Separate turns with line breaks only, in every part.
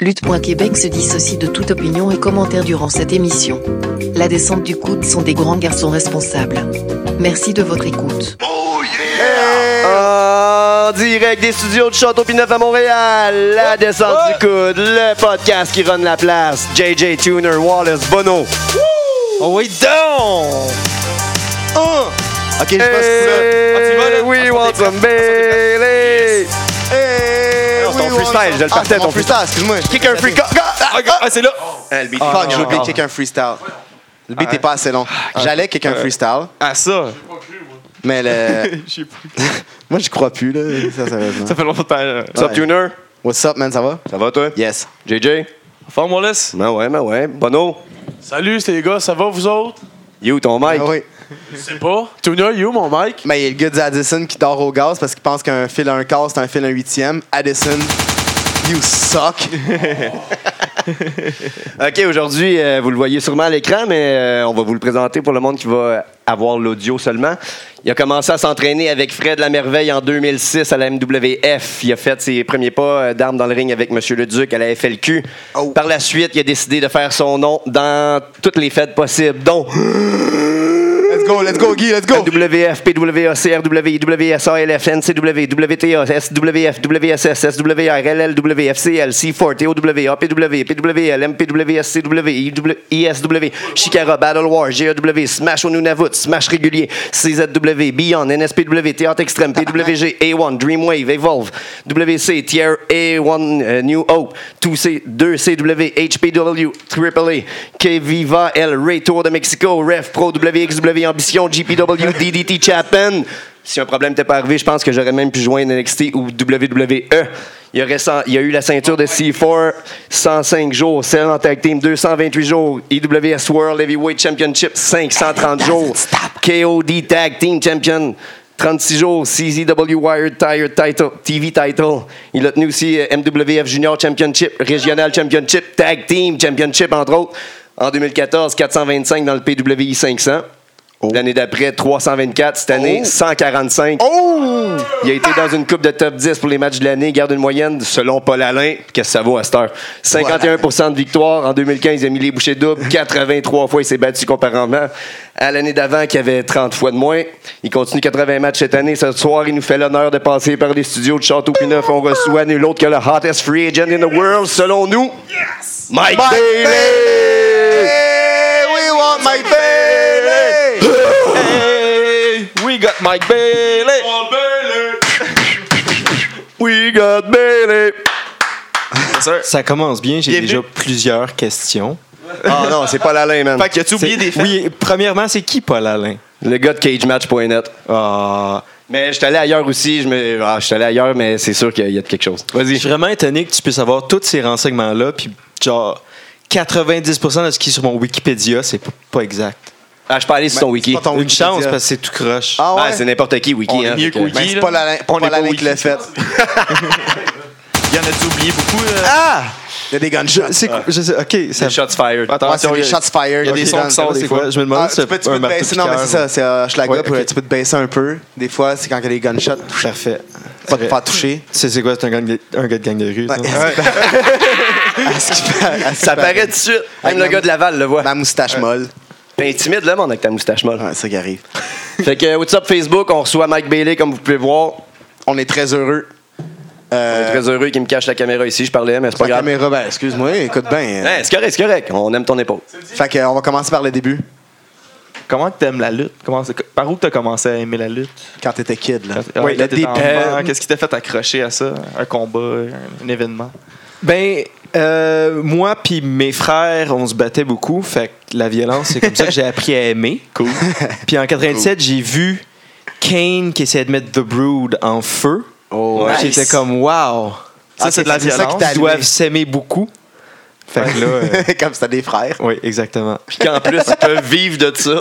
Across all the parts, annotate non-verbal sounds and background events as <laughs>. Lutte.Québec se dissocie de toute opinion et commentaire durant cette émission. La descente du coude sont des grands garçons responsables. Merci de votre écoute.
En direct des studios de Château Pineuf à Montréal, la descente du coude, le podcast qui run la place, JJ Tuner, Wallace, Bono.
Oh oui, donc! Un!
Ok, je passe
Ah, tu y vas, là?
Hey,
Ah,
we
je
want
pense que t'es
some Eh Bailey! Eh
Hey,
Non, ton
oui,
freestyle,
on-
je le
Ah,
partais,
c'est
ton
mon freestyle, excuse-moi.
Kick un free
Ah, ah, c'est là!
Ah, le beat.
Fuck, j'ai oublié
non. Ah, Euh.
de checker un freestyle. Le beat n'est pas assez long. J'allais kicker un freestyle,
Ah, ça!
mais
<laughs>
le...
J'ai pas-
<laughs> moi, j'y crois plus, là, ça, sérieusement.
Ça fait longtemps. euh,
What's up,
Ouais.
Tuner?
What's up, man, ça va?
Ça va, toi?
Yes.
JJ?
Forme Wallace?
Ben ouais, ben ouais. Bono?
Salut, c'est les gars, ça va vous autres?
You, ton mic?
Ah oui.
Je sais pas. Tuner, you, mon mic?
Mais il y a le gars d'Addison qui dort au gaz parce qu'il pense qu'un fil à un quart, c'est un fil à un huitième. Addison, you suck.
OK, aujourd'hui, euh, vous le voyez sûrement à l'écran, mais euh, on va vous le présenter pour le monde qui va avoir l'audio seulement. Il a commencé à s'entraîner avec Fred Lamerveille en 2006 à la MWF. Il a fait ses premiers pas euh, d'armes dans le ring avec M. Leduc à la FLQ.
Oh.
Par la suite, il a décidé de faire son nom dans toutes les fêtes possibles, dont
Let's go, let's go, Guy, let's go.
WF, PWA, CRW, IWSA, LF, NCW, WTA, SWF, WSS, SWR, LLW, FCL, C4, TOWA, PW, PWL, MPW, SCW, IW, ISW, Chicara, E, Battle War, GAW, Smash au Nunavut, Smash régulier, CZW, E, Beyond, NSPW, Théâtre Extrême, PWG, A1, Dreamwave, Evolve, WC, Tier A1, euh, New Hope, 2C, 2CW, HPW, AAA, Keviva, El Rey, Tour de Mexico, Ref Pro, WXW, Ambition, GPW, DDT, Chapman. Si un problème n'était pas arrivé, je pense que j'aurais même pu joindre NXT ou WWE. Il y, a récent- il y a eu la ceinture de C4, 105 jours, celle en tag team, 228 jours, IWS World Heavyweight Championship, 530 jours, KOD Tag Team Champion, 36 jours, CZW Wired Tire title, TV title. Il a tenu aussi euh, MWF Junior Championship, Regional Championship, Tag Team Championship, entre autres. En 2014, 425 dans le PWI 500. L'année d'après, 324. Cette année, 145. Il a été dans une coupe de top 10 pour les matchs de l'année. Garde une moyenne, selon Paul Alain, qu'est-ce que ça vaut à cette heure? 51 de victoire. En 2015, il a mis les bouchées doubles. 83 fois, il s'est battu comparément à l'année d'avant, qui avait 30 fois de moins. Il continue 80 matchs cette année. Ce soir, il nous fait l'honneur de passer par les studios de Château Pineuf. On reçoit nul autre que le hottest free agent in the world, selon nous, Mike, Bailey!
Hey, we want my Bailey.
Hey! We got Mike Bailey!
We got Bailey!
Bien sûr.
Ça commence bien, j'ai
Bienvenue.
déjà plusieurs questions.
Ah non, c'est Paul Alain, man.
Fait que tu oublié
C'est-
des faits?
Oui, premièrement, c'est qui Paul Alain?
Le gars de cagematch.net.
Ah,
Mais je suis allé ailleurs aussi. Je me... ah, je suis allé ailleurs, mais c'est sûr qu'il y a de quelque chose.
je suis vraiment étonné que tu puisses avoir tous ces renseignements-là, puis genre 90% de ce qui est sur mon Wikipédia, c'est p- pas exact.
Ah, je peux aller sur ton wiki.
pas ton-
Une
Wikipédia.
chance, parce que c'est tout croche.
Ah
Ah,
ouais?
c'est n'importe qui, wiki.
On est
hein,
mieux
fait que-
que wiki.
Ben,
Guy,
c'est
là.
pas Alain-
On
pas
est pas
Alain qui
wiki.
l'a fait.
Il y en a-tu oublié beaucoup? euh?
Ah! Il y a des gunshots.
Ah.
C'est quoi- je sais- ok, ça
C'est shots fired.
Attends,
Ouais, c'est
attention,
des
il y a-
shots fired.
Il y a des
Ok,
sons
dans-
qui sortent
c'est
des
quoi?
fois.
Je me demande
Ah,
si
tu peux, tu peux
un
te
marteau
baisser. Non, mais
piqueur,
c'est ça, c'est euh, Schlager,
Ouais,
pour-
ok.
Tu peux te baisser un peu. Des fois, c'est quand il y a des gunshots.
Parfait.
Pas te faire toucher.
C'est c'est quoi? C'est un, gang de- un gars de gang de rue. ça?
Ça paraît tout de suite. Même le gars de Laval le voit.
Ma moustache molle.
T'es intimide, le monde, avec ta moustache molle.
Ouais, c'est ça qui arrive.
Fait que, what's up, Facebook? On reçoit Mike Bailey, comme vous pouvez voir.
On est très heureux.
On est
Euh,
très heureux qu'il me cache la caméra ici. Je parlais, mais c'est
la
pas grave.
caméra, ben, excuse-moi, écoute bien. hein.
Hey, c'est correct, c'est correct. On aime ton épaule.
Fait que, euh, on va commencer par le début,
Comment que t'aimes la lutte? Comment, par où t'as commencé à aimer la lutte?
quand t'étais kid. Là.
Ah,
Ouais,
le
Ah, t'étais
début.
enfant, Qu'est-ce qui t'a fait accrocher à ça? Un combat, un, un événement?
Ben, euh, moi puis mes frères, on se battait beaucoup. Fait que la violence, c'est comme ça que j'ai appris à aimer.
<laughs> Cool.
Puis en 97, j'ai vu Kane qui essayait de mettre The Brood en feu.
Oh,
Puis
nice.
J'étais comme, wow,
Ça,
Ok,
c'est de la
ça qui
violence.
t'a
ils doivent
allumé.
s'aimer beaucoup. Fait que là, euh, <laughs>
<laughs> comme c'était des frères.
oui, <laughs> exactement.
Puis qu'en plus, ils peuvent vivre de ça.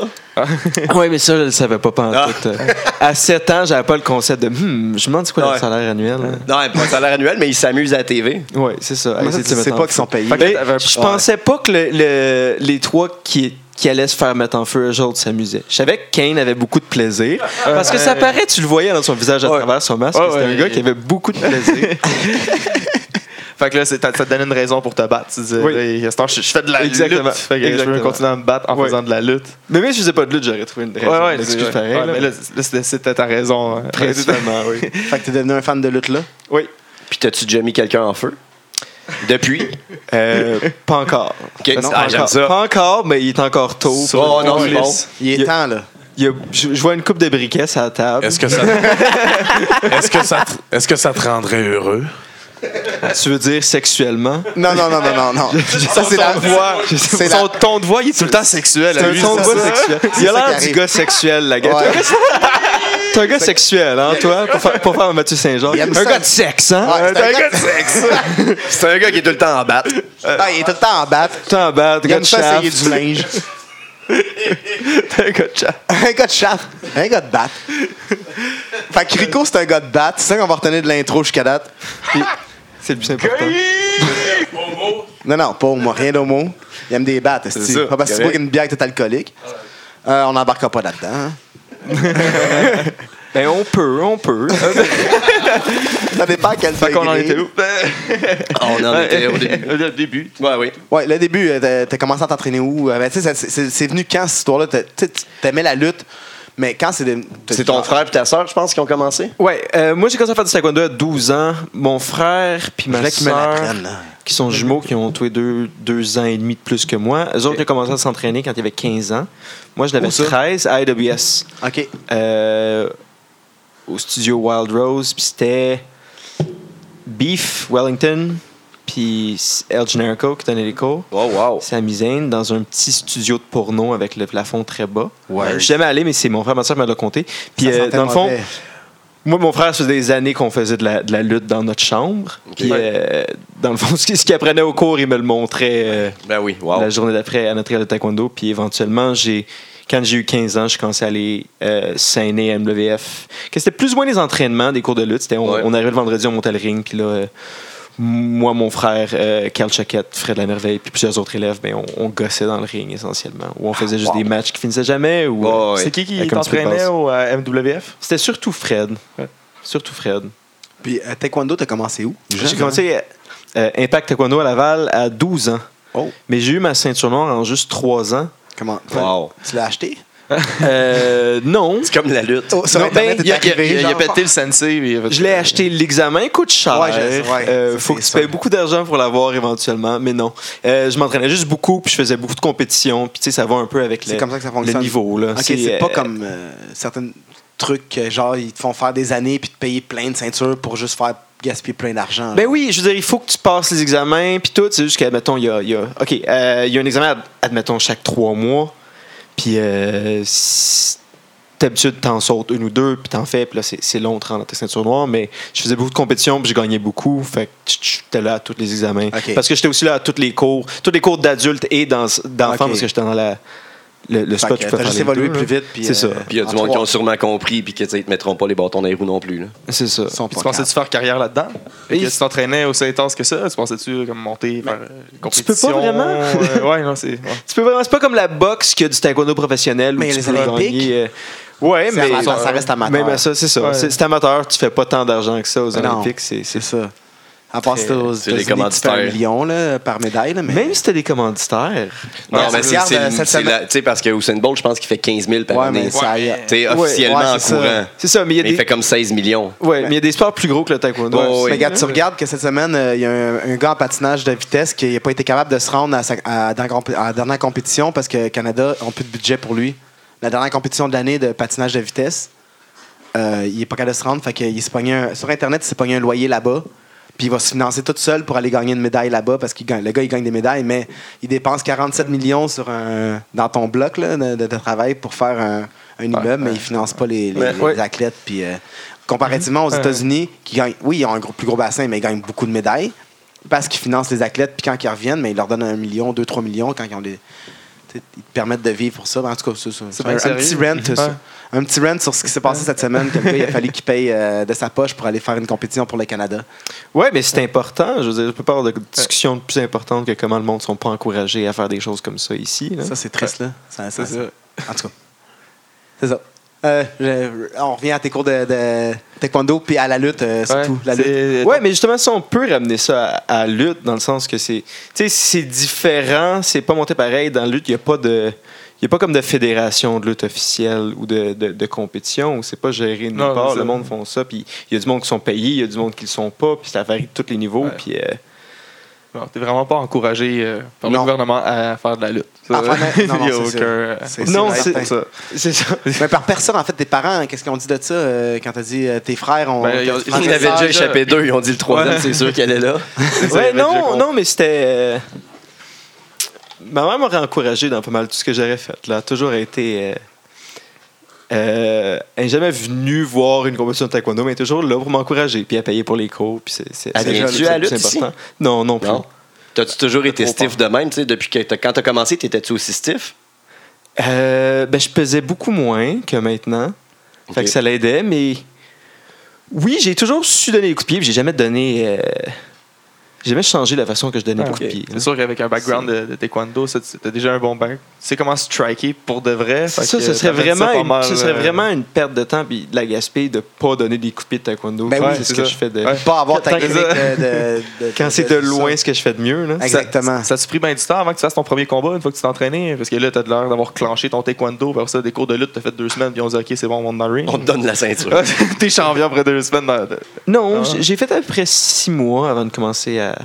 oui, mais ça, je le savais pas pendant
Ah.
tout. euh. À 7 ans, j'avais pas le concept de, hmm, je me demande c'est quoi
Ouais.
le salaire annuel. hein.
Non, pas un salaire annuel, mais ils s'amusent à la TV.
Oui, c'est ça.
Moi, ça,
Essayer de
tu
se
sais
mettre en
pas
feu.
qu'ils sont payés.
Fait que
Ben,
t'avais un-
je pensais pas que le- le- les trois qui, qui allaient se faire mettre en feu, eux autres s'amusaient. Je savais que Kane avait beaucoup de plaisir.
Euh,
Parce que ça paraît, tu le voyais dans son visage à
Ouais.
travers son masque,
Ouais,
que c'était
ouais,
un gars
ouais.
qui avait beaucoup de plaisir.
<laughs> Fait que là, c'est- ça te donne une raison pour te battre. Tu disais,
Oui.
hey, Gaston, je, je fais de la
Exactement.
lutte. Fait que je
Exactement.
veux continuer à me battre en
Oui.
faisant de la lutte.
Mais même si je faisais pas de lutte, j'aurais trouvé une raison.
Ouais, ouais,
d'excuse
c'est-
pareille,
ouais,
là.
mais là, c'était c'était ta raison. hein. <laughs>
Principalement, oui.
Fait que t'es devenu un fan de lutte là.
Oui.
Puis t'as-tu déjà mis quelqu'un en feu? <laughs> Depuis?
Euh, pas encore.
Ok.
Parce-
Non,
ah,
pas
j'aime
encore.
ça. Pas encore, mais il est encore tôt.
Oh, non, c'est bon.
Il est
Il y a-
temps là.
Il y a- je, je vois une coupe de briquets à la table.
Est-ce que ça.
<laughs>
Est-ce que ça, te- est-ce que ça te rendrait heureux?
Tu veux dire sexuellement?
Non, non, non, non, non, non. Ça, c'est la voix. C'est la...
Son ton de voix, il est tout le temps sexuel.
C'est
à
un
lui.
ton de
C'est
voix
ça.
sexuel.
Il a
C'est ça
l'air
qui
du
arrive.
gars sexuel, la gars.
Ouais.
T'es un gars- T'es un gars sexuel, hein, toi, pour faire, pour faire un Mathieu Saint-Jean.
Il aime
Un
ça.
gars de sexe, hein?
Ouais, Ah, c'est un gars- <laughs>
C'est un gars qui est tout le temps en batte.
Ah, il est tout le temps en batte.
Tout en bas,
Il
gars
aime
de
ça
shaft.
essayer du linge.
T'es <laughs> un gars de shaft.
Un gars de shaft. Un gars de batte. Fait que Rico, c'est un gars de batte. C'est ça qu'on va retenir de l'intro jusqu'à date.
C'est le plus important.
Non, non, pas au mot. Rien d'homo. Il aime des battes, esti.
ça,
Pas parce que tu bois
correct.
qu'une bière que t'es alcoolique. Euh, on n'embarquera pas là-dedans. hein.
Ben, on peut, on peut.
Ça dépend à quel
Fait qu'on en
degré.
était où?
on en était au début.
Au Euh, début.
Ouais, oui.
Ouais, le début, euh, t'as t'as commencé à t'entraîner où? Euh, Ben, tu sais, ça- c'est- c'est c'est venu quand cette histoire-là? T'as- tu sais, tu- T'aimais la lutte, mais quand c'est. de- t'as-
C'est ton frère et ta soeur, je pense, qui ont commencé?
Ouais, euh, moi, j'ai commencé à faire du taekwondo à 12 ans. Mon frère puis
Je
ma
voulais qu'il me
soeur,
l'apprenne, là.
qui sont jumeaux, qui ont tous les deux deux ans et demi de plus que moi, eux autres, ils ont commencé à s'entraîner quand ils avaient 15 ans. Moi, je l'avais
Où ça?
13 à AWS.
OK.
euh, au studio Wild Rose, puis c'était Beef Wellington, puis El Generico qui donnait les cours.
Oh, wow.
C'est amusant dans un petit studio de porno avec le plafond très bas.
Ouais.
Euh, Je suis jamais allé, mais c'est mon frère, ma soeur me l'a conté. Puis
Ça
euh,
sentait
dans le fond,
mauvais.
moi, mon frère, ça faisait des années qu'on faisait de la, de la lutte dans notre chambre. Puis, euh, dans le fond, <laughs> ce qu'il ce qu'il apprenait au cours, il me le montrait euh,
Ben oui, wow.
la journée d'après à notre école de taekwondo. Puis éventuellement, j'ai, quand j'ai eu 15 ans, je commençais à aller euh, s'aîner à MWF. Que c'était plus ou moins les entraînements des cours de lutte. C'était on,
Ouais.
on arrivait le vendredi, on montait le ring. Puis là, euh, moi, mon frère, euh, Carl Choquette, Fred Lamerveille, puis plusieurs autres élèves, ben, on, on gossait dans le ring essentiellement. Ou on faisait juste des matchs qui finissaient jamais. Ou,
Ah,
euh,
Ouais, ouais.
C'est qui qui
Avec un petit peu de
t'entraînait
base.
au euh, MWF?
C'était surtout Fred.
Ouais.
Surtout Fred.
Puis euh, Taekwondo, t'as commencé où?
J'ai commencé euh, Impact Taekwondo à Laval à 12 ans.
Oh.
Mais j'ai eu ma ceinture noire en juste 3 ans.
Comment?
Wow.
Tu l'as acheté?
<laughs> Euh, non.
C'est comme la lutte.
Oh, sur
Non,
Internet,
ben,
t'es
il y a-
arrivé,
Il a
genre.
pété le sensei. puis il a fait-
Je l'ai acheté. L'examen coûte cher.
Ouais, je sais, ouais.
Euh,
Ça,
faut
c'est
que tu
sûr.
payes beaucoup d'argent pour l'avoir éventuellement, mais non. Euh, je m'entraînais juste beaucoup, puis je faisais beaucoup de compétitions, puis tu sais, ça va un peu avec le,
C'est comme ça que ça
le
fonctionne.
niveau. Là.
OK, c'est pas
euh,
comme euh, certains trucs, que, genre, ils te font faire des années puis te payer plein de ceintures pour juste faire gaspiller plein d'argent.
Ben oui, je veux dire, il faut que tu passes les examens, puis tout. C'est juste qu'admettons, il y a, il y a- OK, euh, il y a un examen, ad- admettons, chaque trois mois. Puis, euh, si- d'habitude, t'en sautes une ou deux, puis t'en fais, puis là, c'est c'est long, de rendre ta ceinture noire. Mais je faisais beaucoup de compétitions, puis je gagnais beaucoup. Fait que j- j'étais là à tous les examens.
OK.
Parce que j'étais aussi là à tous les cours, tous les cours d'adultes et dans- d'enfants,
OK.
parce que j'étais dans la, le, le
Fait
spot.
que
où je
t'as
peux faire
juste
les
évolué
deux,
plus
là.
vite. euh,
C'est ça.
Puis il y a du monde qui ont sûrement compris, puis qui ne te mettront pas les bâtons dans les roues non plus. Là.
C'est ça.
Sont
Puis tu
pas
pensais-tu faire carrière là-dedans? Et
Et-
que tu t'entraînais aussi intense que ça? Tu pensais-tu comme monter, faire euh, compétition?
peux pas vraiment.
euh, ouais, non, c'est. ouais.
Tu peux vraiment, c'est pas comme la boxe qui a du taekwondo professionnel
Mais
où tu
les
peux
Olympiques,
gagner, euh, ouais,
C'est
mais
amateur, ça reste amateur.
Même à ça, c'est ça.
Ouais.
C'est c'est amateur, tu fais pas tant d'argent que ça aux
Non.
Olympiques. c'est- c'est-
C'est ça. À part si t'as aux
C'est les
États-Unis, tu fais un
commanditaires.
million là, par médaille. Là, mais...
Même si t'as des commanditaires,
Non,
Ouais,
mais c'est-
regarde, euh,
c'est.
cette
c'est
semaine-
la- Tu sais, parce que Usain Bolt, je pense qu'il fait 15 000 par
Ouais,
année.
mais ça y est.
Tu sais,
Ouais,
officiellement
ouais,
en
c'est ça.
courant.
c'est ça, mais il y a
Mais il
des.
fait comme 16 millions.
Ouais, mais il y a des sports plus gros que le taekwondo.
Ouais, ouais.
Mais regarde, tu
Là.
regardes que cette semaine, euh, il y a un, un gars en patinage de vitesse qui n'a pas été capable de se rendre à, sa- à- dans la compé- à la dernière compétition parce que Canada n'a plus de budget pour lui. La dernière compétition de l'année de patinage de vitesse, euh, il n'est pas capable de se rendre. Fait qu'il s'est pogné un- sur Internet, il s'est pogné un loyer là-bas. Puis il va se financer tout seul pour aller gagner une médaille là-bas parce que le gars, il gagne des médailles, mais il dépense 47 millions sur un, dans ton bloc là, de, de- de travail pour faire un, un immeuble, mais il finance pas les, les-
Ouais.
les
Ouais.
athlètes. Puis euh, comparativement aux États-Unis, qui gagnent, oui, ils ont un gros- plus gros bassin, mais ils gagnent beaucoup de médailles parce qu'ils financent les athlètes. Puis quand ils reviennent, mais ils leur donnent un million, deux, trois millions quand ils ont des. tu sais, Ils te permettent de vivre pour ça. En tout cas, ça, ça,
bien
un, un
sérieux.
petit rent, ça.
Ouais.
Un petit rent sur ce qui s'est passé cette semaine. que le gars, il a fallu qu'il paye euh, de sa poche pour aller faire une compétition pour le Canada.
Ouais, mais c'est important. Je veux dire, je peux pas avoir de discussion plus importante que comment le monde sont pas encouragés à faire des choses comme ça ici. là.
Ça, c'est triste, là. Ça- ça-
C'est ça.
En tout cas, c'est ça. euh, je- on revient à tes cours de, de taekwondo, puis à la lutte, euh, c'est
Ouais,
tout. La lutte.
c'est-
Ouais, mais justement, ça, on peut ramener ça à, à lutte, dans le sens que c'est. Tu sais, c'est différent, c'est pas monté pareil. Dans la lutte, il n'y a pas de. Il n'y a pas comme de fédération de lutte officielle ou de, de, de compétition où c'est pas géré de nulle
Non,
part.
c'est
Le
ça.
monde font ça, puis il y a du monde qui sont payés, il y a du monde qui le sont pas, puis ça varie de tous les niveaux.
Ouais.
Puis, euh,
Non, t'es vraiment pas encouragé euh, par
Non.
le gouvernement à faire de la lutte.
Ah, vraiment?
<laughs>
Non, non,
Il y a
c'est
aucun.
sûr.
euh,
C'est-
non,
certain.
c'est ça. C'est ça.
Mais par personne, en fait, tes parents, qu'est-ce qu'on dit de ça euh, quand t'as dit euh, tes frères ont.
Ben,
t'as
ils ont-
dit
ils
Ils
français,
avaient déjà
message,
échappé deux, ils ont dit le troisième,
Ouais.
c'est sûr qu'elle est <laughs> là.
Ouais,
j'avais déjà
non,
compris.
non, mais c'était. euh, Ma mère m'aurait encouragé dans pas mal tout ce que j'aurais fait. Là, Elle a toujours été. euh, euh, elle n'est jamais venue voir une compétition de taekwondo, mais elle est toujours là pour m'encourager, puis à payer pour les cours. Puis c'est, c'est,
Elle
c'est-
vient-tu
c'est-
à
c'est
lutte ici?
Non, non plus.
Non. T'as-tu toujours été
Trop
stiff de même, tu sais, depuis que t'as- quand t'as commencé, t'étais-tu aussi stiff?
Euh, ben, je pesais beaucoup moins que maintenant. Fait
Ok.
que ça l'aidait, mais. Oui, j'ai toujours su donner les coups de pied, puis j'ai jamais donné. euh, J'ai jamais changé la façon que je donnais les
Ah, Ok.
coups de pied.
C'est sûr qu'avec un background de, de taekwondo, ça, tu- t'as déjà un bon bac. Tu sais comment striker pour de vrai.
Ça,
fait
ça,
que
serait
t'amènes ça
vraiment,
pas
une,
mal,
ça serait
euh,
vraiment une perte de temps puis de la gaspiller de pas donner des coups de pied de taekwondo.
Ben
Puis
oui,
c'est ce
c'est
que
ça.
je fais de.
Ouais.
Pas avoir ta
Quand-
clinique de, de- de-
Quand c'est de loin ce que je fais de mieux, là.
Exact. Exactement.
Ça, ça t'a pris bien du temps avant que tu fasses ton premier combat, une fois que tu t'entraînais, parce que là, t'as de l'air d'avoir clenché ton taekwondo, puis après ça, des cours de lutte, t'as fait deux semaines, puis on dit, OK, c'est bon, on monte dans le ring.
On te donne la ceinture.
Ah, <laughs> T'es champion après deux semaines. dans- de-
Non,
Ah.
j'ai- j'ai fait à peu près six mois avant de commencer à,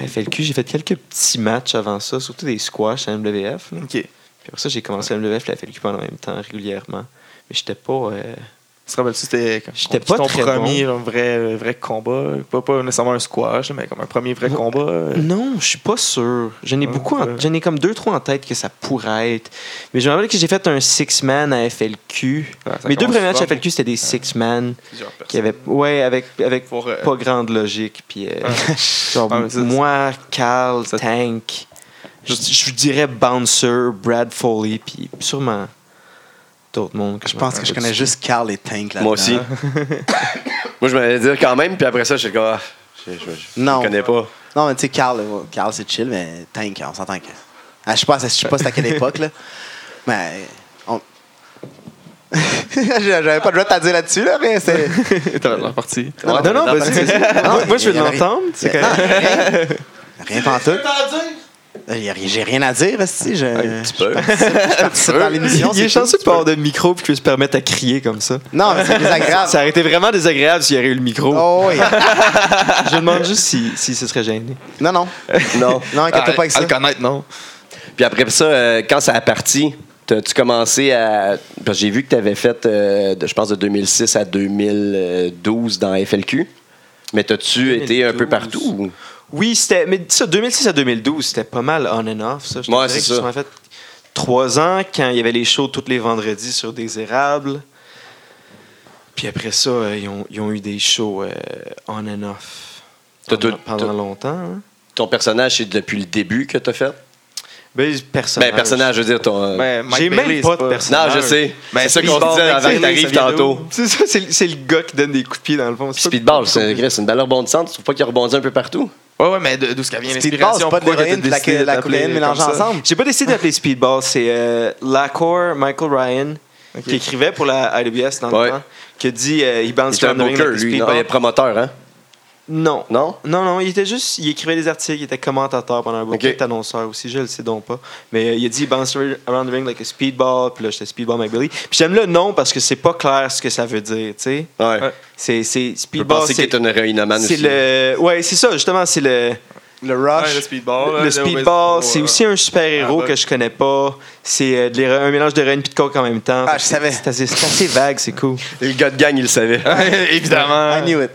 à FLQ. J'ai fait quelques petits matchs avant ça, surtout des squash à MWF. là.
OK. Tu
Puis après ça, j'ai commencé à MWF et à FLQ pendant le même temps régulièrement. Mais j'étais pas. euh,
te rappelles-tu, c'était quand-
J'étais
quand
pas
ton
très
premier là, vrai, vrai combat, pas, pas nécessairement un squash, mais comme un premier vrai
Ouais.
combat. euh,
Non, je suis pas sûr. J'en ai
Ah,
beaucoup, en-
ouais.
j'en ai comme deux, trois en tête que ça pourrait être. Mais je me rappelle que j'ai fait un six-man à FLQ.
Ouais, Ah, ça
Mes deux
commence
premiers matchs
fort,
à FLQ, c'était des six-man.
plusieurs personnes.
Qui avait, ouais, avec, avec
Pour, euh,
pas grande logique. Puis, euh,
Ouais.
<laughs> genre,
Ouais, mais ça,
moi, Carl,
ça-
Tank, je, je vous dirais Bouncer, Brad Foley, puis sûrement d'autres mondes.
Je pense que je connais juste Carl et Tank là
Moi aussi. <coughs> Moi, je m'allais dire quand même, puis après ça, je suis comme, ah, je, je- je- je
Non.
connais pas.
Non, mais tu sais, Carl, ouais, Carl c'est chill, mais Tank, on s'entend que. Ah, je sais pas, je sais pas c'est à quelle époque, là. Mais. On... <laughs> J'avais pas le droit de te dire là-dessus, là, mais c'est.
T'as l'air parti.
Non, non, vas-y, vas-y. Moi- Moi, je veux
il y en a
l'entendre. c'est
Non, Ah, rien. Rien pantoute. Il y a rien- J'ai rien à dire, si je.
Un petit peu.
je participe dans l'émission.
Il est
c'est tout.
chanceux de pas avoir de micro puis que je se permettre à crier comme ça.
Non, mais c'est
Ça
désagréable.
aurait été vraiment désagréable s'il y avait eu le micro.
Oh, oui.
Je demande juste si, si ce serait gêné.
Non, non.
non.
Non, inquiète-toi pas avec
À
ça.
le connaître, non.
Puis après ça, euh, quand ça a parti, tu commencé à. Parce que j'ai vu que tu avais fait, euh, de- je pense, de 2006 à 2012 dans FLQ. Mais t'as-tu été un peu
2012.
partout?
Oui, c'était. Mais ça, 2006 à 2012, c'était pas mal on and off, ça. Je te
Ouais,
dirais
c'est
que
ça.
j'ai fait trois ans quand il y avait les shows tous les vendredis sur des érables. Puis après ça, euh, ils, ont, ils ont eu des shows euh, on and off
T'as
pendant,
tout-
pendant
t'as-
longtemps. hein.
ou ton personnage, c'est depuis le début que t'as fait?
Ben, personnage.
Ben, personnage, je veux dire, ton. euh,
Mais Mike
J'ai
Bailey,
même pas
c'est
de personnage.
non, je sais.
Ben,
c'est ça qu'on
Speedball,
disait avant
Mike
que
Bailey, ça
t'arrives
vient d'où?
tantôt.
C'est ça, c'est c'est le gars qui donne des coups de pied dans le fond.
Puis
C'est pas-
Speedball,
pas
c'est
compliqué.
Chris, c'est une balle rebondissante. Tu trouves pas qu'il rebondit un peu partout?
Ouais, ouais, mais de- d'où ce qu'elle vient
Speedball,
l'inspiration?
c'est pas de
Pourquoi t'as
l'héroïne, de la,
décidé
de
de
la
t'appeler
cocaïne
comme
mélangée
ça?
ensemble.
J'ai pas décidé d'appeler Speedball, c'est euh, Lacour, Michael Ryan, qui écrivait pour la IWS dans
Ouais.
le temps, qui a dit euh, il bounce
Il était un
around the ring
broker,
like a
lui. Non,
speedball.
il est promoteur, hein?
Non.
Non?
Non, non, il était juste. Il écrivait des articles, il était commentateur pendant un bout.
Ok.
Il était annonceur aussi, je le sais donc pas. Mais euh, il a dit Bounce around the ring like a speedball, puis là, j'étais Speedball McBilly. Puis j'aime le nom parce que c'est pas clair ce que ça veut dire, tu sais.
Ouais.
Euh,
Ouais.
C'est c'est-
Je peux
Speedball,
penser qu'il
c'est.
est un héroïnomane
C'est
aussi.
le. Ouais, c'est ça, justement, c'est le.
Le
Ouais, le
rush.
speedball.
Le speedball, c'est aussi un super-héros
Ah, bah.
que je connais pas. C'est euh, de l'héro- un mélange de Ren et de Coke en même temps.
Ah,
Fait
je
que
savais.
C'est assez, c'est assez vague, c'est cool.
Le gars de gang, il le savait.
I
Évidemment.
knew it.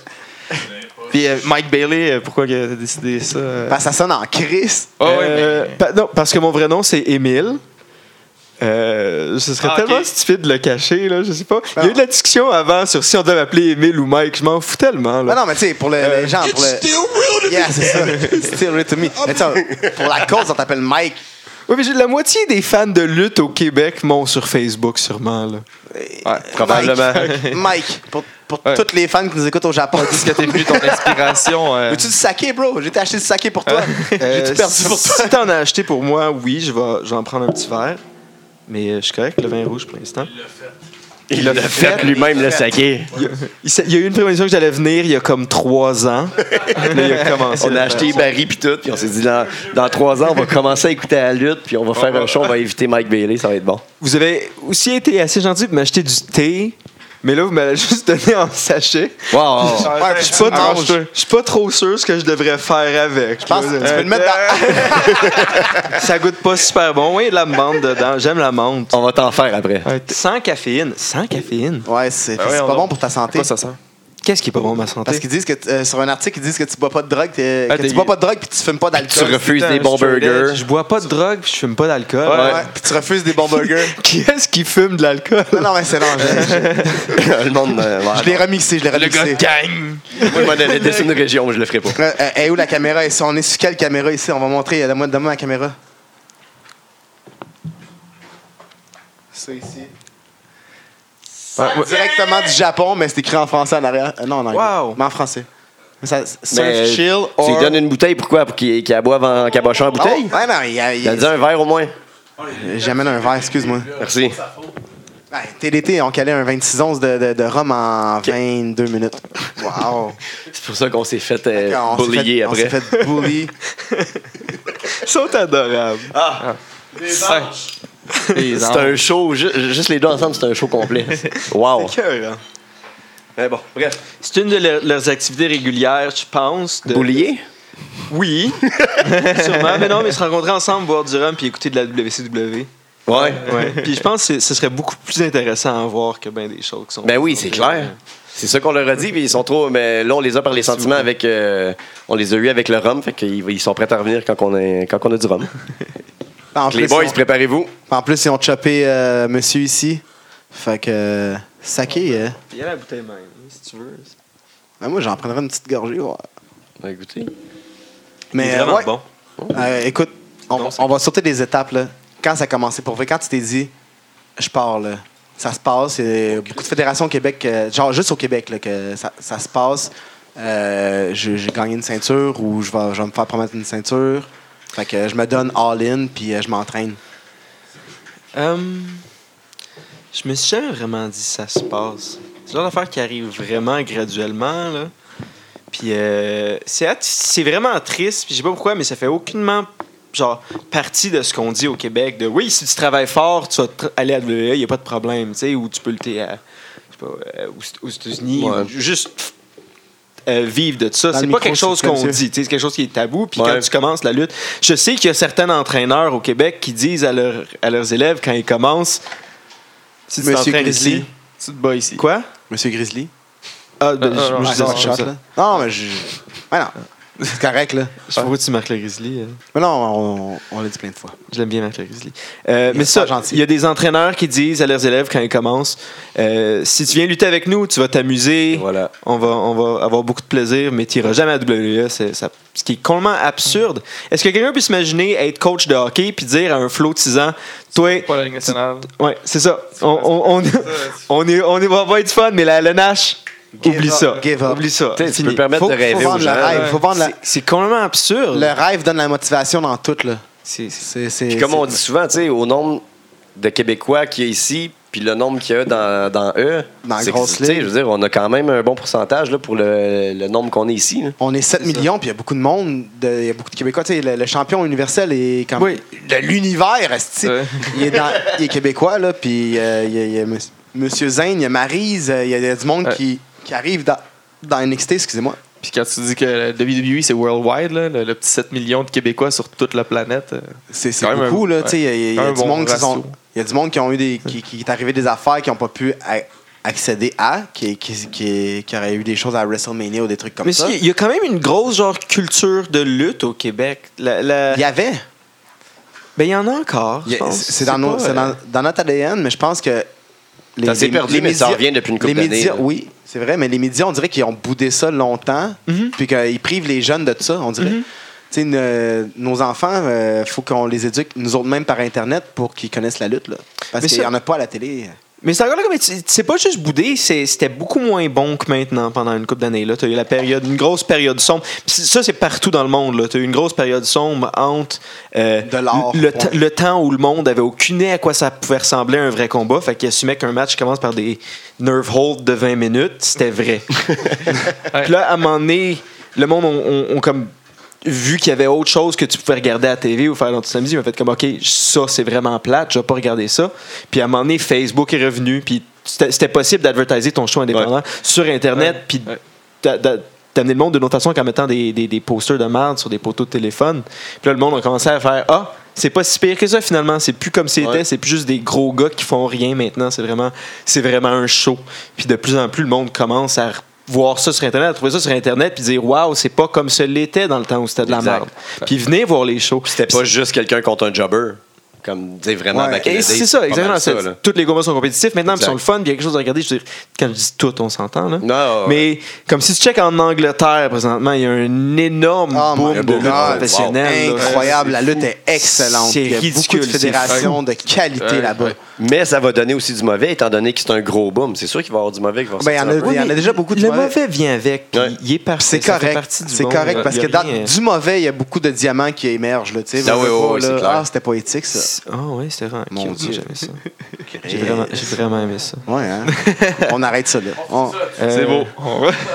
Puis euh, Mike Bailey, euh, pourquoi que t'as décidé ça? euh?
Parce que ça sonne en crise.
Ah ouais,
Euh,
mais-
pa- non, parce que mon vrai nom, c'est Émile. Euh, ce serait
Ah,
tellement
ok.
stupide de le cacher, là, je sais pas. Il y a eu de la discussion avant sur si on devait m'appeler Émile ou Mike. Je m'en fous tellement.
Mais
Là.
Ah, non, mais tu sais, pour le, Euh, les gens, pour le. Yeah, c'est ça. Still real to me. Mais tu sais, pour la cause, on t'appelle Mike.
Oui, mais j'ai- la moitié des fans de lutte au Québec m'ont sur Facebook, sûrement. Là.
probablement.
Mike,
<laughs>
Mike, pour, pour
Ouais.
toutes les fans qui nous écoutent au Japon.
Est-ce que t'es venu ton inspiration? euh?
Veux-tu du saké, bro? J'ai acheté du saké pour toi.
Euh,
J'ai tout perdu
si-
pour toi.
Si t'en as acheté pour moi, oui, je vais, je vais en prendre un petit verre. Mais euh, je suis correct, le vin rouge pour l'instant.
Il l'a fait lui-même le saguer.
Il s'est- il y a eu une prémonition que j'allais venir il y a comme trois ans. Là, il a commencé.
On a acheté Barry puis tout, puis on s'est dit dans, dans trois ans, on va commencer à écouter la lutte, puis on va faire un show, on va éviter Mike Bailey, ça va être bon.
Vous avez aussi été assez gentil pour m'acheter du thé, mais là, vous m'avez juste donné en sachet.
Wow!
Je suis pas, trop-
Arrange-toi.
Ah, je suis pas trop sûr ce que je devrais faire avec.
Je pense que tu peux le mettre dans.
Ça goûte pas super bon. Oui, il y a de la menthe dedans. J'aime la menthe.
On va t'en faire après.
Sans caféine. Sans caféine.
Ouais, c'est
ouais,
c'est
on
pas
a-
bon pour ta santé.
Quoi ça sent?
Qu'est-ce qui est pas bon pour ma santé?
Parce qu'ils disent que t- euh, sur un article, ils disent que tu bois pas de drogue, t'es-
Ah,
que
t'es-
tu bois pas de drogue puis tu fumes pas
Tu
d'alcool.
refuses
Putain,
des bons
straight
burgers.
Je bois pas de drogue puis je fume pas d'alcool.
Ouais,
<laughs>
ouais, puis tu refuses des bons burgers.
Qui est-ce qui fume de l'alcool?
non, non, mais c'est non. Je,
<laughs> le monde. euh, ouais.
je l'ai remixé, je l'ai
Le gars
remixé.
de
Moi,
gang!
je m'en allais laisser une région, mais je le ferai pas.
Euh, euh, hey, où la caméra ici? On est sur quelle caméra ici? On va montrer. euh, Donne-moi donne-moi la caméra. Ça ici. Directement du Japon, mais c'est écrit en français en arrière. Euh, non, en anglais.
Wow.
Mais en français. Mais ça, surf,
Mais
chill,
Tu lui
or-
donnes une bouteille, pourquoi? Pour qu'il qu'il la boive en cabochant en
Oh,
bouteille?
ouais, non, il y a- il y
Il
a-
a dit un verre au moins.
J'amène un verre, excuse-moi.
Merci.
Ben, TDT, on calait un 26 onces de, de, de rhum en 22 minutes. <laughs> Wow!
C'est pour ça qu'on s'est fait euh,
On s'est
boulier
fait- on
après.
s'est fait bully.
Ils sont adorables. Ah.
Les
C'est un show, ju- juste les deux ensemble, c'est un show <laughs> complet. Wow.
Écœurant.
Mais Eh bon, bref.
C'est une de leurs- leurs activités régulières, je pense. De...
Boulier? <laughs>
Oui. Sûrement. Mais non, mais se rencontrer ensemble, boire du rhum puis écouter de la WCW.
Ouais.
Ouais. <laughs> Puis je pense que ce serait beaucoup plus intéressant à voir que bien des choses qui sont.
Ben oui, c'est clair. C'est ça qu'on leur a dit, puis ils sont trop. Mais là, on les a par les sentiments avec. euh, on les a eu avec le rhum, fait qu'ils ils sont prêts à revenir quand on, est, quand on a du rhum.
En
<laughs> Les
plus,
boys,
ils ont-
préparez-vous.
en plus, ils ont chopé euh, monsieur ici. Fait que. euh, Saké, euh,
Il y a la bouteille même, si tu veux.
ben moi, j'en prendrais une petite gorgée. ouais.
On va goûter.
Mais
Mais euh,
vraiment
ouais.
bon.
Euh, écoute, on, on va sauter des étapes. Là. Quand ça a commencé pour vrai, quand tu t'es dit, je pars, là, ça se passe. Il y a beaucoup de fédérations au Québec, euh, genre juste au Québec, là, que ça, ça se passe. Euh, je- J'ai gagné une ceinture ou je vais, je vais me faire promettre une ceinture. Fait que je me donne all-in puis euh, je m'entraîne.
Hum, je me suis jamais vraiment dit ça se passe. C'est le genre d'affaire qui arrive vraiment graduellement, là. Puis euh, c'est at- c'est vraiment triste, puis je sais pas pourquoi, mais ça fait aucunement genre partie de ce qu'on dit au Québec de oui, si tu travailles fort, tu vas tr- aller à WWE, il n'y a pas de problème, tu sais, ou tu peux lutter à, je sais pas, euh, aux, aux États-Unis,
Ouais.
ou juste euh, vivre de ça.
Dans
C'est
le micro,
pas quelque chose
s'il te plaît,
qu'on
monsieur.
dit, tu sais, c'est quelque chose qui est tabou, puis
Ouais.
quand tu commences la lutte, je sais qu'il y a certains entraîneurs au Québec qui disent à, leurs- à leurs élèves quand ils commencent si tu
Monsieur
t'entraînes
Grizzly.
ici.
Tu te bats ici.
Quoi
Monsieur Grizzly?
Ah, ben,
Ah, ah,
je- je disais
ah,
Ah,
ça
non,
comme
shot,
ça.
là. Non, mais je. Ouais, non. C'est correct, là.
Je sais pas où tu marques le Grizzly. euh.
Mais non, on, on l'a dit plein de fois.
Je l'aime bien, Marc Le Grizzly. Euh,
Il
mais
est
ça,
super gentil.
il y a des entraîneurs qui disent à leurs élèves quand ils commencent euh, si tu viens lutter avec nous, tu vas t'amuser,
Voilà.
on, va, on va avoir beaucoup de plaisir, mais tu n'iras jamais à WWE. C'est- ça- ce qui est complètement absurde. Est-ce que quelqu'un peut s'imaginer être coach de hockey puis dire à un flot de 6 ans Toi,
Pas la Ligue nationale.
ouais, c'est ça, on, on, on, on est, on est, on va être fun, mais la LNH,
Give
oublie
up,
ça.
give up.
Oublie ça.
Tu sais, tu
Fini.
peux permettre
Faut-
de rêver
Faut
aux
vendre le
gens.
rêve. Faut vendre la-
Ben, C'est- C'est complètement absurde.
Le rêve donne la motivation dans tout, là.
C'est- c'est-
C'est. c'est-
Puis comme
c'est-
on dit souvent, tu sais, au nombre de Québécois qu'il y a ici, puis le nombre qu'il y a dans, dans eux,
Dans la
c'est que,
grosse
tu sais,
ligue.
Je veux dire, on a quand même un bon pourcentage là, pour le, le nombre qu'on est ici. là.
On est 7 millions, puis il y a beaucoup de monde, de- il y a beaucoup de Québécois. Tu sais, le, le champion universel est comme
Oui.
de l'univers, esti.
Ouais.
il, est dans- il est québécois, là, puis euh, il y a, il y a Mons- Monsieur Zane, il y a Maryse, euh, il y a, il y a du monde
Ouais.
qui, qui arrive dans, dans NXT, excusez-moi.
Puis quand tu dis que la WWE, c'est worldwide, là, le, le petit 7 millions de Québécois sur toute la planète. euh,
C'est c'est
Quand même
beaucoup,
un-
là, tu sais, il y a, il y a
un
du
bon
monde qui
ratio.
sont- il y a du monde qui ont eu des, qui, qui est arrivé des affaires qui n'ont pas pu a- accéder à, qui, qui, qui, qui auraient eu des choses à WrestleMania ou des trucs comme
Mais
ça.
si, il y a quand même une grosse genre culture de lutte au Québec. La, la-
Il y avait.
Ben, il y en a encore.
Il
je
y a-
pense.
C'est dans, nos-
pas,
c'est
euh,
dans- dans notre ADN, mais je pense que. Les,
Ça s'est perdu, mais ça revient depuis une couple
les médias-
d'années, là.
Oui, c'est vrai, mais les médias, on dirait qu'ils ont boudé ça longtemps,
Mhm.
puis qu'ils privent les jeunes de ça, on dirait. Tu sais, ne- nos enfants, euh, il faut qu'on les éduque nous autres mêmes par Internet pour qu'ils connaissent la lutte. là. Parce
Mais
qu'il
ça-
n'y en a pas à la télé.
Mais c'est encore là, mais tu- c'est pas juste boudé, c'est- c'était beaucoup moins bon que maintenant pendant une couple d'années. Là, t'as eu la période, une grosse période sombre. Puis ça, c'est partout dans le monde. Là, t'as eu une grosse période sombre entre euh,
De l'art,
le,
ouais.
te- le temps où le monde avait aucune idée à quoi ça pouvait ressembler un vrai combat. Fait qu'il assumait qu'un match commence par des nerve holds de 20 minutes, c'était vrai. Puis là, à un moment donné, le monde ont on, comme vu qu'il y avait autre chose que tu pouvais regarder à la TV ou faire dans ton samedi, ils m'ont fait comme OK, ça c'est vraiment plate, je vais pas regarder ça. Puis à un moment donné, Facebook est revenu, puis c'était c'était possible d'advertiser ton show indépendant sur Internet, puis
Ouais.
d'a- d'a- d'amener le monde d'une autre façon qu'en mettant des, des, des posters de merde sur des poteaux de téléphone. Puis là, le monde a commencé à faire Ah, c'est pas si pire que ça finalement, c'est plus comme c'était,
Ouais.
c'est plus juste des gros gars qui font rien maintenant, c'est vraiment, c'est vraiment un show. Puis de plus en plus, le monde commence à voir ça sur Internet, à trouver ça sur Internet, puis dire Waouh, c'est pas comme ça l'était dans le temps où c'était de la
Exact.
merde. Puis venez voir les shows.
C'était pas juste quelqu'un contre un jobber. Comme, tu sais, vraiment,
Ouais.
back in the
Et
day,
c'est ça,
pas mal
exactement. c'est-
là.
toutes les combats sont compétitifs maintenant, puis
Exact.
sont le fun, puis il y a quelque chose à regarder. Je veux dire, quand je dis tout, on s'entend. Là.
Non,
Mais comme si tu checkes en Angleterre présentement, il y a un énorme
Oh my
boom de
God.
lutte professionnelle. là.
Incroyable, la lutte est excellente.
C'est
Il y a
ridicule,
beaucoup de
c'est
fédérations de qualité
Ouais,
là-bas.
ouais.
Mais ça va donner aussi du mauvais, étant donné que c'est un gros boom. C'est sûr qu'il va y avoir du mauvais qui va
Ben, il y en
ressortir un peu.
Il y en a
mais
déjà beaucoup de
Le
mauvais.
mauvais vient avec, puis
Ouais.
il est parfait.
C'est
ça fait
correct.
partie du
C'est
bon,
correct
là.
parce
Il y
que
a
dans
rien.
du mauvais, il y a beaucoup de diamants qui émergent. Là, tu sais.
Ah oui,
Veux,
oui,
veux
oui,
pas,
c'est
là,
clair.
Ah, c'était pas éthique, ça.
Ah ouais, c'était vraiment
Mon
cute,
Dieu.
j'aimais ça. J'ai vraiment, j'ai vraiment aimé ça.
Ouais,
<laughs>
hein? On arrête ça, là. On-
C'est
Euh,
beau.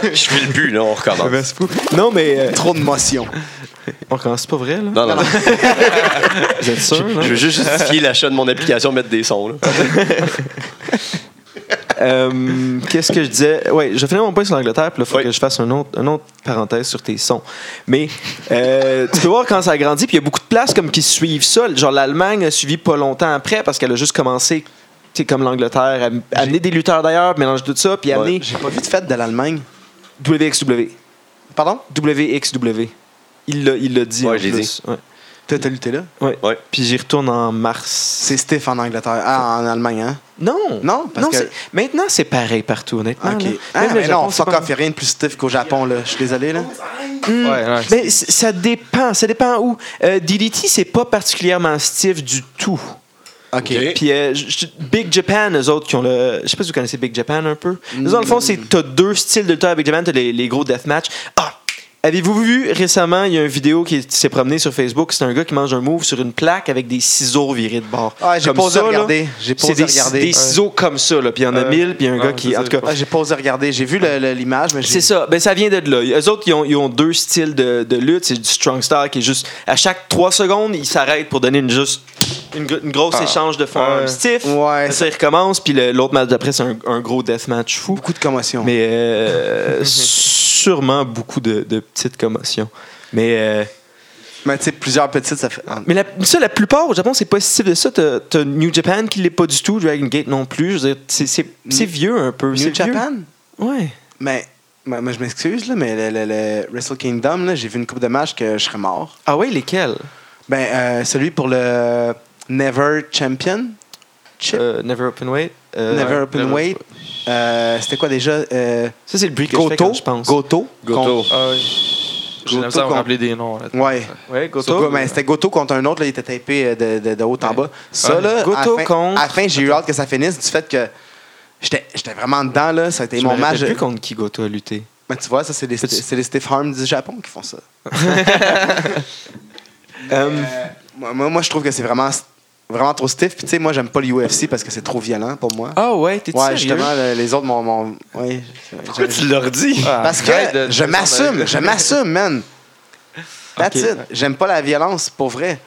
Je file le but, là, on recommence.
Non, mais. euh,
Trop de
<laughs>
motion.
on commence c'est pas vrai, là.
Non, non, non.
Vous êtes sûr,
Je veux juste justifier l'achat de mon application, mettre des sons. Là.
Euh, qu'est-ce que je disais? Oui, je finis mon point sur l'Angleterre, puis là, il faut
Oui.
que je fasse une autre, une autre parenthèse sur tes sons. Mais euh, tu peux voir quand ça grandit, puis il y a beaucoup de places comme qui suivent ça. Genre l'Allemagne a suivi pas longtemps après parce qu'elle a juste commencé, tu sais, comme l'Angleterre, à m- amener des lutteurs d'ailleurs, mélanger tout ça, puis amener
J'ai pas vu de fête de l'Allemagne.
WXW.
Pardon?
WXW. Il l'a, il l'a dit.
Ouais,
en
je l'ai
plus. Ouais.
T'as t'as lutté là?
Ouais.
Puis j'y retourne en mars.
C'est stiff en Angleterre. Ah, en Allemagne, hein?
Non!
Non, parce que-
c'est- Maintenant, c'est pareil partout, honnêtement.
OK.
là.
Ah,
Même le
mais
Japon,
non,
c'est
fuck
pas-
off, y a rien de plus stiff qu'au Japon, là. Je suis désolé, là.
Ouais, ouais.
Ben, c- ça dépend, ça dépend où. Euh, DDT, c'est pas particulièrement stiff du tout.
OK.
Puis euh, j- j- Big Japan, eux autres qui ont le. Je sais pas si vous connaissez Big Japan un peu. Eux autres, dans le fond,
Hmm.
c'est t'as deux styles de lutte à Big Japan, t'as les, les gros deathmatch. Ah! Avez-vous vu récemment, il y a une vidéo qui s'est promenée sur Facebook, c'est un gars qui mange un move sur une plaque avec des ciseaux virés de bord.
Ah, j'ai
Comme
pas osé
ça, là,
regarder. J'ai pas
C'est
osé
des,
regarder. Euh,
des ciseaux comme ça, là. Puis il y en a
Ouais.
mille, puis il y a un
Ouais,
gars qui.
c'est
En
ça,
tout cas,
Ah, j'ai pas osé regarder. J'ai vu le- le- l'image, mais j'ai.
c'est ça. Ben, ça vient de là. Eux autres, ils ont, ils ont deux styles de, de lutte. C'est du strong style qui est juste. À chaque trois secondes, ils s'arrêtent pour donner une juste. Une, gr- une grosse
Ah.
échange de fonds
Ouais.
stiff.
Ouais,
Ça, ils recommencent. Puis le- l'autre match d'après, c'est un, un gros deathmatch fou.
beaucoup de commotion.
Mais
<laughs>
euh, sûrement beaucoup de, de petites commotions. Mais, euh,
Mais tu sais, plusieurs petites, ça fait.
mais la, ça, la plupart au Japon, c'est pas si type de ça. T'as t'as New Japan qui l'est pas du tout, Dragon Gate non plus. Je veux dire, c'est- c'est c'est vieux un peu. c'est
New
vieux.
Japan?
Ouais.
Mais, mais- mais je m'excuse, là, mais le, le- le Wrestle Kingdom, là, j'ai vu une coupe de match que je serais mort.
Ah ouais, lesquels
Ben, euh, celui pour le Never Champion, Chip,
Euh, Never Open Weight. euh,
Never
ouais,
Open
Never-
Weight, euh, c'était quoi déjà Euh,
Ça, c'est le bruit que je fais
Goto,
quand je pense.
Goto,
Goto.
contre-
Ah, ouais.
Goto
J'ai l'impression de me
contre-
rappeler des noms. là.
Ouais.
Ouais,
Sur quoi, ben, c'était Goto contre un autre, là, il était tapé euh, de, de- de haut en bas. Ça,
Ouais.
là,
Goto
à la fin,
contre-
à la fin, j'ai eu hâte que ça finisse du fait que j'étais j'étais vraiment dedans, là. Ça a été
Je
mon
me rappelle
match.
plus contre qui Goto a lutté.
Mais tu vois, ça, c'est les,
Peux-tu-
c'est les Stiff Arms du Japon qui font ça.
Euh,
Euh, moi, moi, moi, je trouve que c'est vraiment, vraiment trop stiff. Puis, tu sais, moi, j'aime pas l'UFC parce que c'est trop violent pour moi.
Ah ouais, t'es
ouais,
sérieux?
justement, le- les autres m'ont. m'ont- ouais,
Pourquoi
j'ai-
tu leur dis?
Ah,
parce
arrête
que
de-
je
de-
m'assume, je m'assume, man. That's
Ok.
it. J'aime pas la violence, pour vrai.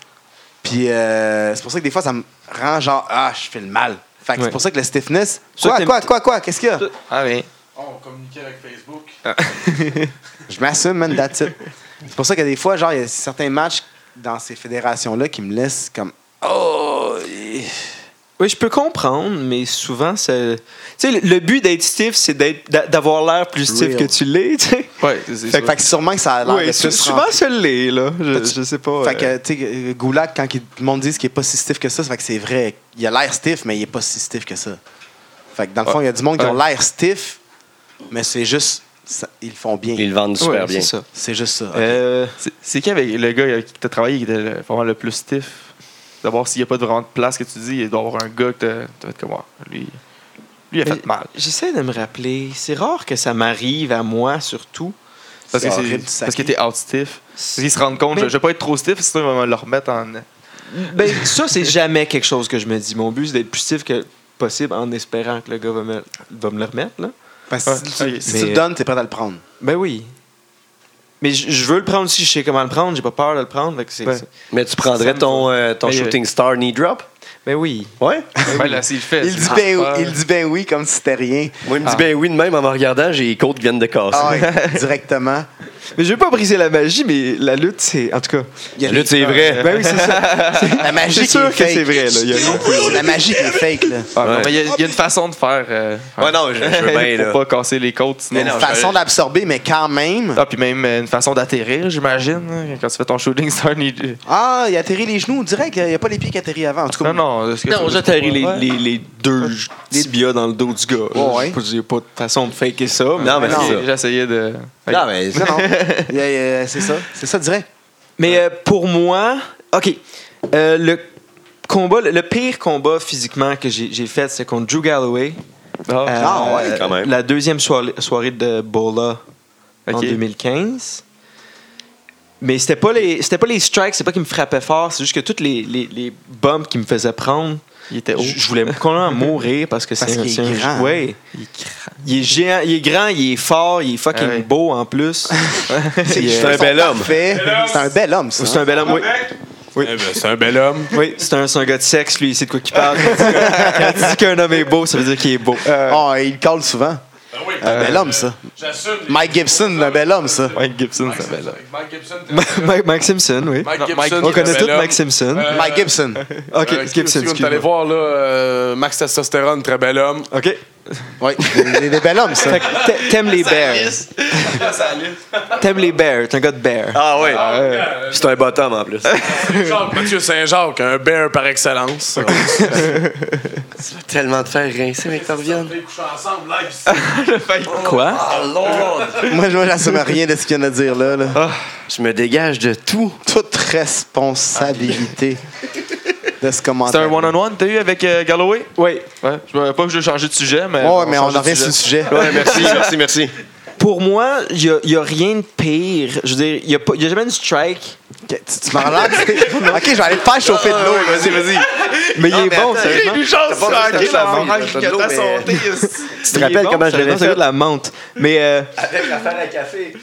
Puis, euh, c'est pour ça que des fois, ça me rend genre, ah, je fais le mal. Fait que
Ouais.
c'est pour ça que le stiffness.
Ça,
Quoi,
t'aimes-
quoi, quoi, quoi, qu'est-ce qu'il y a?
Ah, mais.
<laughs> Je m'assume, man, that's it. C'est pour ça que des fois, genre, il y a certains matchs dans ces fédérations-là qui me laissent comme, oh. eh.
Oui, je peux comprendre, mais souvent, c'est... Tu sais, le- le but d'être stiff, c'est d'être- d'a- d'avoir l'air plus stiff
Real.
que tu l'es, tu sais.
Ouais, c'est
Fait,
ça.
que- fait que sûrement que ça a l'air de
Oui,
plus
souvent,
rentrer.
ça l'est, là. Je,
T'as-tu-
je sais pas.
Fait
euh,
que, tu sais, euh, Goulag, quand il- le monde dit qu'il est pas si stiff que ça, ça fait que c'est vrai. Il a l'air stiff, mais il est pas si stiff que ça. Fait que, dans le fond, il y a du monde qui ont
Ouais.
l'air stiff, mais c'est juste. ça- ils le font bien.
Ils le vendent
ouais,
super bien.
C'est ça.
C'est juste ça.
Euh,
C'est- C'est qui avec le gars avec qui t'as travaillé qui était le- vraiment le plus stiff? D'abord, s'il n'y a pas de- vraiment de place que tu dis, il doit y avoir un gars que t'as- t'as fait comme Ah, Lui, Lui, il a
Mais-
fait mal.
J'essaie de me rappeler. C'est rare que ça m'arrive à moi, surtout.
Parce que
C'est horrible,
c'est-
ça
parce qu'il était out stiff. Parce qu'ils se rendent compte,
Mais-
je je vais pas être trop stiff, sinon ils vont me le remettre en.
Ben, ça, c'est jamais quelque chose que je me dis. Mon but, c'est d'être plus stiff que possible en espérant que le gars va me, va me le remettre. Là.
Parce que
Ouais,
si,
ok.
tu, si
Mais-
tu le donnes, t'es prêt à le prendre.
Ben oui. Mais je je veux le prendre aussi, je sais comment le prendre, j'ai pas peur de le prendre. fait que c'est-
Ouais.
c'est-
Mais tu prendrais ton, euh, ton
Mais, euh,
shooting star knee drop?
Ben oui.
Ouais.
Ben là, s'il le fait.
Il dit,
c'est-
ben,
Ah,
oui- il dit ben oui comme si c'était rien.
Moi, il me dit ben oui de même en me regardant, j'ai les côtes qui viennent de casser.
Ah
<laughs>
ouais, directement.
Mais je veux pas briser la magie, mais la lutte, c'est. En tout cas.
Il y a
Là,
des-
c'est vrai.
Ben oui, c'est <laughs> ça.
la magie
C'est
qui
sûr
est
que
fake.
c'est vrai, là. Il y a rien
la magie qui est fake, là.
ah, non,
Ouais.
mais il y, a- il y a une façon de faire. euh,
Ouais, non, je, je veux bien, là.
Pour pas casser les côtes,
Il y
sinon.
a une façon d'absorber, mais quand même.
Ah, puis même euh, une façon d'atterrir, j'imagine, hein, quand tu fais ton shooting star knee.
Ah, il a atterri les genoux direct. Il n'y a pas les pieds qui atterrissent avant. En tout cas,
Non, non. est-ce que
Non,
ça-
j'atterris les,
Ouais.
les, les deux tibias dans le dos du gars.
Ouais, ouais.
J'ai pas- J'ai pas de façon de faker ça. mais-
Non, mais
Non.
c'est ça.
J'essayais de.
Non, mais
Non, <laughs> non. Il y a- il y a- c'est ça. C'est ça <laughs> direct.
Mais euh, pour moi, OK. euh, le combat, le, le pire combat physiquement que j'ai j'ai fait, c'est contre Drew Galloway.
Ah,
Euh,
Ah, ouais,
quand même.
La deuxième soirée, soirée de Bola en
Ok.
2015. Mais c'était pas les c'était pas les strikes, c'est pas qu'ils me frappaient fort, c'est juste que toutes les, les, les bombes qu'ils me faisaient prendre,
Il était haut.
je je voulais complètement mourir parce que
Parce
c'est un,
qu'il est
c'est un-
grand.
ouais.
Il
Il est géant, il est grand, il est fort, il est fucking
Ah ouais.
beau en plus. Puis,
les
euh,
C'est un
cheveux
bel
sont
homme.
parfaits. C'est un bel homme, ça.
c'est un bel homme, oui.
Eh ben, c'est un bel homme.
Oui, c'est un, c'est un gars de sexe, lui, c'est de quoi qu'il parle. Quand il dit qu'un homme est beau, ça veut dire qu'il est beau. Euh,
Ah, il colle souvent. Un
Euh,
bel homme, ça.
Ah J'assume.
Mike Gibson, un bel homme, ça.
Mike Gibson, ça
ben,
s'appelle.
Mike Gibson.
Mike, Mike Simpson, oui.
Mike
Non,
Gibson.
Mike-
qui est
On connaît
un
tous
bel homme.
Mike Simpson.
Euh,
Mike
<laughs>
Gibson.
ok,
euh, excuse-
Gibson,
excuse, On est allé
excuse-moi.
voir, là, euh, Max Testostérone, très bel homme.
Ok.
Oui, il est des bel homme, ça.
Fait que t'a- T'aimes les bears. T'aimes les bears, t'es un gars de bear.
Ah ouais. C'est un bottom en plus.
Jacques- Euh, Mathieu Saint-Jacques, un bear par excellence.
Tellement de faire rincer, mec, ça revient.
ensemble, live ici. <laughs>
Quoi?
Ah,
Oh lord!
Moi, je n'assume rien de ce qu'il vient de dire, là. là.
Je me dégage de tout.
Toute responsabilité de ce
C'était
commentaire.
un one-on-one, t'as eu avec euh, Galloway?
Oui.
Ouais. Je veux pas que je change de sujet, mais.
Ouais, mais on
change
en
de
revient sur le sujet.
Ouais, merci, merci, merci.
Pour moi, y a, y a rien de pire. Je veux dire, y a, pas- y a jamais une strike.
Ok, Tu, tu m'en relances, tu sais. <laughs> Ok, je vais aller le faire chauffer de l'eau. là.
vas-y, vas-y.
Mais il est
sérieusement.
bon, sérieusement.
Une chance,
T'as pas
ça,
fait ça,
ok, la
ça,
morale
ben, mais-
qui a
<laughs>
ta santé.
Tu te rappelles comment je l'avais
C'est un gars
fait?
de la menthe. Mais. euh,
Avec l'affaire à café.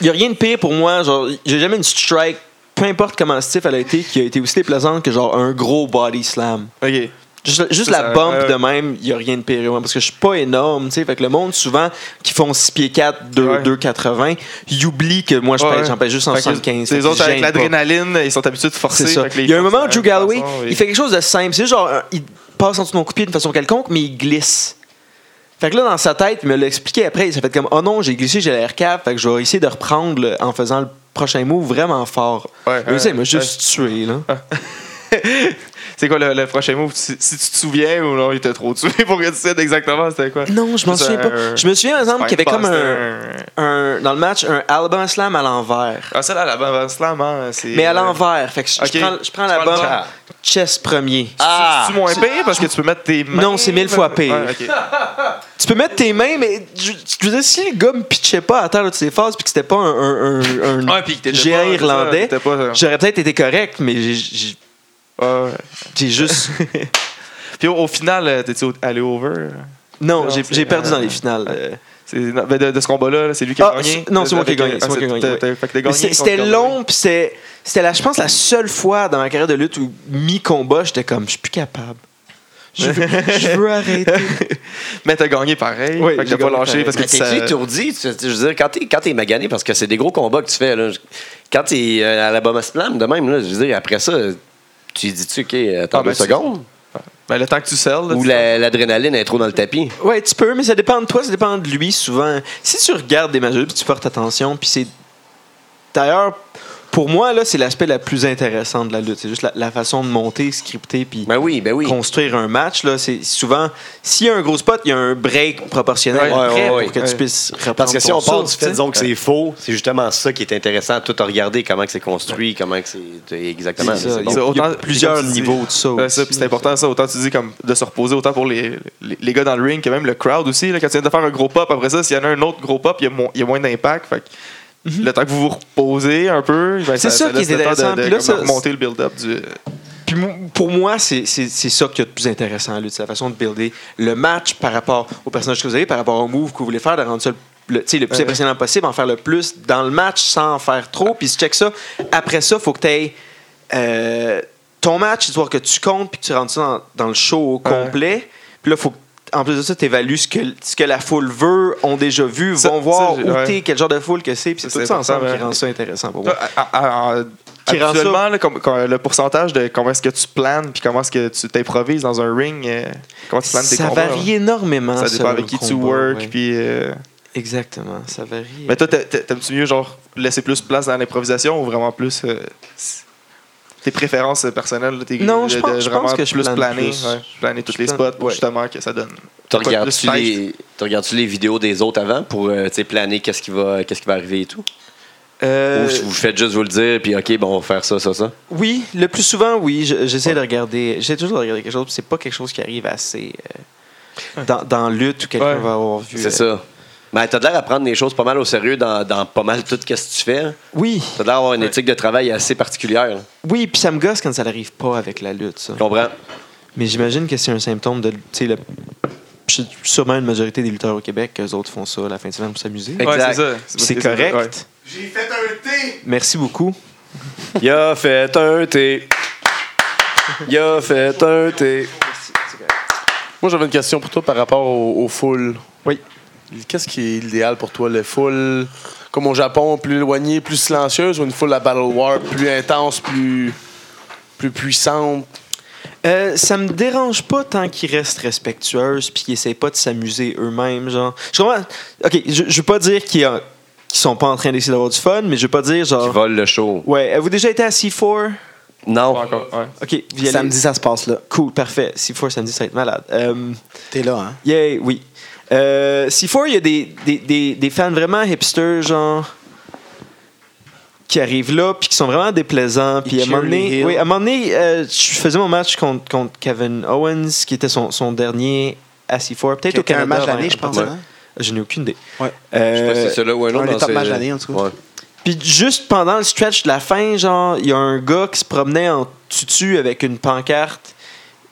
Il a rien de pire pour moi. Genre, j'ai jamais une strike, peu importe comment stiff elle a été, qui a été aussi plaisante que genre un gros body slam.
Ok.
Juste, juste
Ça,
la
ça,
bump
euh,
de même, il n'y a rien de pire. ouais, parce que je suis pas énorme, tu sais. Fait que le monde, souvent, qui font 6 pieds 4, 2,
Ouais.
80, ils oublient que moi, je
Ouais,
pèse-
ouais.
j'en pèse juste
Fait que
175. fait
Les
que
autres,
je
avec
gêne pas.
l'adrénaline, ils sont habitués de forcer.
C'est ça.
fait que les
Il y a un
forces,
moment où
de
Drew
toute
Galloway,
façon,
il fait quelque chose de simple. C'est juste genre, un- il passe en dessous de mon coup de pied d'une façon quelconque, mais il glisse. Fait que là, dans sa tête, il me l'a expliqué après. Il s'est fait comme, oh non, j'ai glissé, j'ai l'air cap. Fait que je vais essayer de reprendre le- en faisant le prochain move vraiment fort.
Ouais,
Mais
ouais,
ça, il m'a juste
euh,
tué, là.
C'est quoi le, le prochain move? Si, si tu te souviens ou non, il était trop tué pour que tu saches exactement c'était quoi.
Non, je m'en
C'est
souviens
un-
pas. Je me souviens, par exemple, qu'il y avait comme un,
bah, un.
un- Dans le match, un Alban Slam à l'envers.
Ah, celle-là, la Van Slam, hein, c'est.
Mais à
euh,
l'envers. Fait que je,
Ok.
prends, je prends
Tu
la
prends le
bombe.
jab.
Chest premier.
Ah!
C'est-tu moins pire parce que tu peux mettre tes mains?
Non, c'est mille fois pire.
Ouais, ok.
Tu peux mettre tes mains, mais je, je veux dire, si le gars me pitchait pas à terre là, de ses phases puis que c'était pas un, un, un- un
Ouais, puis que t'étais
géant
pas- c'est ça,
irlandais,
t'étais pas, euh,
j'aurais peut-être été correct, mais j'ai- j'ai
Ouais, ouais.
j'ai juste.
Puis au, au final, euh, t'es-tu au- allé over?
non,
Non,
j'ai
c'est-
j'ai perdu dans les
euh,
finales. euh.
C'est- non, ben, de, de ce combat-là, là, c'est lui qui a
Ah,
gagné?
c'est- non, c'est moi qui ai
Avec-
gagné, c'est
ah,
moi qui ai
c'est-
gagné,
t'as-
ouais.
t'as- Fait que t'as
Mais
gagné.
C'était
contre
c'était
Galloway.
long, puis c'était, c'était la- je pense, la seule fois dans ma carrière de lutte où mi-combat, j'étais comme, je suis plus capable. Je veux, je veux arrêter.
Mais t'as gagné pareil.
Oui,
fait que
j'ai
t'as pas
gagné
lâché
pareil.
parce que
Mais
tu
t'es tu
savais-
étourdi? Tu- tu- Je veux dire, quand t'es, quand t'es magané, parce que c'est des gros combats que tu fais, là, je- quand t'es euh, à la Bama Slam, de même, là, je veux dire, après ça, tu dis-tu, OK, euh, attends
Ah, ben,
deux
tu-
secondes?
Ben, le temps que tu selles. là,
Ou
tu-
la- l'adrénaline est trop dans le tapis?
Ouais, tu peux, mais ça dépend de toi, ça dépend de lui souvent. Si tu regardes des matchs de lutte, puis tu portes attention, puis c'est. D'ailleurs, pour moi, là, c'est l'aspect la plus intéressante de la lutte. C'est juste la, la façon de monter, scripter, puis
Ben oui, ben oui.
construire un match. Là, c'est souvent, s'il y a un gros spot, il y a un break proportionnel
Ouais,
après
ouais, ouais,
pour que
ouais.
tu puisses reprendre
Parce que si
ton
on part
souffle,
du
tu
fait,
sais.
disons que c'est faux, c'est justement ça qui est intéressant à tout regarder, comment que c'est construit, comment que c'est. Exactement.
C'est ça,
c'est bon.
il y a
Autant-
plusieurs
comme tu dis-
niveaux de ça
Ouais,
aussi,
ça, puis c'est
là,
important, ça. Autant tu dis comme de se reposer, autant pour les, les, les gars dans le ring que même le crowd aussi. Là, quand tu viens de faire un gros pop, après ça, s'il y en a un autre gros pop, il y a, mo- il y a moins d'impact. Fait que le temps que vous vous reposez un peu, ben,
Mhm. C'est ça qui
laisse
est
le temps de-
intéressant.
De,
Puis là,
comme
ça-
remonter le build-up du.
Puis mou- pour moi, c'est c'est- c'est ça qui est le plus intéressant à la lutte. C'est la façon de builder le match par rapport au personnage que vous avez, par rapport au move que vous voulez faire, de rendre ça le, le- tu sais, le plus
Ouais.
impressionnant possible, en faire le plus dans le match sans en faire trop. Puis tu check ça. Après ça, il faut que tu aies ton match, histoire que tu comptes, puis que tu rentres ça dans, dans le show au complet. Puis là, faut que- en plus de ça, tu évalues ce que, ce que la foule veut, ont déjà vu,
Ça-
vont voir
ça,
où
j'ai- ouais.
t'es, quel genre de foule que c'est. Puis c'est
Ça,
tout
c'est
ça ensemble
important,
qui
ouais.
rend ça intéressant pour moi.
Toi, à- à- à-
Qui rend
habituellement, là, com- com- le pourcentage de comment est-ce que tu planes puis comment est-ce que tu t'improvises dans un ring, euh, comment tu planes tes
Ça
combats.
varie énormément.
là. Ça dépend
selon
avec
le
qui tu
combat,
work.
ouais.
Puis, euh,
Exactement, ça varie.
Mais toi, t'a- t'a- t'aimes-tu mieux genre laisser plus place dans l'improvisation ou vraiment plus euh, s- tes préférences euh, personnelles là, tes-
Non,
de-
je
de
pense- je
vraiment
pense que je
plus
plane
planer,
plus.
ouais, planer tous
Je
les
plane-
spots pour
ouais.
justement que ça donne.
Tu
pas de
regardes-tu
plus
les, tu regardes-tu les vidéos des autres avant pour euh, tu sais, planer qu'est-ce qui, va, qu'est-ce qui va arriver et tout?
Euh,
Ou si vous faites juste vous le dire, puis OK, bon, on va faire ça, ça, ça.
Oui, le plus souvent, oui. je- J'essaie de regarder. J'essaie toujours de regarder quelque chose, puis c'est pas quelque chose qui arrive assez euh, dans, dans lutte où quelqu'un
Ouais.
va avoir vu.
C'est
euh,
ça. Mais t'as de l'air à prendre les choses pas mal au sérieux dans, dans pas mal tout ce que tu fais. hein.
Oui,
T'as de l'air d'avoir une éthique de travail assez particulière. hein.
oui, puis ça me gosse quand ça n'arrive pas avec la lutte, ça.
Je <laughs> comprends?
Mais j'imagine que c'est un symptôme de. Tu sais, le- je- sûrement une majorité des lutteurs au Québec, eux autres font ça la fin de semaine pour s'amuser.
Exact.
Ouais, c'est ça.
Puis C'est correct.
ouais.
J'ai fait un thé!
Merci beaucoup.
Il a fait un thé. Il a fait un thé.
Moi, j'avais une question pour toi par rapport au, au full.
Oui.
Qu'est-ce qui est idéal pour toi, le full comme au Japon, plus éloigné, plus silencieuse ou une full à Battle War plus intense, plus, plus puissante?
Euh, ça me dérange pas tant qu'ils restent respectueux puis qu'ils essayent pas de s'amuser eux-mêmes, genre. Je comprends. Ok, je, je veux pas dire qu'ils euh, qu'ils sont pas en train d'essayer d'avoir du fun, mais je veux pas dire
Qui
genre.
vole le show.
Ouais, avez-vous déjà été à C4
Non.
Pas encore, ouais.
Ok, vous y allez.
Samedi, ça se passe là.
Cool, parfait. C4 samedi, ça va être malade. Euh,
T'es là, hein?
yeah, oui. Euh, C4, il y a des, des, des, des fans vraiment hipsters, genre. qui arrivent là, puis qui sont vraiment déplaisants. Puis à un moment
cheer
donné,
les
oui,
heels.
à un moment donné, euh, je faisais mon match contre, contre Kevin Owens, qui était son, son dernier à C4, peut-être au
C'était
Canada.
un match l'année,
ouais,
je pense.
ouais.
hein?
Je n'ai aucune idée.
Ouais.
Je
Euh,
sais pas si c'est celui-là ou un autre.
un des
mais
top
c'est-
matchs de l'année, en tout cas.
Ouais.
puis juste pendant le stretch de la fin, genre, il y a un gars qui se promenait en tutu avec une pancarte,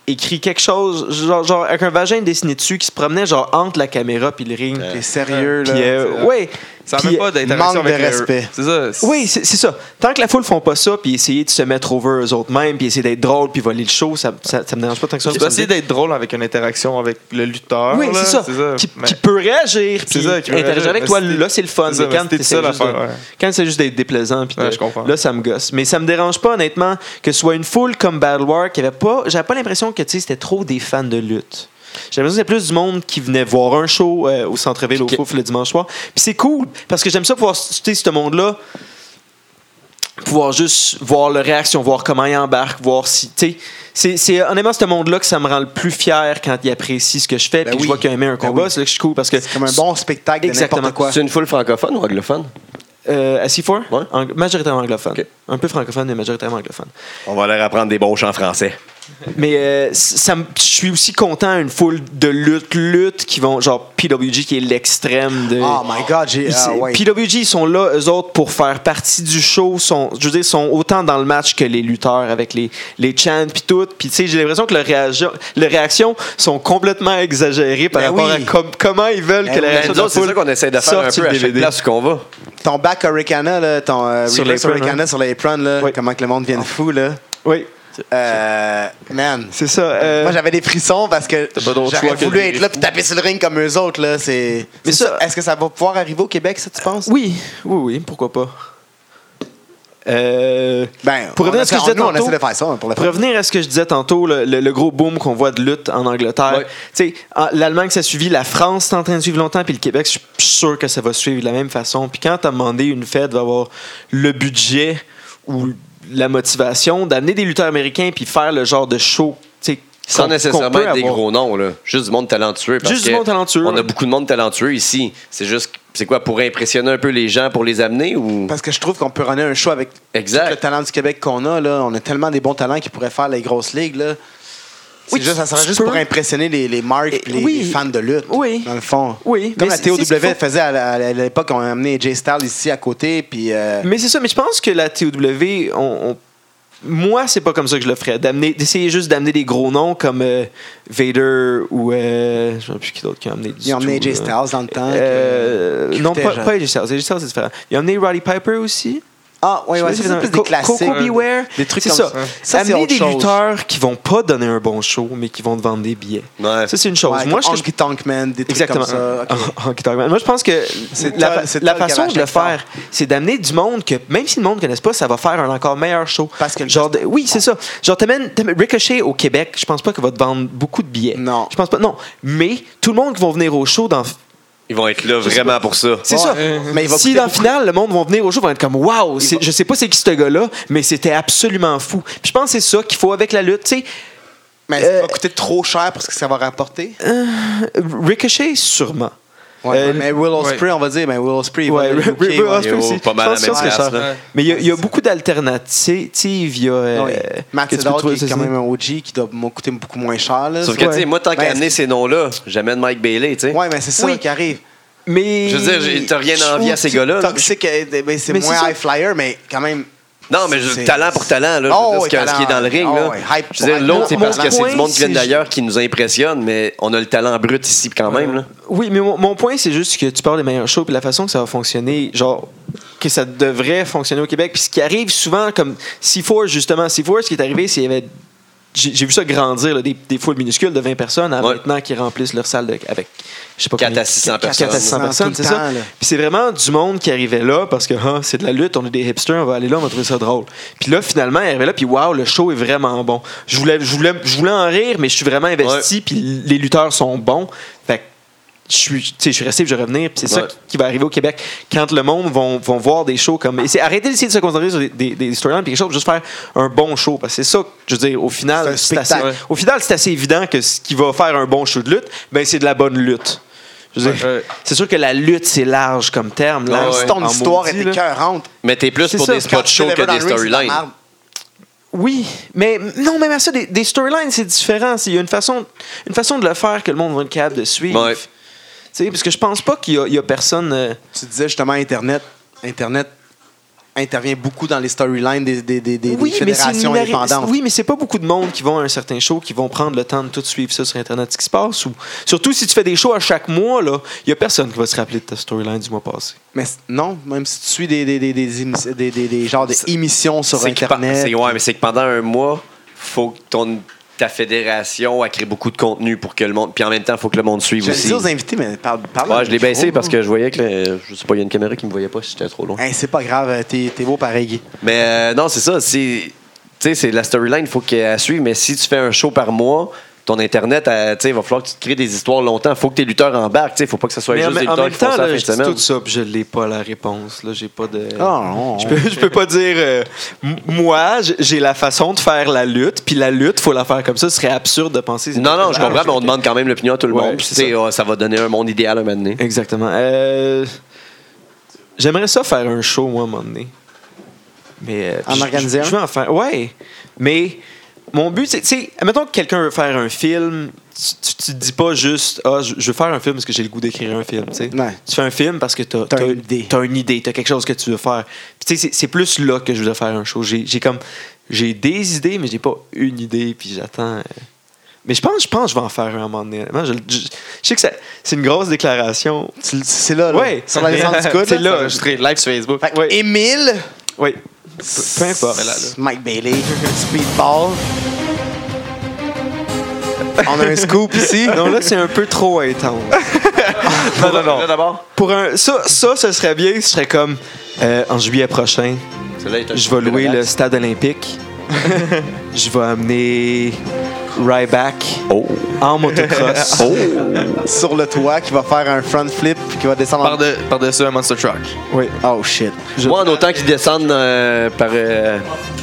écrit quelque chose, genre, genre avec un vagin dessiné dessus, qui se promenait genre entre la caméra puis le ring.
Ouais.
T'es sérieux,
Puis,
là?
euh, ouais.
Ça a
Puis, euh,
même pas d'interaction
manque
avec
de
le-
respect.
C'est ça. c'est-
Oui, c'est c'est ça. Tant que la foule font pas ça, puis essayer de se mettre over eux autres mêmes, puis essayer d'être drôle, puis voler le show, ça, ça, ça me dérange pas tant que ça.
Tu dois essayer d'être drôle avec une interaction avec le lutteur.
Oui,
là,
c'est ça. Qui,
Mais-
qui peut réagir,
C'est
puis
ça, qui peut
interagir
réagir.
avec
Mais
toi.
si t'es-
Là, c'est le fun.
c'est ça,
mais quand
mais si t'es
t'essaies
tout seul à
juste de-
faire, ouais.
quand c'est juste d'être déplaisant, puis de-
Ouais, je comprends.
là, ça me gosse. Mais ça me dérange pas, honnêtement, que ce soit une foule comme Battle War, qui avait pas. J'avais pas l'impression que tu sais, c'était trop des fans de lutte. J'avais l'impression que c'était plus du monde qui venait voir un show euh, au centre-ville, au
Puis que-
Fouf, le dimanche soir. Puis c'est cool, parce que j'aime ça pouvoir, tu sais, ce monde-là, pouvoir juste voir leur réaction, voir comment ils embarquent, voir si. tu sais, C'est, c'est honnêtement ce monde-là que ça me rend le plus fier quand ils apprécient ce que je fais.
Ben
puis je
oui.
vois qu'ils aiment un
Ben
combat,
oui.
c'est là que je suis cool parce que.
C'est comme un bon spectacle de
Exactement.
n'importe quoi.
C'est une foule francophone ou anglophone?
Euh, à C4,
Ouais.
ang- majoritairement anglophone.
Ok.
Un peu francophone, mais majoritairement anglophone.
On va leur apprendre des bons chants français.
Mais euh, ça, me- je suis aussi content à une foule de lutte, lutte qui vont, genre PWG qui est l'extrême de.
Oh my God, j'ai...
Ils-
ah, ouais.
PWG, ils sont là, eux autres, pour faire partie du show. Sont, je veux dire, sont autant dans le match que les lutteurs avec les, les chants puis tout. Puis, tu sais, j'ai l'impression que leurs réagi- leurs réactions sont complètement exagérées par
Ben
rapport
oui.
à com- comment ils veulent
Ben
que la
oui.
Mais
réaction
nous
de la
autres, c'est
foule
ça qu'on essaie de faire un
sorte sur
peu à
le
chaque
DVD.
place où qu'on va.
Ton back Hurricane, là, ton euh,
Sur
reflex
l'apron,
Hurricane
hein.
sur l'apron, là,
Oui.
comment que le monde vient de fou, là.
Oui,
Euh, man,
c'est ça. euh,
Moi, j'avais des frissons parce que
T'as pas d'autre
j'aurais
choix que
voulu
de-
être là puis taper sur le ring comme eux autres. Là. C'est...
Mais
c'est
ça-
ça- Est-ce que ça va pouvoir arriver au Québec, ça, tu penses?
oui, oui, oui, pourquoi pas. Euh,
Ben,
Pour
on
revenir à ce que
essaie-
je disais
nous, on
tantôt-
essaie de faire ça hein, pour le
Pour
faire.
revenir à ce que je disais tantôt, le, le- le gros boom qu'on voit de lutte en Angleterre,
Ouais.
tu sais, en- l'Allemagne, ça a suivi, la France est en train de suivre longtemps, puis le Québec, je suis sûr que ça va suivre de la même façon. Puis quand t'as demandé une fête va avoir le budget ou la motivation d'amener des lutteurs américains puis faire le genre de show, tu sais,
Sans
qu'on- qu'on
nécessairement
peut
être des
avoir.
gros noms, là. Juste du monde talentueux. parce
Juste du
que
monde talentueux.
On a beaucoup de monde talentueux ici. C'est juste, c'est quoi, pour impressionner un peu les gens, pour les amener ou.
Parce que je trouve qu'on peut runner un show avec tout le
Exact.
talent du Québec qu'on a. Là. On a tellement des bons talents qui pourraient faire les grosses ligues. Là. C'est
Oui,
juste, ça
tu-
serait
tu
juste
peux.
pour impressionner les, les marques et les,
oui.
les fans de lutte.
Oui.
Dans le fond.
Oui,
Comme
mais
la
c'est- c'est ce qu'il
TOW
faut.
faisait à, la- à l'époque, on a amené Jay Styles ici à côté. Puis, euh,
Mais c'est ça, mais je pense que la TOW, on, on- moi, c'est pas comme ça que je le ferais. D'amener, d'essayer juste d'amener des gros noms comme euh, Vader ou. euh, je ne sais plus qui d'autre qui a amené du
ils ont amené
tout,
Jay
là.
Styles dans le temps.
Euh,
que-
non,
Cutait,
pas,
genre.
pas Jay Styles. Jay Styles, c'est différent. Ils ont amené Roddy Piper aussi.
Ah, oui,
Je
oui,
sais pas
c'est
si
plus
Co-
des classiques.
Coco Beware.
Des trucs
c'est
comme
ça.
ça. Ça, c'est
Amener
autre
des
chose.
lutteurs qui vont pas donner un bon show, mais qui vont te vendre des billets.
Ouais.
Ça, c'est une chose.
Ouais,
moi, je,
comme Honky Tonk Man, des trucs
Exactement. Ah,
comme ça. Ok.
En- en guitare. Moi, je pense que
C'est
la,
toi- c'est
la
toi le
façon de le
garage à
faire, c'est d'amener du monde que, même si le monde ne connaisse pas, ça va faire un encore meilleur show.
Parce que le-
Genre, de- oui, c'est ça. Genre, t'amènes, t'amènes- Ricochet au Québec, je pense pas qu'il va te vendre beaucoup de billets.
Non.
Je pense pas. Non. Mais tout le monde qui va venir au show, dans,
Ils vont être là vraiment pour ça.
c'est
Ouais.
ça.
<laughs> Mais il va
si
coûter
dans le final, le monde va venir au show, va être comme Waouh, c'est- je sais pas c'est qui ce gars-là, mais c'était absolument fou. Puis je pense que c'est ça qu'il faut avec la lutte. Tu sais,
Mais ça
Euh,
va coûter trop cher pour ce que ça va rapporter.
Ricochet, sûrement.
Ouais,
Euh,
mais Will Ospreay, on va dire, mais Will Ospreay, il va
Ouais,
aller
Ri-
au UK,
Ri- Ri-
ouais.
Osprey
au-
aussi.
pas mal à
Je pense-
la même
je pense que
place,
ça.
là.
Mais il y a, il y a beaucoup d'alternatives. Il y a. euh,
Oui. Matt
que tu peux
Sedor, qui
trouver
est
aux
quand
États-Unis.
même un OG, qui doit me coûter beaucoup moins cher. Là.
Sauf que,
Ouais.
tu sais, moi, tant qu'à
Ben,
amener ces noms-là, j'amène Mike Bailey, tu sais.
Ouais, mais c'est ça
Oui.
qui arrive.
Mais.
Je veux dire, j'ai- t'as rien à envier à ces gars-là. là.
Toxic, euh, ben, c'est
Mais
moins
c'est ça.
high flyer, mais quand même.
Non, mais je-
c'est-
talent pour talent, là.
Oh,
je veux dire, ce
oui,
que- ce qui est dans le ring,
talent.
là.
Oh, oui, hype
je veux dire,
pour
l'autre,
hype.
c'est
Mon-
parce
mon
que c'est
point,
du monde qui vient
c'est-
d'ailleurs qui nous impressionne, mais on a le talent brut ici quand même, là.
Oui, mais mon, mon point, c'est juste que tu parles des meilleurs shows, puis la façon que ça va fonctionner, genre, que ça devrait fonctionner au Québec. Puis ce qui arrive souvent, comme C4, justement, C4, ce qui est arrivé, c'est qu'il y avait. J'ai j'ai vu ça grandir, là, des, des foules minuscules de 20 personnes à
Ouais.
maintenant qui remplissent leur salle de- avec, je sais pas
4
combien-
à 600
quatre-
personnes.
quatre à 600 personnes,
Tout
c'est
le
ça.
temps, là.
Puis c'est vraiment du monde qui arrivait là parce que hein, c'est de la lutte, on est des hipsters, on va aller là, on va trouver ça drôle. Puis là, finalement, il arrivait là, puis waouh, le show est vraiment bon. Je voulais, je, voulais, je voulais en rire, mais je suis vraiment investi, puis les lutteurs sont bons. Fait que je suis, tu sais, je suis resté, puis je vais revenir, puis c'est ça
Ouais.
qui, qui va arriver au Québec. Quand le monde vont, vont voir des shows comme. et c'est- Arrêtez d'essayer de se concentrer sur des, des, des storylines, puis quelque chose, juste faire un bon show. Parce que c'est ça, que, je veux dire, au
C'est
final,
un
c'est assez,
spectacle.
au final, c'est assez évident que ce qui va faire un bon show de lutte, ben, c'est de la bonne lutte. Je veux dire,
Ouais.
c'est sûr que la lutte, c'est large comme terme.
Même
large
si
en
ton histoire
maudit,
est
là.
écœurante.
Mais t'es plus
C'est
pour
ça,
des
quand
spots
tu
shows
délivres
que
dans
des
le ring, c'est de la
storylines.
merde.
Oui, mais non, même à ça, des, des storylines, c'est différent. Il y a une façon, une façon de le faire que le monde va être capable de suivre.
Ouais.
Tu sais, parce que je pense pas qu'il y a- il y, a personne. euh,
Tu disais justement Internet. Internet intervient beaucoup dans les storylines des, des, des, des- des
oui, mais c'est
fédérations
une mari-
indépendantes.
oui, mais c'est pas beaucoup de monde qui vont à un certain show qui vont prendre le temps de tout suivre ça sur Internet, ce qui se passe. Ou... Surtout si tu fais des shows à chaque mois, là, il y a personne qui va se rappeler de ta storyline du mois passé.
Mais c- non, même si tu suis des, des, des, des, émis- des, des- des genres d'émissions sur
C'est que pa-
Internet.
c'est- Ouais, mais c'est que pendant un mois, faut que ton, ta fédération a créé beaucoup de contenu pour que le monde. Puis en même temps, faut que le monde suive
Je
aussi.
dis aux invités, mais parle. parle
Ouais, je l'ai baissé parce que je voyais que le- je sais pas, il y a une caméra qui me voyait pas si j'étais trop loin.
Hey, c'est pas grave, t'es t'es beau pareil.
Mais euh, non, c'est ça. c'est- Tu sais, c'est la storyline, il faut qu'elle suive. Mais si tu fais un show par mois, ton Internet, euh, tu sais, il va falloir que tu te crées des histoires longtemps. faut que tes lutteurs embarquent. Tu sais, faut pas que ce soit
Mais en,
juste des
en
lutteurs
même
qui font
temps,
ça
là,
la fin de
je dis
semaine.
tout ça, puis je n'ai pas la réponse. Là, j'ai pas de.
Oh, non.
<laughs> Je peux, je peux pas dire euh, m- moi j- j'ai la façon de faire la lutte puis la lutte faut la faire comme ça ce serait absurde de penser
Non, non, je comprends, mais on demande quand même l'opinion à tout le
Ouais,
monde. Puis, tu
c'est
sais,
ça.
oh, ça va donner un monde idéal un moment donné.
exactement Euh, j'aimerais ça faire un show moi à un moment donné mais euh,
En
je-
organiser
je- je vais en faire ouais mais mon but c'est tu sais admettons que quelqu'un veut faire un film tu, tu, tu te dis pas juste ah je, je veux faire un film parce que j'ai le goût d'écrire un film tu sais
Ouais.
tu fais un film parce que t'as
T'as
t'as-
une idée.
t'as une idée, t'as quelque chose que tu veux faire. Puis tu sais, c'est- c'est plus là que je voulais faire un show. J'ai j'ai comme j'ai des idées, mais j'ai pas une idée. Puis j'attends. euh. Mais je pense, je pense, que je vais en faire un à un moment donné. Moi, Je, je- je sais que ça- c'est une grosse déclaration.
Tu- C'est là, là.
Ouais,
Sur la descente
<laughs>
du coude.
C'est là.
Enregistré live sur Facebook.
Fait que
Ouais.
Émile,
Oui. Peu, peu importe.
Mike Bailey, Speedball. On a un scoop
<laughs>
ici.
Non, là, c'est un peu trop <laughs> intense.
Non, non, non. Là d'abord.
Pour un, ça, ça, ce serait bien. Ce serait comme euh, en juillet prochain, <laughs> je vais louer le stade olympique. je vais amener Ryback
Oh.
<laughs>
en
<laughs>
motocross.
Oh.
sur le toit, qui va faire un front flip, puis qui va descendre. en-
Par-dessus un Monster Truck.
Oui.
Oh shit.
Je-
Moi, en autant qu'ils descendent euh, par, euh,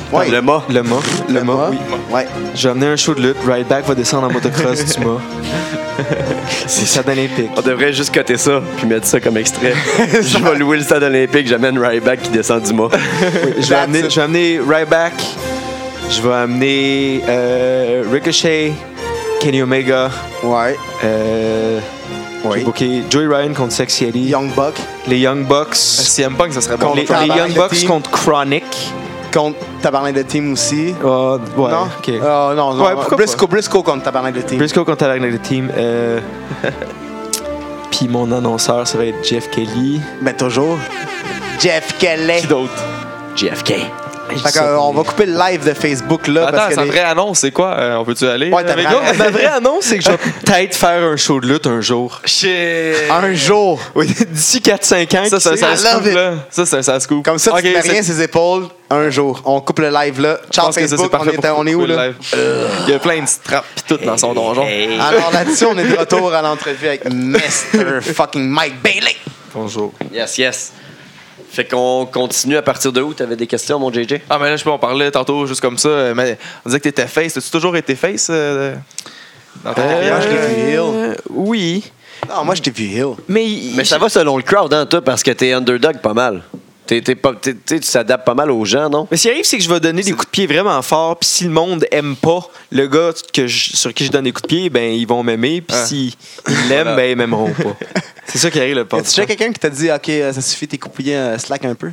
par
Ouais.
le mât.
Le mât. Le mât, oui.
Ouais.
J'ai amené un show de lutte. Ryback va descendre en motocross du mât. C'est stade olympique.
On devrait juste coter ça, puis mettre ça comme <laughs> extrait. Je vais louer le stade olympique, j'amène Ryback qui descend du mât.
Je vais amener, je vais amener Ryback. Je vais amener euh, Ricochet, Kenny Omega.
Ouais.
Euh,
Oui.
J'ai booké Joey Ryan contre Sexy Eddie.
Young Buck
Les Young Bucks.
CM Punk, ça serait bon.
les,
contre
les Young
Tabarnak
Bucks
Team.
contre Chronic.
contre Tabarnak de Team aussi.
Ah, ouais.
Non?
ok.
Ah, non, non.
Ouais, pourquoi
Briscoe, Briscoe contre Tabarnak de Team.
Briscoe contre Tabarnak de Team. euh, Puis mon annonceur, ça va être Jeff Kelly.
Mais toujours. Jeff Kelly.
d'autre?
JFK.
Fait que, euh, on va couper le live de Facebook là.
Attends,
parce que
sa
les-
vraie annonce, c'est quoi Euh, On peut-tu aller
Ouais, ta
avec
vraie-
nous?
Ma vraie annonce, c'est que je
<laughs>
vais peut-être faire un show de lutte un jour.
Shit
Un jour.
Oui, <laughs> d'ici 4-5 ans. qui
Ça, c'est un
sait?
sale
I love
scoop,
it.
là. Ça, c'est un sale scoop.
Comme ça, tu
Ok,
ne mets
c'est-
rien ses épaules. Un jour. On coupe le live là.
Je
Ciao
pense que ça, c'est
Facebook. On est,
parfait pour
on est où
couper le
là?
live. Il y a plein de straps pis tout dans son
Euh,
donjon.
Alors là-dessus, on est de retour à l'entrevue
<laughs>
avec Mr. fucking Mike Bailey.
Bonjour.
Yes, yes. Fait qu'on continue à partir de où? T'avais des questions, mon JJ?
Ah, mais là, je sais pas, on parlait tantôt juste comme ça, mais on disait que t'étais face. T'as-tu toujours été face euh, dans ta
Moi, je
carrière?
l'ai vu heel.
oui,
Non, moi, je t'ai vu heel.
mais.
Mais ça va selon le crowd, hein, toi, parce que t'es underdog pas mal. T'es- t'es pas- t'es- t'sais, tu s'adaptes pas mal aux gens, non?
Mais ce qui arrive, c'est que je vais donner des coups de pied vraiment forts. Puis si le monde aime pas le gars que je- sur qui je donne des coups de pied, ben ils vont m'aimer. Puis
Ah. <laughs>
s'ils ils l'aiment, ben ils m'aimeront pas. C'est ça qui arrive le
Y a-tu déjà
podcast.
quelqu'un qui t'a dit, OK, euh, ça suffit, t'es coupé euh, slack un peu?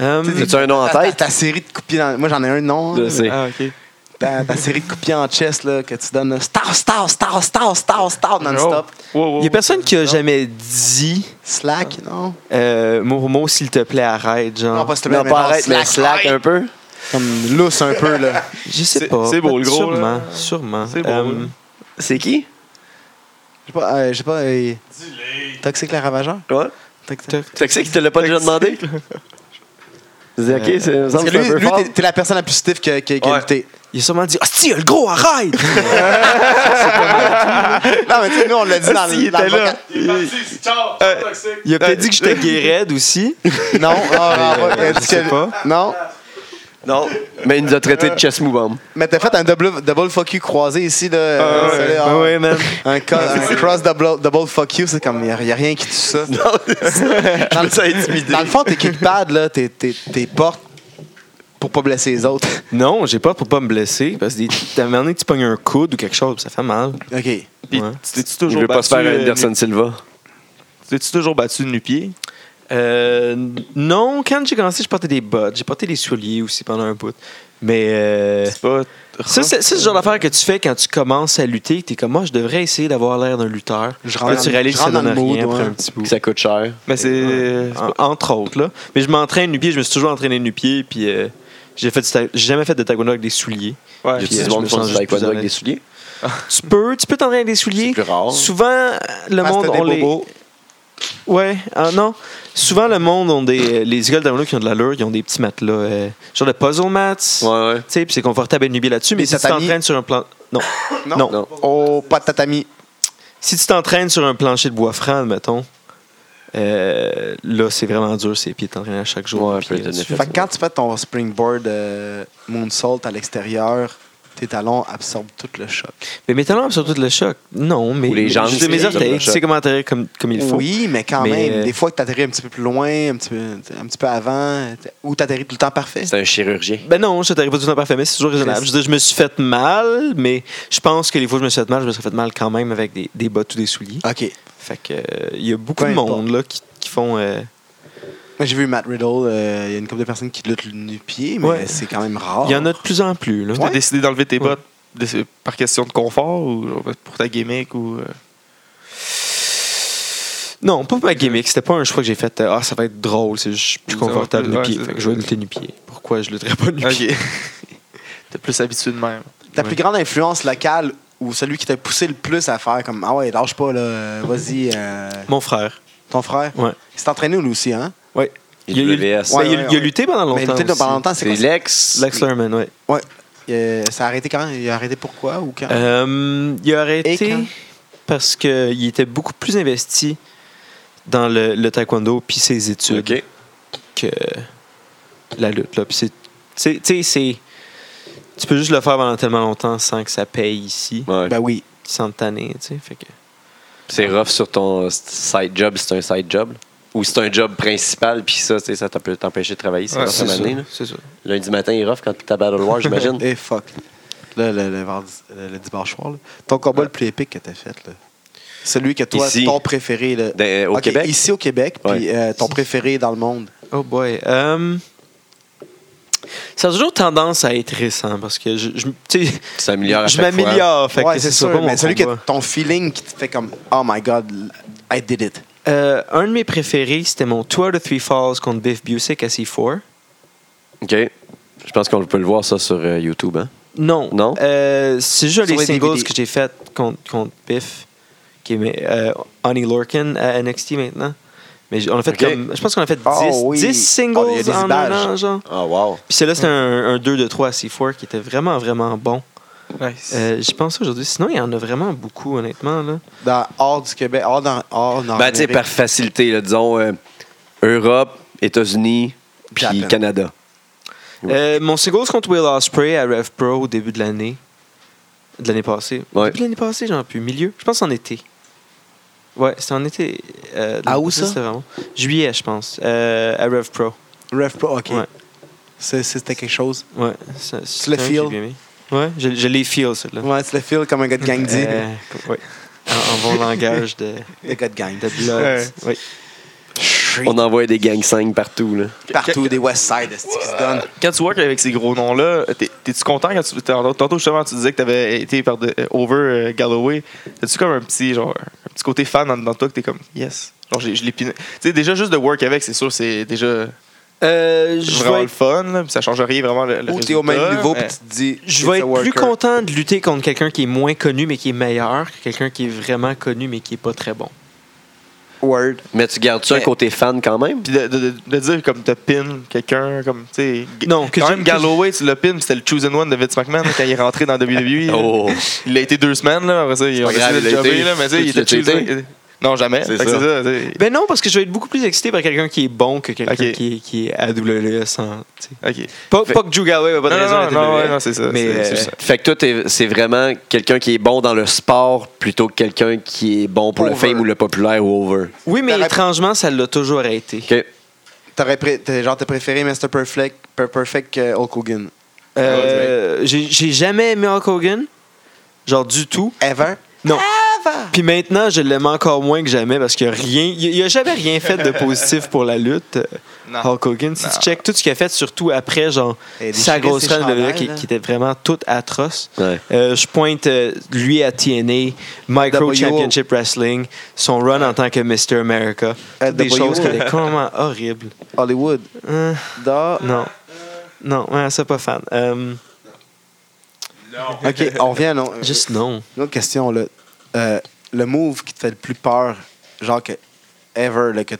Hum,
T'as-tu un nom en
Ta- ta-
tête?
Ta série de coupiers dans. Moi, j'en ai un nom.
Je
hein.
sais.
Ah, ok.
Ta, ta série de coupiers en chest là, que tu donnes. là, Star, star, star, star, star, star, non-stop.
Wow, wow, wow.
Il y a personne qui a jamais dit
Slack,
Ah.
non?
euh, Mourmo, s'il te plaît, arrête. Genre.
Non, pas s'il te plaît,
Non,
mais
pas
non,
arrête, mais slack un peu.
Comme lousse un peu, là.
<laughs>
Je sais
C'est-
pas.
c'est beau, le gros,
Sûrement,
là.
sûrement.
C'est beau,
Hum,
là.
C'est qui?
Je sais pas, euh, je sais pas. euh, Toxique la ravageur?
Toi?
Toxic-
Fait que c'est qu'il te l'a pas déjà demandé? Je dis, OK, c'est- <laughs> ça me
Parce
semble
que
que c'est
lui,
un peu
lui
fort.
t'es- t'es la personne la plus stiff qui a, qui a- qui a
Ouais.
lutté.
il a sûrement dit Hostie, le gros,
<laughs>
arrête
Non, mais tu sais, nous, on l'a dit dans,
Ah, si, il
dans
était
le
là. Euh,
Il a peut-être dit que j'étais gay raide aussi.
Non, ah, ah, ouais,
Euh,
elle dit
je sais
que-
pas.
Non,
Oh.
Non, mais il nous a traité de chess move
mais t'as fait un double, double fuck you croisé ici, là. euh,
Ah, Ouais, Ben
celui-là, en-
ouais, man.
Un, co- un cross double, double fuck you, c'est comme, il n'y a, y a rien qui tue ça.
Non, je me sens intimidé.
Dans le fond, t'es kickpad, là, t'es- t'es t'es porte pour pas blesser les autres. <laughs>
Non, j'ai peur pour pas me blesser parce que des- à un moment donné, tu pognes un coude ou quelque chose, ça fait mal.
OK.
Puis
Ouais.
tu t'es-tu
Je
toujours
veux pas se
battu,
faire
euh,
Anderson Silva.
nu- T'es-tu toujours battu de nu-pied?
Euh, non, quand j'ai commencé, je portais des bottes, j'ai porté des souliers aussi pendant un bout. Mais euh,
C'est pas.
ça, c'est ça, c'est le genre d'affaire que tu fais quand tu commences à lutter. T'es comme moi, je devrais essayer d'avoir l'air d'un lutteur.
Je
Là, Ah, tu réalises que ça donne rien après
ouais.
un petit bout.
Que ça coûte cher.
Mais c'est.
En- entre autres, là. Mais je m'entraîne nu-pied, je me suis toujours entraîné nu-pied, puis euh, j'ai fait du ta- j'ai jamais fait de taekwondo avec des souliers.
Ouais.
J'ai
Puis,
du
euh,
monde
je
qui font
me
du
sens juste plus
taekwondo
à
avec des
l'aise.
souliers.
Tu peux, tu peux t'entraîner avec des souliers.
plus rare.
Souvent, euh, le
Parce que
monde
t'as des
on les.
bobos.
Ouais, ah non. Souvent, le monde ont des. euh, Les écoles d'amour qui ont de l'allure, ils ont des petits matelas. euh, genre de puzzle mats.
Ouais, ouais.
Tu sais, puis c'est confortable à nubier là-dessus, mais
Des
si tu
tatamis.
t'entraînes sur un plan. Non.
Non.
non.
Non.
Oh, pas de tatami.
Si tu t'entraînes sur un plancher de bois franc, mettons, là, c'est vraiment dur, c'est pieds t'entraîner à chaque jour.
Ouais,
puis euh,
peut donner
là-dessus.
fait.
Fait que quand tu fais ton springboard euh, moonsault à l'extérieur, tes talons absorbent tout le choc.
Mais mes talons absorbent tout le choc. Non, mais.
Ou les jambes,
C'est mes
c'est-
orteils. Tu
choc.
sais comment atterrir comme, comme il faut.
Oui, mais quand
Mais,
même,
euh,
des fois que t'atterris un petit peu plus loin, un petit peu, un petit peu avant, t- ou t'atterris tout le temps parfait.
C'est un chirurgien.
Ben non, je t'arrive pas tout le temps parfait, mais c'est toujours raisonnable. Je, veux dire, je me suis fait mal, mais je pense que les fois où je me suis fait mal, je me suis fait mal quand même avec des, des bottes ou des souliers.
OK.
Fait que euh, il y a beaucoup
Peu
de
importe.
monde là, qui, qui font. euh,
Moi, j'ai vu Matt Riddle, euh, il y a une couple de personnes qui luttent nu pied, mais
Ouais.
c'est quand même rare.
Il y en a de plus en plus. Là.
T'as décidé d'enlever tes bottes de- par question de confort ou genre, pour ta gimmick ou. euh,
Non, pas pour ma gimmick. C'était pas un choix que j'ai fait. euh, Ah, ça va être drôle, c'est juste plus
Ça va
confortable
plus-
nu
ouais,
pied.
c'est-
Fait que je vais lutter nu pied. Pourquoi je lutterais pas nu pied
Ok. <laughs> T'es plus habitué de même.
Ta plus grande influence locale ou celui qui t'a poussé le plus à faire comme Ah ouais, lâche pas, là, euh, vas-y, euh,
Mon frère.
ton frère.
Ouais.
Il s'est entraîné, lui aussi, hein?
Ouais. Il a, il a-
IWS.
ben, il a-
Ouais, ouais,
il a
ouais.
lutté pendant
Mais il
longtemps.
luttait
aussi.
pendant longtemps, c'est
C'est
quoi?
Lex.
Lex Lerman, ouais.
Ouais. Euh, ça a arrêté quand Il a arrêté pourquoi ou quand
Euh, il a
Et
arrêté
quand?
parce qu'il était beaucoup plus investi dans le, le taekwondo puis ses études
OK.
que la lutte. Là. Puis c'est- tu sais- tu sais, c'est- Tu peux juste le faire pendant tellement longtemps sans que ça paye ici,
Ouais.
Ben oui.
sans te tanner, tu sais. Fait que...
C'est rough sur ton side job, c'est un side job. Ou c'est un job principal, puis ça, tu sais, ça peut t'empêcher de travailler. C'est
Ouais,
rough
c'est
à un moment donné, là.
C'est ça.
Lundi matin, il est rough quand t'as Battle War,
<laughs>
j'imagine.
Eh fuck. Là, le, le, vendredi- le, le dimanche soir, là. ton combat le plus épique que t'as fait, là. Celui que toi,
Ici.
ton préféré, là.
Dans- au
Ok,
Québec.
Ici au Québec, puis euh, ton préféré dans le monde.
Oh boy. Euh, ça a toujours tendance à être récent parce que je, je, tu sais,
Tu t'améliores à
je
chaque fois.
m'améliore. Ah, fait que
ouais, c'est
ça,
sûr,
pas mon
mais celui
combat.
que ton feeling qui te fait comme Oh my god, I did it.
Euh, un de mes préférés, c'était mon Tour de Three Falls contre Biff Busick à C4.
OK. Je pense qu'on peut le voir, ça, sur euh, YouTube. Hein?
Non.
Non?
Euh, c'est juste
Sur
les
les
singles
DVD.
que j'ai fait contre, contre Biff, qui est mais, euh, Honey Lorcan à NXT maintenant. Mais j- on a fait
Ok.
comme. Je pense qu'on a fait 10,
Ah oui.
10 singles
Ah, il y a des
en
images.
un an, genre.
Ah, wow.
Puis celui-là, c'était un, un 2 de 3 à C4 qui était vraiment, vraiment bon.
Nice.
Euh, J'y pense aujourd'hui. Sinon, il y en a vraiment beaucoup, honnêtement. Là.
Dans, hors du Québec, hors, dans, hors Nord
Ben, tu sais, par facilité, là, disons, euh, Europe, États-Unis, puis
Japan.
Canada.
Euh, mon singles contre Will Ospreay à Rev Pro au début de l'année. De l'année passée.
Ouais.
Début de l'année passée, j'en ai plus. Milieu. Je pense en été. Ouais, c'était en été. euh, de
À Ah, où
l'année passée,
ça?
c'était vraiment- Juillet, je pense. euh, à Rev Pro.
Ref Pro, ok.
Ouais.
C'est- C'était quelque chose.
Ouais. ça- c'est
le
un que j'ai
feel?
bien aimé. Ouais, je, je les feel, celle-là.
Ouais, tu le feel comme un gars de gang dit.
Euh, ouais. En, en bon
<laughs>
langage de,
Un gars de gang.
de blog.
Ouais.
Ouais.
On envoie des gang 5 partout, là.
Partout, des West Side, c'est ce qui se donne.
Quand tu work avec ces gros noms-là, t'es- t'es-tu content quand tu. t'en- Tantôt, justement, tu disais que t'avais été par de- euh, over euh, Galloway. T'as-tu comme un petit, genre, un petit côté fan dans, dans toi que t'es comme, yes. Genre, j'ai- je l'ai piné. Tu sais, déjà, juste de work avec, c'est sûr, c'est déjà
Euh, je
vraiment
vais
le fun. là, puis ça change rien vraiment le, le
Ou t'es au même
résultat,
niveau,
mais-
puis tu te dis.
Je
it's a
vais être plus
worker.
content de lutter contre quelqu'un qui est moins connu mais qui est meilleur que quelqu'un qui est vraiment connu mais qui est pas très bon.
Word.
Mais tu gardes-tu un
Mais-
côté fan quand même?
Puis de, de- de- de dire comme t'as pin quelqu'un, comme, tu sais.
Non, que
quand
j'ai-
même,
que j'ai-
Galloway, tu l'as pin, c'était le chosen one de Vince McMahon là, quand il est rentré dans WWE. là.
Oh!
Il a été deux semaines, là. Après ça, ils ont
pas grave,
décidé de
il a
le
été.
jobber, là. Mais tu sais,
Tu
il
l'as
était chosen.
cheaté?
Non, jamais.
C'est
Fait que
ça.
C'est ça. tu sais.
Ben non, parce que je vais être beaucoup plus excité par quelqu'un qui est bon que quelqu'un
Ok.
qui, est, qui est AWS. sans- hein, tu sais.
Ok.
Pas, pas que Drew Galloway n'a pas de
Non,
raison
non,
à
non,
AWS,
ouais, non, c'est ça,
Mais
c'est-
euh,
c'est ça.
Fait que toi, t'es- c'est vraiment quelqu'un qui est bon dans le sport plutôt que quelqu'un qui est bon pour le
Over.
fame ou le populaire ou over.
oui, mais
T'aurais-
étrangement, ça l'a toujours été.
OK.
T'aurais pré- t'es- genre, t'as préféré Mr. Perfect, Per- Perfect que Hulk Hogan.
Ah,
Euh, J'ai j'ai jamais aimé Hulk Hogan, genre du tout.
Ever?
Non. Puis maintenant, je l'aime encore moins que jamais parce qu'il n'a jamais rien fait de positif pour la lutte. euh,
Non.
Hulk Hogan, si tu check tout ce qu'il a fait, surtout après, genre,
Et
sa
déchirer
grosse
ses
run de WWE
chandails,
qui,
là.
qui était vraiment toute atroce.
Ouais.
Euh, je pointe euh, lui à TNA, Micro
WO.
Championship Wrestling, son run en tant que Mr. America.
Euh,
Toutes des
WO.
choses qui étaient complètement horribles.
Hollywood.
Hein,
Da-
non. Non, ouais, c'est pas fan. Euh,
<laughs> Ok, on revient à non-
juste non.
une autre question. Là. Euh, le move qui te fait le plus peur, genre que ever, là, que,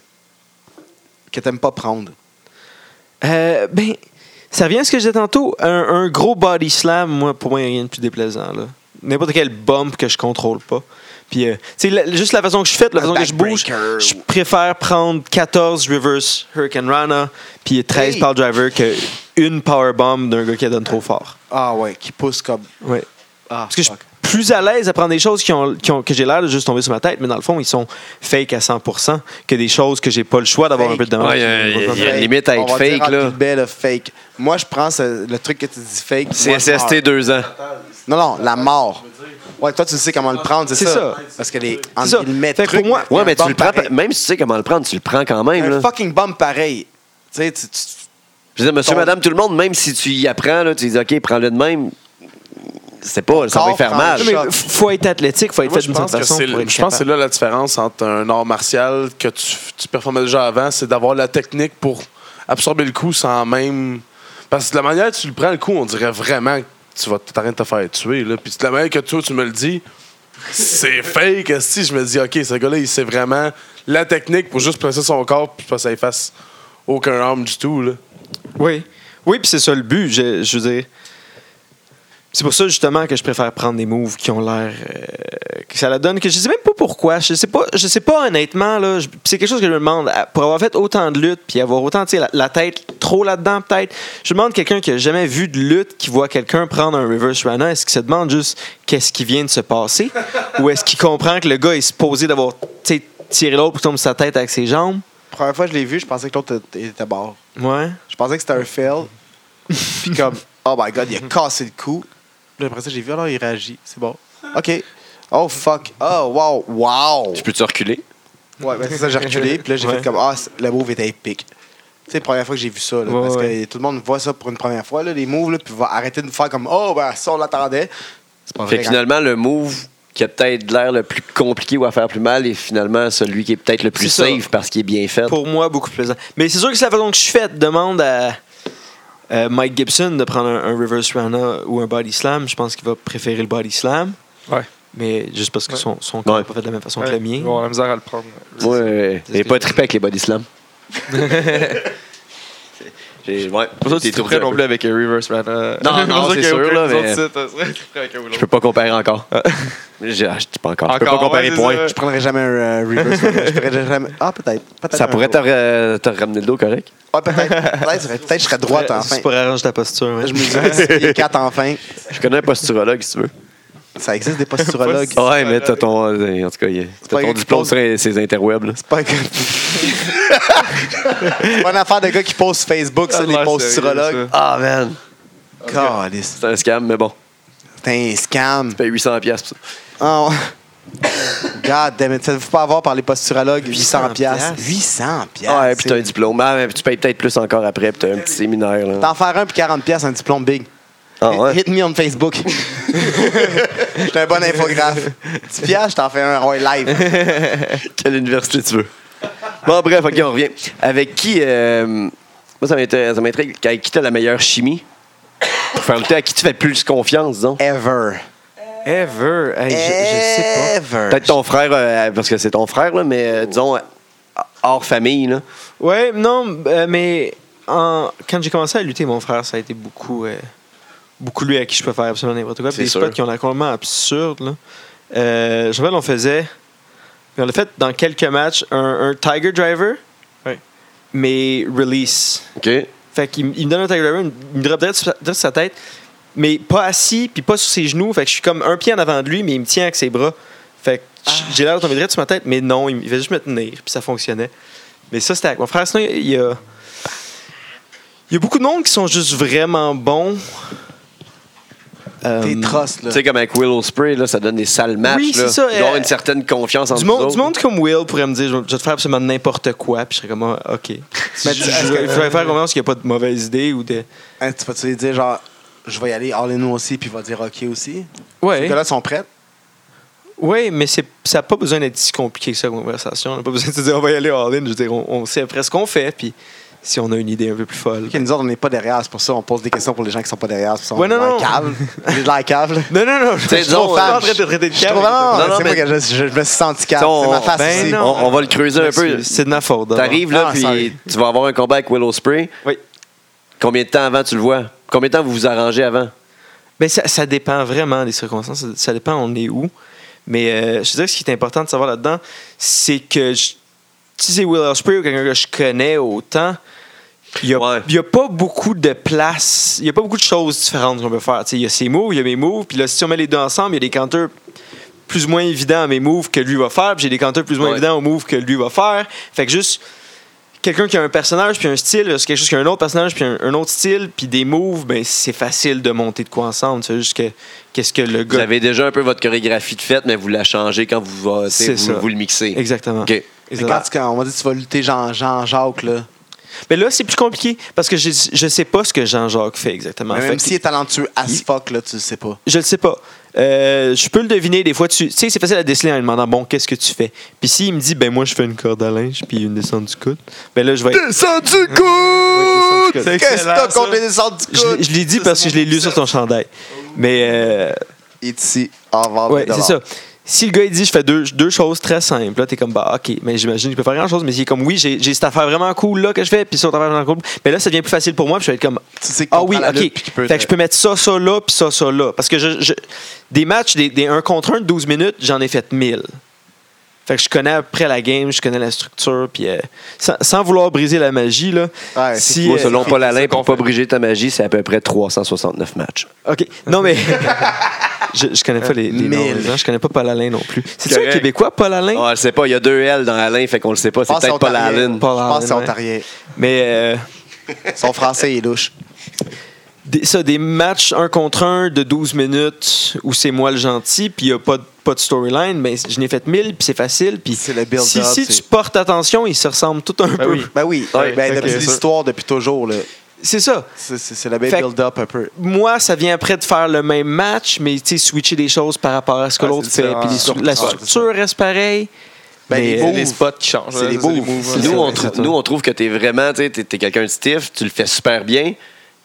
que t'aimes pas prendre.
Euh, ben, ça revient à ce que je disais tantôt. Un, un gros body slam, moi, pour moi, il n'y a rien de plus déplaisant. là. N'importe quel bump que je contrôle pas. Puis, euh, tu sais, la- juste la façon que je fais, la
Un
façon que je bouge,
backbreaker.
je préfère prendre 14 reverse Hurricane Rana, puis 13
Hey!
power driver que une powerbomb d'un gars qui la donne trop fort.
Ah ouais, qui pousse comme.
Ouais.
Ah,
Parce que je suis
fuck.
plus à l'aise à prendre des choses qui ont, qui ont- que j'ai l'air de juste tomber sur ma tête, mais dans le fond, ils sont fake à 100% que des choses que j'ai pas le choix d'avoir un
Fake.
peu de
Ouais,
dommage.
il y a- il y a
Fake.
une limite à
On
être
va dire ah,
fake, là.
Rocky Bell, fake. Moi, je prends ce- le truc que tu dis fake. moi, je
CSST
meurs.
2 ans.
Non, non, la mort. Ouais, toi, tu sais comment le prendre, c'est
C'est
ça.
ça.
Parce que les. entre
ça.
guillemets,
Fait que
trucs,
pour moi-
Ouais,
un
mais tu
bump
le prends,
pareil.
même si tu sais comment le prendre, tu le prends quand même.
Un
Là.
fucking bomb pareil. Tu sais, tu- tu-
Je veux dire, monsieur,
ton-
madame, tout le monde, même si tu y apprends, là, tu dis OK, prends-le de même, c'est pas, ça va
corps
y faire
prend
mal.
le
Mais
Choc.
f- faut être athlétique, faut être
Ah, Moi,
fait
je
d'une certaine
pense que
façon
c'est
pour
le-
être
je pense que c'est
capable.
là la différence entre un art martial que tu, tu performais déjà avant, c'est d'avoir la technique pour absorber le coup sans même. Parce que de la manière que tu le prends le coup, on dirait vraiment que tu vas t'es en train de te faire tuer. Là. Puis de la manière que toi, tu me le dis,
<laughs>
c'est fake. Si je me dis, OK, ce gars-là, il sait vraiment la technique pour juste placer son corps puis pas que ça efface aucun arme du tout. Là.
Oui, oui puis c'est ça le but. Je, je veux dire, C'est pour ça justement que je préfère prendre des moves qui ont l'air euh, que ça la donne que je sais même pas pourquoi, je sais pas je sais pas honnêtement là, Je- puis c'est quelque chose que je me demande à- pour avoir fait autant de lutte puis avoir autant tu sais, la, la tête trop là-dedans peut-être. Je me demande quelqu'un qui a jamais vu de lutte qui voit quelqu'un prendre un reverse Rana, est-ce qu'il se demande juste qu'est-ce qui vient de se passer <laughs> ou est-ce qu'il comprend que le gars est supposé d'avoir tu sais, tiré l'autre pour tomber sur sa tête avec ses jambes
La première fois que je l'ai vu, je pensais que l'autre était mort.
Ouais.
Je pensais que c'était
<laughs>
un fail. Puis comme, oh my god, il a cassé le cou. Puis après ça, j'ai vu, alors il réagit. C'est bon. OK. Oh fuck. Oh wow. Wow.
Tu peux-tu reculer?
Ouais, ben, c'est ça, j'ai reculé. Puis là, j'ai
Ouais.
fait comme, ah, c- le move était épique. C'est la première fois que j'ai vu ça. là,
Ouais,
parce
ouais.
que tout le monde voit ça pour une première fois, là, les moves, là, puis va arrêter de faire comme, oh, ben ça, on l'attendait. C'est pas
Fait
vrai.
que finalement, le move qui a peut-être l'air le plus compliqué ou à faire plus mal est finalement celui qui est peut-être le plus
C'est ça.
safe parce qu'il est bien fait.
Pour moi, beaucoup plus plaisant. Mais c'est sûr que c'est la façon que je fais. Demande à euh, Mike Gibson de prendre un, un reverse Rana ou un body slam. Je pense qu'il va préférer le body slam.
Ouais.
Mais juste parce que
Ouais.
son, son corps
Ouais.
n'est pas fait de la même façon
Ouais,
que le mien.
ils vont avoir la misère à le prendre.
Ouais, ouais.
C'est ce
J'ai
que
pas
je-
trippé avec les body slams. <laughs> J'ai- ouais,
Pour ça,
j'ai
tu te
étourdi
prêts
un
non
peu.
plus avec un Reverse Man. euh,
Non,
<laughs> pour
non,
ça
c'est
qu'il y a
sûr,
aucun
là,
des autres
mais-
sites, euh, serait prêt avec un ou
Je peux pas comparer encore. Je, ah, je dis pas encore. Je peux pas
Encore,
comparer
ouais,
point.
c'est
Je prendrais jamais un euh, reverse. <laughs> je prendrais jamais. Ah, peut-être. Peut-être
Ça
un
pourrait
jour.
te, re- te ramener le dos correct.
Ouais, Ah, peut-être. Peut-être peut-être je serais droite
Ouais,
enfin.
C'est pour arranger ta posture. hein.
Je me dirais les quatre enfin.
Je connais un posturologue si tu veux.
Ça existe des posturologues.
Posturologue.
Ouais, mais t'as ton. euh, En tout cas, il-
pas
t'as ton
une
diplôme
pose-
sur les- ces interwebs. là.
C'est pas que- C'est pas une affaire de gars qui pose sur Facebook, ça,
Ça a
les
l'air
posturologues.
sérieux,
Ah, man.
Calisse.
C'est un scam, mais bon.
C'est un scam.
Tu payes 800$ piastres pour ça.
Oh. God damn it. Faites-vous pas avoir par les posturologues 800 piastres.
800
800 piastres.
Ah, Ouais, puis t'as un
c'est-
diplôme. Ah, mais tu payes peut-être plus encore après, puis t'as un petit séminaire. Là.
T'en faire un puis 40 piastres, un diplôme big.
Ah, ouais.
Hit me
<laughs>
on Facebook. J'étais un bon infographe. 10 piastres, je t'en fais un ouais, live.
Quelle université tu veux. Bon, bref, OK, on revient. Avec qui... euh, moi, ça m'intéresse- ça m'intrigue. Avec qui t'as la meilleure chimie? Pour faire le thé, à qui tu fais plus confiance, disons?
Ever.
Ever. Hey, je, je sais
Ever.
Peut-être ton frère, euh, parce que c'est ton frère, là, mais euh, disons, euh, hors famille, là.
pas. Ouais, non, euh, mais en- quand j'ai commencé à lutter, mon frère, ça a été beaucoup, euh, beaucoup lui à qui je peux faire absolument n'importe quoi. Puis
C'est
Des
sûr.
spots qui ont l'air complètement absurdes. Là. Euh, je me rappelle, on faisait. Puis on a fait dans quelques matchs un, un Tiger Driver,
Ouais.
mais release.
OK.
Fait qu'il m- il me donne un Tiger Driver, il me- il me drop direct sur, sa- direct sur sa tête, mais pas assis, puis pas sur ses genoux. Fait que je suis comme un pied en avant de lui, mais il me tient avec ses bras. Fait que j-
Ah.
j'ai l'air de tomber direct sur ma tête, mais non, il, me- il fait juste me tenir, puis ça fonctionnait. Mais ça, c'était avec mon frère. Sinon, il y a- il y a. Il y a beaucoup de monde qui sont juste vraiment bons.
T'es
Euh,
trosse, là.
Tu sais, comme avec Willow Spray, là, ça donne des sales matchs,
Oui, c'est
là.
ça,
Il doit y avoir
euh,
une certaine confiance entre
Du
nous
monde, du
autres.
monde comme Will pourrait me dire je vais je vais te faire absolument n'importe quoi, puis je serais comme ah, OK.
Mais
Mais je,
tu- est-ce
je-
que-
il faudrait faire confiance qu'il n'y a pas de mauvaise idée ou de.
Hein, tu vas-tu lui dire, genre, je vais y aller all in aussi, puis il va dire OK aussi? Les
Ouais.
gars-là sont prêts?
Oui, mais c'est- ça n'a pas besoin d'être si compliqué que ça, la conversation. On n'a pas besoin de se dire on va y aller all-in. Je veux dire, on, on sait après ce qu'on fait, puis si on a une idée un peu plus folle.
Ok, nous autres, on n'est pas derrière, c'est pour ça on pose des questions pour les gens qui sont pas derrière. C'est pour ça
Ouais,
on
non,
est
non.
cave. J'ai de la cave, là.
Non, non, non. Je
sais,
je suis pas
disons,
fan.
euh,
en train de te traiter de
Je trouve
cave.
vraiment,
Non, non,
c'est
mais-
moi que je, je- je me suis senti
Tu sais,
cave.
on-
C'est ma face
ben
ici.
non.
on, on va le creuser un peu.
C'est- C'est de ma faute. d'abord.
T'arrives là,
Ah, sorry.
puis tu vas avoir un combat avec Willow Spray.
Oui.
Combien de temps avant tu le vois? Combien de temps vous vous arrangez avant?
Ben, ça, ça dépend vraiment des circonstances. Ça, ça dépend on est où. Mais euh, je te dirais que ce qui est important de savoir là-dedans, c'est que je- si c'est Will Ospreay ou quelqu'un que je connais autant, il n'y a,
Ouais.
il y a pas beaucoup de place, il n'y a pas beaucoup de choses différentes qu'on peut faire. Tu sais, Il y a ses moves, il y a mes moves, puis là, si on met les deux ensemble, il y a des counters plus ou moins évidents à mes moves que lui va faire, puis j'ai des counters plus ou
Ouais.
moins évidents aux moves que lui va faire. Fait que juste quelqu'un qui a un personnage puis un style, versus quelque chose qui a un autre personnage puis un, un autre style, puis des moves, ben c'est facile de monter de quoi ensemble. C'est juste que qu'est-ce que le
Vous
gars.
avez déjà un peu votre chorégraphie de fête, mais vous la changez quand vous, euh, tu sais,
C'est
vous,
ça.
vous le mixez.
Exactement.
OK.
Mais
Exactement.
quand tu- quand on va dire tu vas lutter Jean- Jean-Jacques, là.
Mais là, c'est plus compliqué parce que je, je sais pas ce que Jean-Jacques fait exactement.
Mais
Fait
même
que
s'il est talentueux as
il-
fuck, là, tu le sais pas.
Je le sais pas. Euh, je peux le deviner. Des fois, tu tu sais, c'est facile à déceler en lui demandant bon, qu'est-ce que tu fais. Puis s'il me dit ben moi je fais une corde à linge puis une descente du coude, ben là je vais. être-
Descends du coude!
C'est
Qu'est-ce que t'as
excellent,
contre
ça.
les descentes du
Je, l'ai-
coude?
je l'ai dit parce que je l'ai lu sur ton chandail. Mais euh,
Il est ici, en vente.
ouais, c'est ça. si le gars il dit je fais deux, deux choses très simples, là t'es comme bah ok, mais j'imagine qu'il peut faire grand chose, mais s'il est comme oui, j'ai j'ai cette affaire vraiment cool là que je fais, puis ça, affaire vraiment cool, mais là ça devient plus facile pour moi, puis je vais être comme
Tu sais qu'il
ah
comprend
oui,
la
ok.
lutte, puis qu'il peut
fait
te-
que je peux mettre ça, ça là, puis ça, ça là. Parce que je, je- des matchs, des, des 1 contre 1 de 12 minutes, j'en ai fait 1000. Fait que je connais après la game, je connais la structure, puis euh, sans, sans vouloir briser la magie, là.
Ouais,
si,
Moi,
euh,
selon Paul Alain, pour pas briser ta magie, c'est à peu près 369 matchs.
OK. Non, mais. <laughs> je, je connais pas les, les noms des gens. Je connais pas Paul Alain non plus. C'est-tu un
Correct.
Québécois, Paul Alain?
On le sait Ah, pas, il y a deux L dans Alain, fait qu'on le sait pas,
Je
Ah,
c'est
pense
peut-être
que c'est
Paul
ontarien.
Alain.
Je pense que c'est
Paul Allen,
ontarien.
Mais. euh,
Son français est louche.
des, ça, des matchs un contre un de 12 minutes où c'est moi le gentil, puis il n'y a pas de, pas de storyline, mais je n'ai fait 1000, puis c'est facile. Puis
C'est le build-up,
si, si
c'est-
tu portes attention, ils se ressemblent tout un
Ah
peu.
oui.
Ben oui,
Ouais,
ben,
ok,
depuis
c'est sûr.
l'histoire, depuis toujours. là.
C'est ça.
C'est- C'est c'est le même
Fait que-
build-up un peu.
Moi, ça vient après de faire le même match, mais tu sais, switcher des choses par rapport à ce que
Ah,
l'autre
c'est
fait.
différent.
Puis les stru- la
Ouais, c'est ça.
structure reste pareille.
Ben,
mais,
les
euh,
C'est les spots qui changent.
C'est
hein,
les
ça,
beaux.
moves,
Nous,
hein.
on trou- nous, on trouve que t'es vraiment, tu es, quelqu'un de stiff, tu le fais super bien.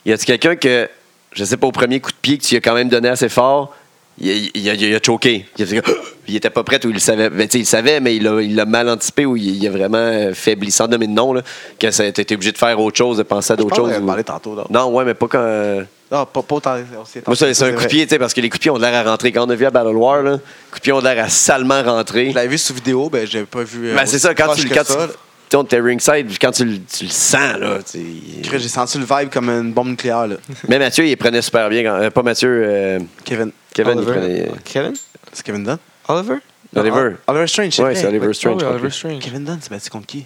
Y a-tu quelqu'un que, je sais pas, au premier coup de pied que tu y as quand même donné assez fort, il a, il a- il a choqué. Il, a fait comme, <gasps> il était pas prêt ou il le savait. Ben, tu sais, il le savait, mais il l'a il l'a mal anticipé ou il, il a vraiment euh, faibli sans nommer de nom, là, que ça- t'étais obligé de faire autre chose, de penser à d'autres
pense qu'on
choses.
avait
ou-
parlé tantôt, là.
Non, ouais, mais pas quand. euh,
Non, pas, pas autant. on s'y est
Moi,
entendu,
c'est c'est un
vrai.
coup de pied, tu sais, parce que les coups de pied ont de l'air à rentrer. Quand on a vu à Battle War, là, coup de pied ont de l'air à salement rentrer.
Je l'avais vu sous vidéo, ben j'avais pas vu. euh,
Ben, c'est ça,
aussi
quand
proche
tu le
que
quand tu-
ça, là.
tu sais, on était ringside, puis quand tu, le- tu le sens, là, tu sais,
J'ai senti le vibe comme une bombe nucléaire, là.
Mais Mathieu, il prenait super bien. Quand, euh, pas Mathieu, euh,
Kevin.
Kevin, il
Oliver.
prenait. euh,
Kevin?
C'est Kevin Dunn?
Oliver? Oh
Oliver.
Oliver Strange, c'est
Ouais,
vrai.
Ah, c'est Oliver
Ah
Strange.
oui,
je
Oliver
crois.
Strange.
Kevin Dunn, c'est battu contre qui?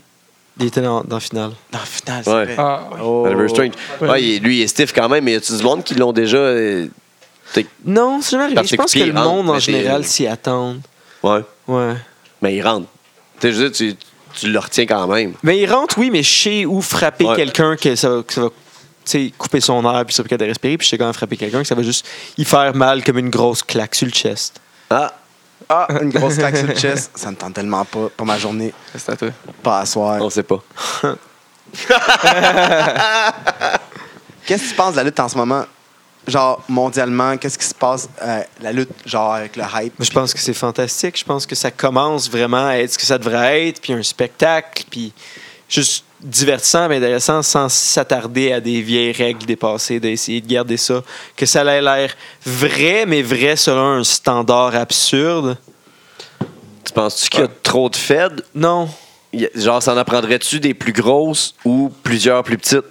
Il était dans, dans la finale.
Non, final, c'est
Ouais.
vrai.
Ah, ouais.
Oh.
Oliver Strange.
Ouais.
Ouais, il- lui, il est stiff quand même, mais y a-tu du monde qui l'ont déjà. euh, t'sais,
Non, c'est jamais arrivé.
Parce
Je pense
que
que le
rentre,
monde, en
mais t'es-
général, s'y attend.
ouais.
Ouais.
Mais il rentre. Tu sais, je veux dire, tu, tu le retiens quand même.
Mais il rentre, oui, mais je sais où frapper
Ouais.
quelqu'un que ça va, que ça va, tu sais, couper son air, puis ça va pas de respirer, puis je sais quand même frapper quelqu'un que ça va juste y faire mal comme une grosse claque sur le chest.
Ah,
Ah, une grosse claque sur le chest. Ça me tente tellement pas. Pas ma journée.
C'est à toi.
Pas à soir.
on sait pas.
Qu'est-ce que tu penses de la lutte en ce moment? Genre, mondialement, qu'est-ce qui se passe? euh, la lutte, genre, avec le hype.
Moi, je pense que c'est fantastique. Je pense que ça commence vraiment à être ce que ça devrait être, puis un spectacle, puis juste divertissant, mais intéressant, sans s'attarder à des vieilles règles dépassées, d'essayer de garder ça. Que ça ait l'air vrai, mais vrai selon un standard absurde.
Tu penses-tu qu'il y a trop de Fed
Non.
Y a- Genre, s'en apprendrais-tu des plus grosses ou plusieurs plus petites?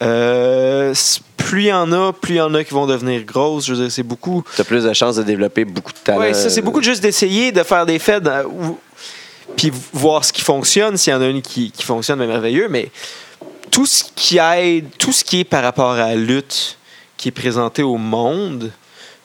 Euh, c- plus il y en a, plus il y en a qui vont devenir grosses. Je veux dire, c'est beaucoup.
T'as plus de chances de développer beaucoup de talent.
Ouais, ça, c'est beaucoup de juste d'essayer de faire des fêtes euh, ou- puis voir ce qui fonctionne, s'il y en a une qui, qui fonctionne, mais merveilleux. Mais tout ce qui aide, tout ce qui est par rapport à la lutte qui est présenté au monde,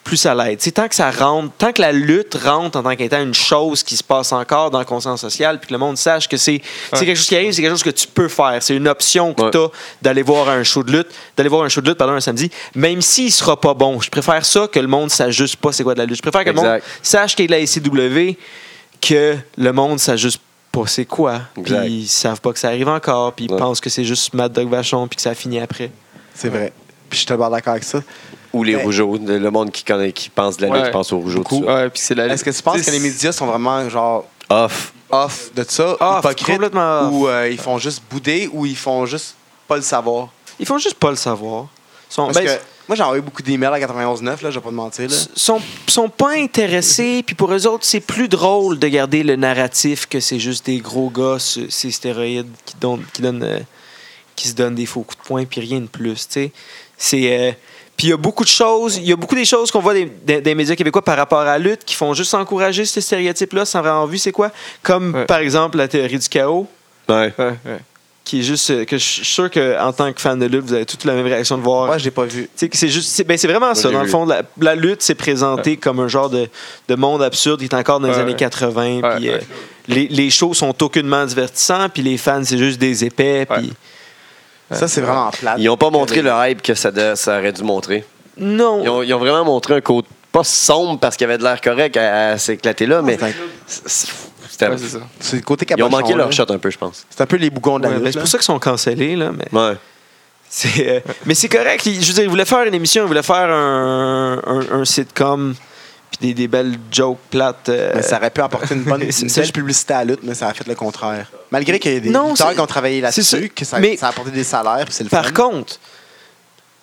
plus ça l'aide. Tu sais, tant que ça rentre, tant que la lutte rentre en tant qu'étant une chose qui se passe encore dans le conscience social, puis que le monde sache que c'est c'est quelque chose qui arrive, c'est quelque chose que tu peux faire, c'est une option que
Ouais.
tu as d'aller voir un show de lutte, d'aller voir un show de lutte pendant un samedi, même s'il sera pas bon. Je préfère ça que le monde sache juste pas c'est quoi de la lutte. Je préfère que le monde
Exact.
sache qu'il y a de la ICW que le monde sache juste pas c'est quoi, puis
Exact.
ils savent pas que ça arrive encore, puis ils
Ouais.
pensent que c'est juste Mad Dog Vachon puis que ça finit après.
C'est vrai. Puis je suis tellement d'accord avec ça.
Euh,
Ou les
Mais-
rougeaux. Le monde qui, connaît, qui pense de la lutte
Ouais.
pense aux rougeaux. tout
Beaucoup.
ça.
Ouais, puis c'est la-
Est-ce que tu penses
sais,
que les médias sont vraiment, genre,
Off.
off de ça,
Off,
hypocrites,
complètement off.
ou euh, ils font juste bouder, ou ils font juste pas le savoir?
Ils font juste pas le savoir. Ils Sont,
Parce
ben,
que moi, j'ai envoyé beaucoup d'emails à 91.9, là, je vais pas te mentir. Là.
s- sont, sont pas intéressés, puis pour eux autres, c'est plus drôle de garder le narratif que c'est juste des gros gars, ce- ces stéroïdes qui, donnent- qui, donnent, euh, qui se donnent des faux coups de poing, puis rien de plus. tu sais. C'est. euh, puis il y a beaucoup de choses, il y a beaucoup des choses qu'on voit des, des- des médias québécois par rapport à la lutte qui font juste encourager ce stéréotype-là sans vraiment vu c'est quoi. Comme
Ouais.
par exemple la théorie du chaos.
Ouais.
Ouais, ouais.
qui est juste euh, que je suis sûr que en tant que fan de lutte, vous avez toute la même réaction de voir.
Moi, je l'ai pas vu.
Tu sais que c'est juste c'est ben, c'est vraiment ça
j'ai
dans le
vu.
fond la, la lutte c'est présenté comme un genre de, de monde absurde qui est encore dans les
Ouais,
années
ouais.
80
Ouais,
puis euh,
ouais.
les, les shows sont aucunement divertissants puis les fans c'est juste des épais puis
Ça, c'est vraiment plate.
Ils ont pas montré le hype que ça, de- ça aurait dû montrer.
non
Ils ont, ils ont vraiment montré un côté pas sombre parce qu'il y avait de l'air correct à, à s'éclater là, mais
C'est
c'est- c'était-
Ouais, c'est ça.
c'est le côté
ils ont
cabochon.
manqué
là.
leur shot un peu, je pense.
C'est un peu les bougons de la
Ouais, ben,
lutte.
c'est
là.
pour ça qu'ils sont cancellés là mais
Ouais.
C'est, euh, mais c'est correct. Il- Je veux dire, il voulait faire une émission, il voulait faire un, un, un sitcom. puis des, des belles jokes plates. euh,
Mais ça aurait pu apporter une bonne une
c'est-
belle
c'est-
publicité à la lutte, mais ça a fait le contraire. Malgré qu'il y ait des
Non,
lutteurs
c'est-
qui ont travaillé
c'est
là-dessus,
sûr.
que ça,
Mais-
ça a apporté des salaires, puis c'est le fun.
Par contre,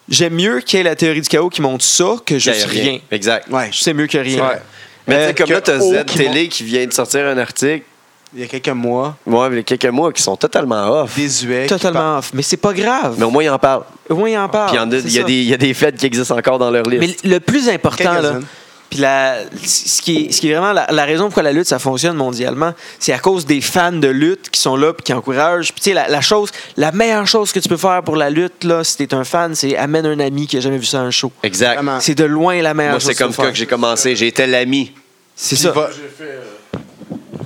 j'aime mieux qu'il y ait la théorie du chaos qui montre ça que juste
Qu'il y a
rien.
Exact.
ouais,
Je sais mieux que rien.
Ouais.
Mais tu
Euh,
sais, comme
que
là, t'as
oh,
Z
qui
Télé qui vient de sortir un article,
il y a quelques mois,
moi, il y a quelques mois, qui sont totalement off.
désuet. qui
Totalement off. Mais c'est pas grave.
Mais au moins, ils en parlent.
Au moins, il en parle.
Puis il y en a-
Ah, c'est
il y, a
ça.
des- il y a des feds qui existent encore dans leur liste.
Mais le plus important, là,
Quelques-unes.
puis la, ce, qui est, ce qui est vraiment la, la raison pourquoi la lutte, ça fonctionne mondialement, c'est à cause des fans de lutte qui sont là puis qui encouragent. Puis tu sais, la, la chose, la meilleure chose que tu peux faire pour la lutte, là, si t'es un fan, c'est amène un ami qui a jamais vu ça à un show.
exact.
Vraiment.
C'est de loin la meilleure
Moi,
chose
c'est comme
que tu peux
ça que
faire.
j'ai commencé. J'étais l'ami.
C'est
Puis
ça.
va-
J'ai fait, euh,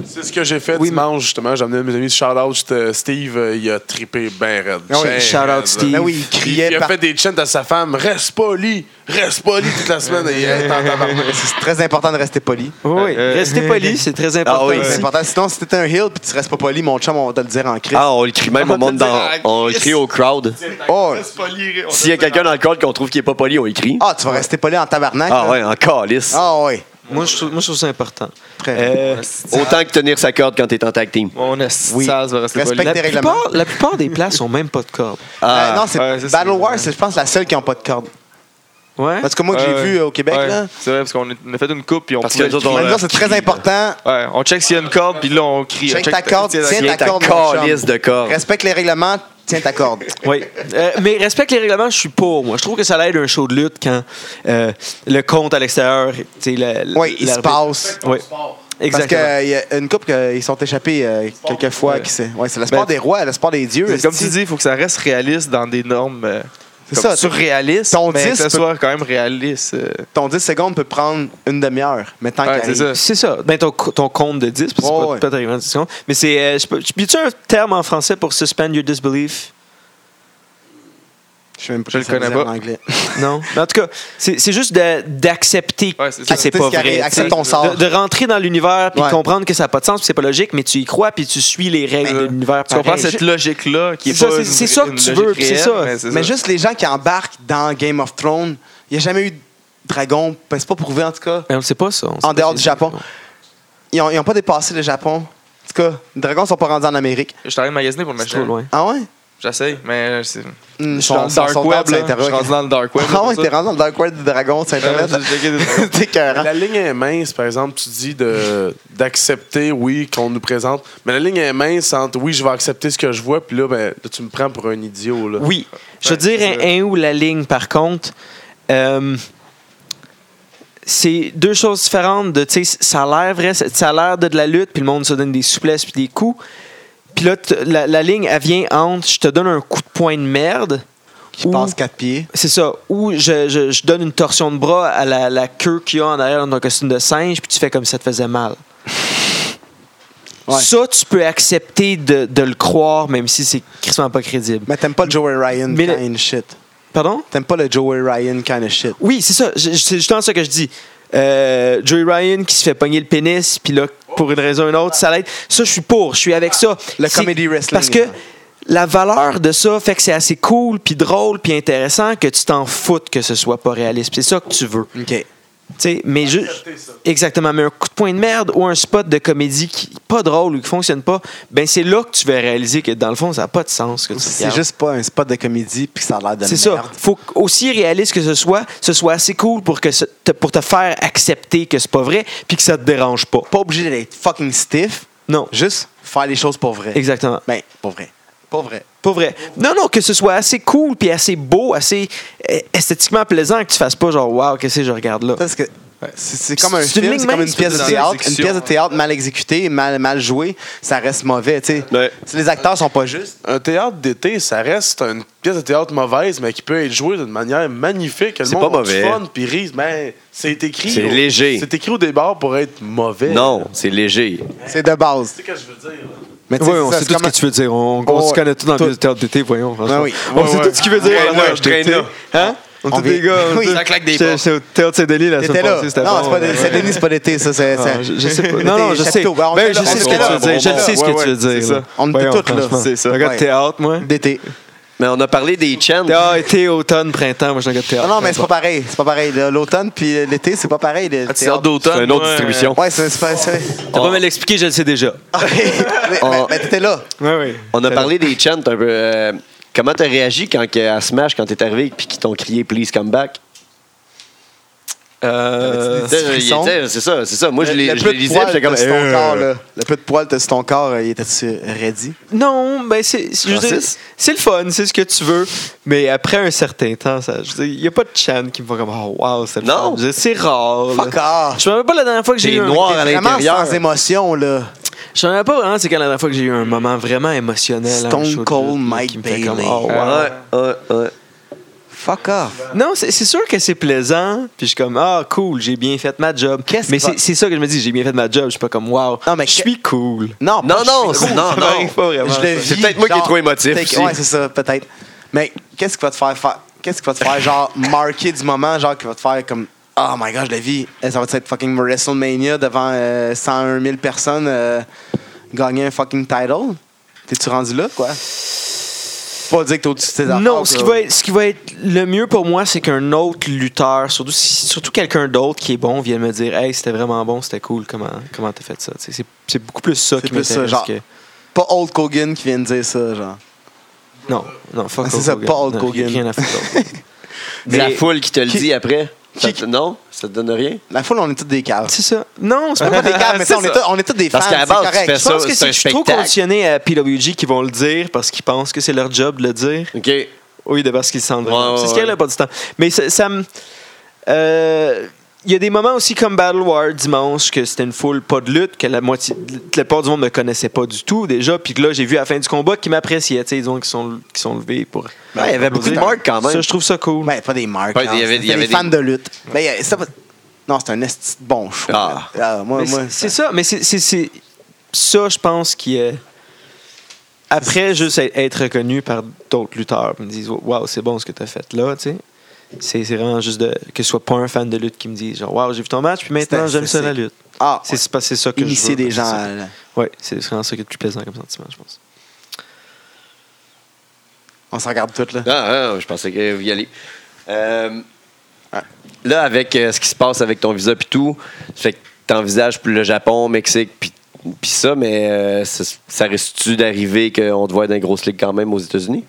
C'est ce que j'ai fait
Oui,
dimanche, justement. J'ai amené mes amis. Shout out c'était Steve, euh, il a trippé ben raide.
Ah oui,
Ben
shout out
raide.
Steve.
Ben oui, il
Il,
criait
il a
par- <laughs>
fait des chants à sa femme. Reste poli, reste poli toute la semaine. Et, hey, t'en- t'en- t'en-
C'est très important de rester poli.
Oui, oui. Restez poli, c'est très important.
Euh, <laughs> Ah oui,
C'est
aussi.
important. Sinon, si t'étais un heel puis tu restes pas poli, mon chum, on va te le dire en crise.
Ah, on le crie même au monde dans.
Ah,
On le crie au crowd.
Oh.
C'est pas lié, on
S'il y a
sait pas.
quelqu'un dans le crowd qu'on trouve qui est pas poli, on le crie.
Ah, tu vas rester poli en tabarnak.
Ah
là.
ouais, en calice.
Ah ouais.
Moi, je trouve, moi, je trouve ça important.
Très
Euh,
Autant que tenir sa corde quand t'es en tag team.
Mon esti de
Oui.
sale, ça va rester
Respecte
poli.
la,
tes règlements.
plupart, la plupart des places ont même pas de corde.
Ah.
Euh, non, c'est
ouais, ça, c'est-
Battle War, c'est je pense la seule qui n'a pas de corde.
Ouais.
En tout cas, moi que j'ai
Ouais,
vu
ouais.
euh, au Québec,
Ouais,
là.
C'est vrai, parce qu'on a fait une coupe, puis on
Parce
pouvait
que nous
le
autres, on
crier.
Même
l'a-
là, c'est très important.
Ouais, on check s'il y a une corde, puis là, on crie.
Check
On
ta corde, tiens
Tiens
ta
ta
corde, mon chum.
calice de
Ah.
corde.
Respecte les règlements, tiens ta
<laughs>
corde.
Oui. Euh, mais respecte les règlements, je suis pour, moi. Je trouve que ça l'aide un show de lutte quand euh, le compte à l'extérieur. tu sais, la- la-
Oui, il se
l'arbitre-
passe.
Oui.
Parce qu'il
Exactement.
euh, y a une couple qu'ils sont échappés euh, quelques fois. qui c'est ouais, c'est le sport
Ben,
des rois, le sport des dieux.
C'est Comme
esti.
tu dis, il faut que ça reste réaliste dans des normes euh,
C'est
comme
ça.
surréalistes,
Ton
mais que
10
ça
peut-
soit quand même réaliste. euh.
Ton 10 secondes peut prendre une demi-heure. Mais tant
Ouais,
qu'il
c'est ça.
C'est ça. Ben, ton, co- ton compte de 10, parce que
Oh,
c'est pas-
ouais.
pas arrivé en discussion. Mais c'est. euh, je peux- tu tu un terme en français pour suspend your disbelief?
Je sais même pas si
Je le
ça veut
connais
dire
pas. Ah,
en anglais. <laughs>
Non. Mais en tout cas, c'est c'est juste de- d'accepter
Ouais, c'est
que
ça.
c'est
Accepter
pas
ce qui
vrai.
arrive, accepte
tu sais.
ton sort.
De, de rentrer dans l'univers puis de
Ouais.
comprendre que ça n'a pas de sens, puis c'est pas logique, mais tu y crois puis tu suis les règles de l'univers.
Tu comprends
pareil.
cette logique-là qui est,
C'est
pas
Ah, ça,
une-
c'est- c'est ça que
une
tu
logique
veux, puis c'est
réelle,
ça.
mais c'est
Mais
ça.
juste les gens qui embarquent dans Game of Thrones, il n'y a jamais eu de dragon. ben, C'est pas prouvé, en tout cas.
Mais on ne sait pas ça. on sait
en
pas
dehors
si
du
c'est-
Japon. Ils n'ont pas dépassé le Japon. En tout cas, les dragons sont pas rendus en Amérique.
Je t'arrête de magasiner pour le
C'est
m'acheter.
trop loin.
Ah ouais?
J'essaye, mais c'est.
Mm,
Je
je
suis
suis
dans le
dans- dans
dark
son
web,
top, c'est
là. Je suis rendu dans le dark web.
Ah ouais,
c'est
t'es
ça.
rendu dans le dark web des dragons sur
Ouais,
Internet.
j'ai checké des-
<laughs> T'es écœurant.
La ligne est mince, par exemple, tu dis de d'accepter, oui, qu'on nous présente, mais la ligne est mince entre oui, je vais accepter ce que je vois, puis là, ben, là, tu me prends pour un idiot. Là.
Oui. Je veux
Ouais,
dire
c'est
un, un ou la ligne, par contre. euh, c'est deux choses différentes. De, tu sais, ça a l'air vrai, ça ça a l'air de, de la lutte, puis le monde se donne des souplesses puis des coups. Puis là, t- la, la ligne, elle vient entre je te donne un coup de poing de merde.
Qui
ou-
passe quatre pieds.
C'est ça. Ou je, je- je donne une torsion de bras à la, la queue qu'il y a en arrière dans ton costume de singe, puis tu fais comme si ça te faisait mal.
Ouais.
Ça, tu peux accepter de, de le croire, même si c'est crissement pas crédible.
Mais t'aimes pas le Joey Ryan
Mais le-
kind of shit.
Pardon?
T'aimes pas le Joey Ryan kind of shit.
Oui, c'est ça. Je- je- C'est justement ça que je dis. Euh, Joey Ryan qui se fait pogner le pénis, puis là, pour une raison ou une autre, ça l'aide. Ça, je suis pour. Je suis avec ça.
Le
C'est-
comedy wrestling, hein.
Parce que
genre.
la valeur de ça fait que c'est assez cool, puis drôle, puis intéressant que tu t'en foutes que ce soit pas réaliste. Puis C'est ça que tu veux. Tu
OK.
sais, mais ju- Exactement. Mais un coup de poing de merde ou un spot de comédie qui pas drôle ou qui fonctionne pas, ben c'est là que tu vas réaliser que dans le fond, ça n'a pas de sens. que tu
C'est
regardes.
juste pas un spot de comédie puis ça a l'air de
C'est ça.
merde.
Faut qu- aussi réaliste que ce soit, ce soit assez cool pour que ce- te, pour te faire accepter que c'est pas vrai puis que ça te dérange pas.
Pas obligé d'être fucking stiff.
Non.
Juste faire les choses pour vrai.
Exactement.
Ben, pour vrai. Pour vrai.
Pas vrai. Non, non, que ce soit assez cool puis assez beau, assez euh, esthétiquement plaisant que tu fasses pas genre waouh, qu'est-ce que je regarde là.
Parce que c'est c'est comme un
C'est une
film,
ligne
c'est comme
mince,
une pièce de
dans
théâtre. Une
l'exécution.
pièce de théâtre mal exécutée, mal, mal jouée, ça reste mauvais. tu sais.
Ouais.
Si les acteurs sont pas justes,
Un théâtre d'été, ça reste une pièce de théâtre mauvaise, mais qui peut être jouée d'une manière magnifique. que Le
C'est
monde
pas
a du
mauvais.
fun, puis rise, mais c'est écrit.
C'est
au-
léger.
C'est écrit au départ pour être mauvais.
Non, c'est léger.
c'est de base.
Tu sais ce que je veux dire. là?
Mais tu sais, c'est ça, c'est comme un-
veux dire. On,
on se connaît
tous dans
le
théâtre d'été, voyons.
Ah oui.
On sait tout ce qu'il veut dire.
Ouais, ouais, je traîne là.
Hein? On
On
est tous des
vient-
gars. on
Oui.
est tous-
Ça
claque des
J'étais-
portes.
j'étais au théâtre Saint-Denis la
T'étais
semaine
là.
passée. c'était
non,
bon,
c'est pas,
ouais.
c'est Denis, c'est pas l'été, ça. c'est-
Ah,
c'est-
je, je
<laughs>
sais pas.
T'étais
Non, non, je sais.
chapiteau. Ben, on
Ben,
était
je
là,
sais
on
ce
était
que
là.
tu veux dire. Je le sais ce
Ouais,
que tu
ouais.
veux dire.
C'est
là.
ça.
On était
Voyons,
toutes là.
franchement.
C'est
ça.
Regarde
Ouais.
théâtre, moi.
D'été.
D'été.
Mais on a parlé des chaînes.
Ah, été, automne, printemps, moi je suis un gars de théâtre.
Non, non, mais c'est pas pareil. C'est pas pareil. Le- L'automne puis l'été, c'est pas pareil. Le-
Ah, tu sors d'automne.
C'est une autre
ouais.
distribution.
Ouais, c'est c'est pas. c'est- Ah,
T'as pas me l'expliquer, je le sais déjà.
mais mais-
Ah.
On-
mais t'étais là.
Ouais, ouais.
On a parlé des chants un peu. euh, comment t'as réagi quand que, à Smash, quand t'es arrivé et qu'ils t'ont crié Please come back?
Euh,
Tu sais, il
frissons?
était- C'est ça, c'est ça. Moi, je
Le-
les
le
je
peu
les
de
lisais,
poils
j'étais comme.
de sur ton
euh,
corps, là. Le peu de poils de sur ton corps, euh, il était-tu ready?
non, ben c'est. je veux dire,
Francis?
C'est le fun, c'est ce que tu veux. Mais après un certain temps, ça, je veux dire, il n'y a pas de chan qui me va comme Oh, wow, c'est le
Non.
fun. Je veux dire, C'est rare. là.
Fuck off!
Je me rappelle pas la dernière fois que j'ai
T'es
eu un-
noir à
Vraiment
l'intérieur.
sans émotion, là.
Je me rappelle pas vraiment c'est quand la dernière fois que j'ai eu un moment vraiment émotionnel. à un
Stone
show de
Cold
lutte, là,
Mike
qui me fait comme,
Bailey.
Oh, wow.
Ouais, ouais, ouais.
Fuck off!
Non, c'est c'est sûr que c'est plaisant. Puis je suis comme, ah, cool, j'ai bien fait ma job.
Qu'est-ce
mais
qui va-
c'est c'est ça que je me dis, j'ai bien fait ma job. Je suis pas comme, wow,
Non, mais
je suis cool.
<laughs> Non,
Non,
pas-
non,
je
c'est-
suis cool,
non,
ça
non.
m'arrive pas vraiment,
Je
ça.
le vis, C'est peut-être moi qui ai
genre,
trop émotif
take-
aussi.
Ouais, c'est ça, peut-être. Mais qu'est-ce qui va te faire faire. Qu'est-ce qui va te faire, genre, marquer du moment, genre, qui va te faire comme. Oh my god, je le vis. Eh, Ça va être fucking WrestleMania devant euh, 101 000 personnes euh, gagner un fucking title? T'es-tu rendu là, quoi? Faut Pas dire que t'es au-dessus de tes affaires.
Non, ce qui,
bro.
va être, ce qui va être le mieux pour moi, c'est qu'un autre lutteur, surtout, si- surtout quelqu'un d'autre qui est bon, vienne me dire Hey, c'était vraiment bon, c'était cool, comment comment t'as fait ça Tu sais, C'est c'est beaucoup plus ça
C'est
qui
plus ça,
m'intéresse.
genre.
que-
Pas Old Kogan qui vient de dire ça, genre.
Non, non, fuck
Ah, c'est
Hulk
ça,
Hogan.
pas Hulk
Non,
Hogan.
Rien à foutre.
<laughs>
C'est la foule qui te le
qui-
dit après. Ça
qui-
te- Non, ça te donne rien.
La foule, on est tous des
<laughs>
caves.
c'est ça. Non, c'est
On est pas
pas
<laughs>
des caves, mais
C'est
ça, on est
ça.
tous- on est tous des fans.
Parce qu'à la
c'est
base, tu
correct.
fais
Je pense
Ça,
que
c'est
c'est-
un
je suis trop
spectacle.
conditionné à PWG qui vont le dire parce qu'ils pensent que c'est leur job de le dire.
OK.
Oui, de parce qu'ils se sentent
Ouais,
vraiment.
ouais,
c'est ce
ouais.
qu'elle a pas du temps. Mais ça, ça me. Euh, Il y a des moments aussi comme Battle War dimanche que c'était une foule pas de lutte, que la moitié, la plupart du monde ne me connaissait pas du tout déjà. Puis que là, j'ai vu à la fin du combat qu'ils m'appréciaient, tu sais, disons qu'ils sont, qu'ils sont levés pour.
Ouais, il y avait beaucoup de marques quand même.
Ça, je trouve ça cool.
Ben, pas des marques.
Ouais,
non,
il y avait-
c'était
il y avait
des fans
des-
de lutte. Ben, il y a- c'est pas- Non, c'est un esti de bon show.
Ah.
là. Ah, moi,
Mais
moi,
c'est- c'est ça, mais c'est- c'est c'est- ça, je pense, qui est. Après, juste être- être reconnu par d'autres lutteurs, ils me disent Waouh, c'est bon ce que tu as fait là, tu sais. C'est c'est vraiment juste de, que ce soit pas un fan de lutte qui me dise genre, Waouh, j'ai vu ton match, puis maintenant
C'est-
j'aime ça
c'est-
la lutte.
Ah,
C'est c'est pas- c'est ça que je
initier
veux.
des gens.
c'est ça.
à-
Ouais, c'est vraiment ça qui est le plus plaisant comme sentiment, je pense.
On se regarde toutes, là.
Ah, ah, je pensais que vous y allez. Euh, Là, avec euh, ce qui se passe avec ton visa puis tout, ça fait que t'envisages plus le Japon, Mexique puis puis ça, mais euh, ça, ça risque-tu d'arriver qu'on te voit dans les grosses ligues quand même aux États-Unis?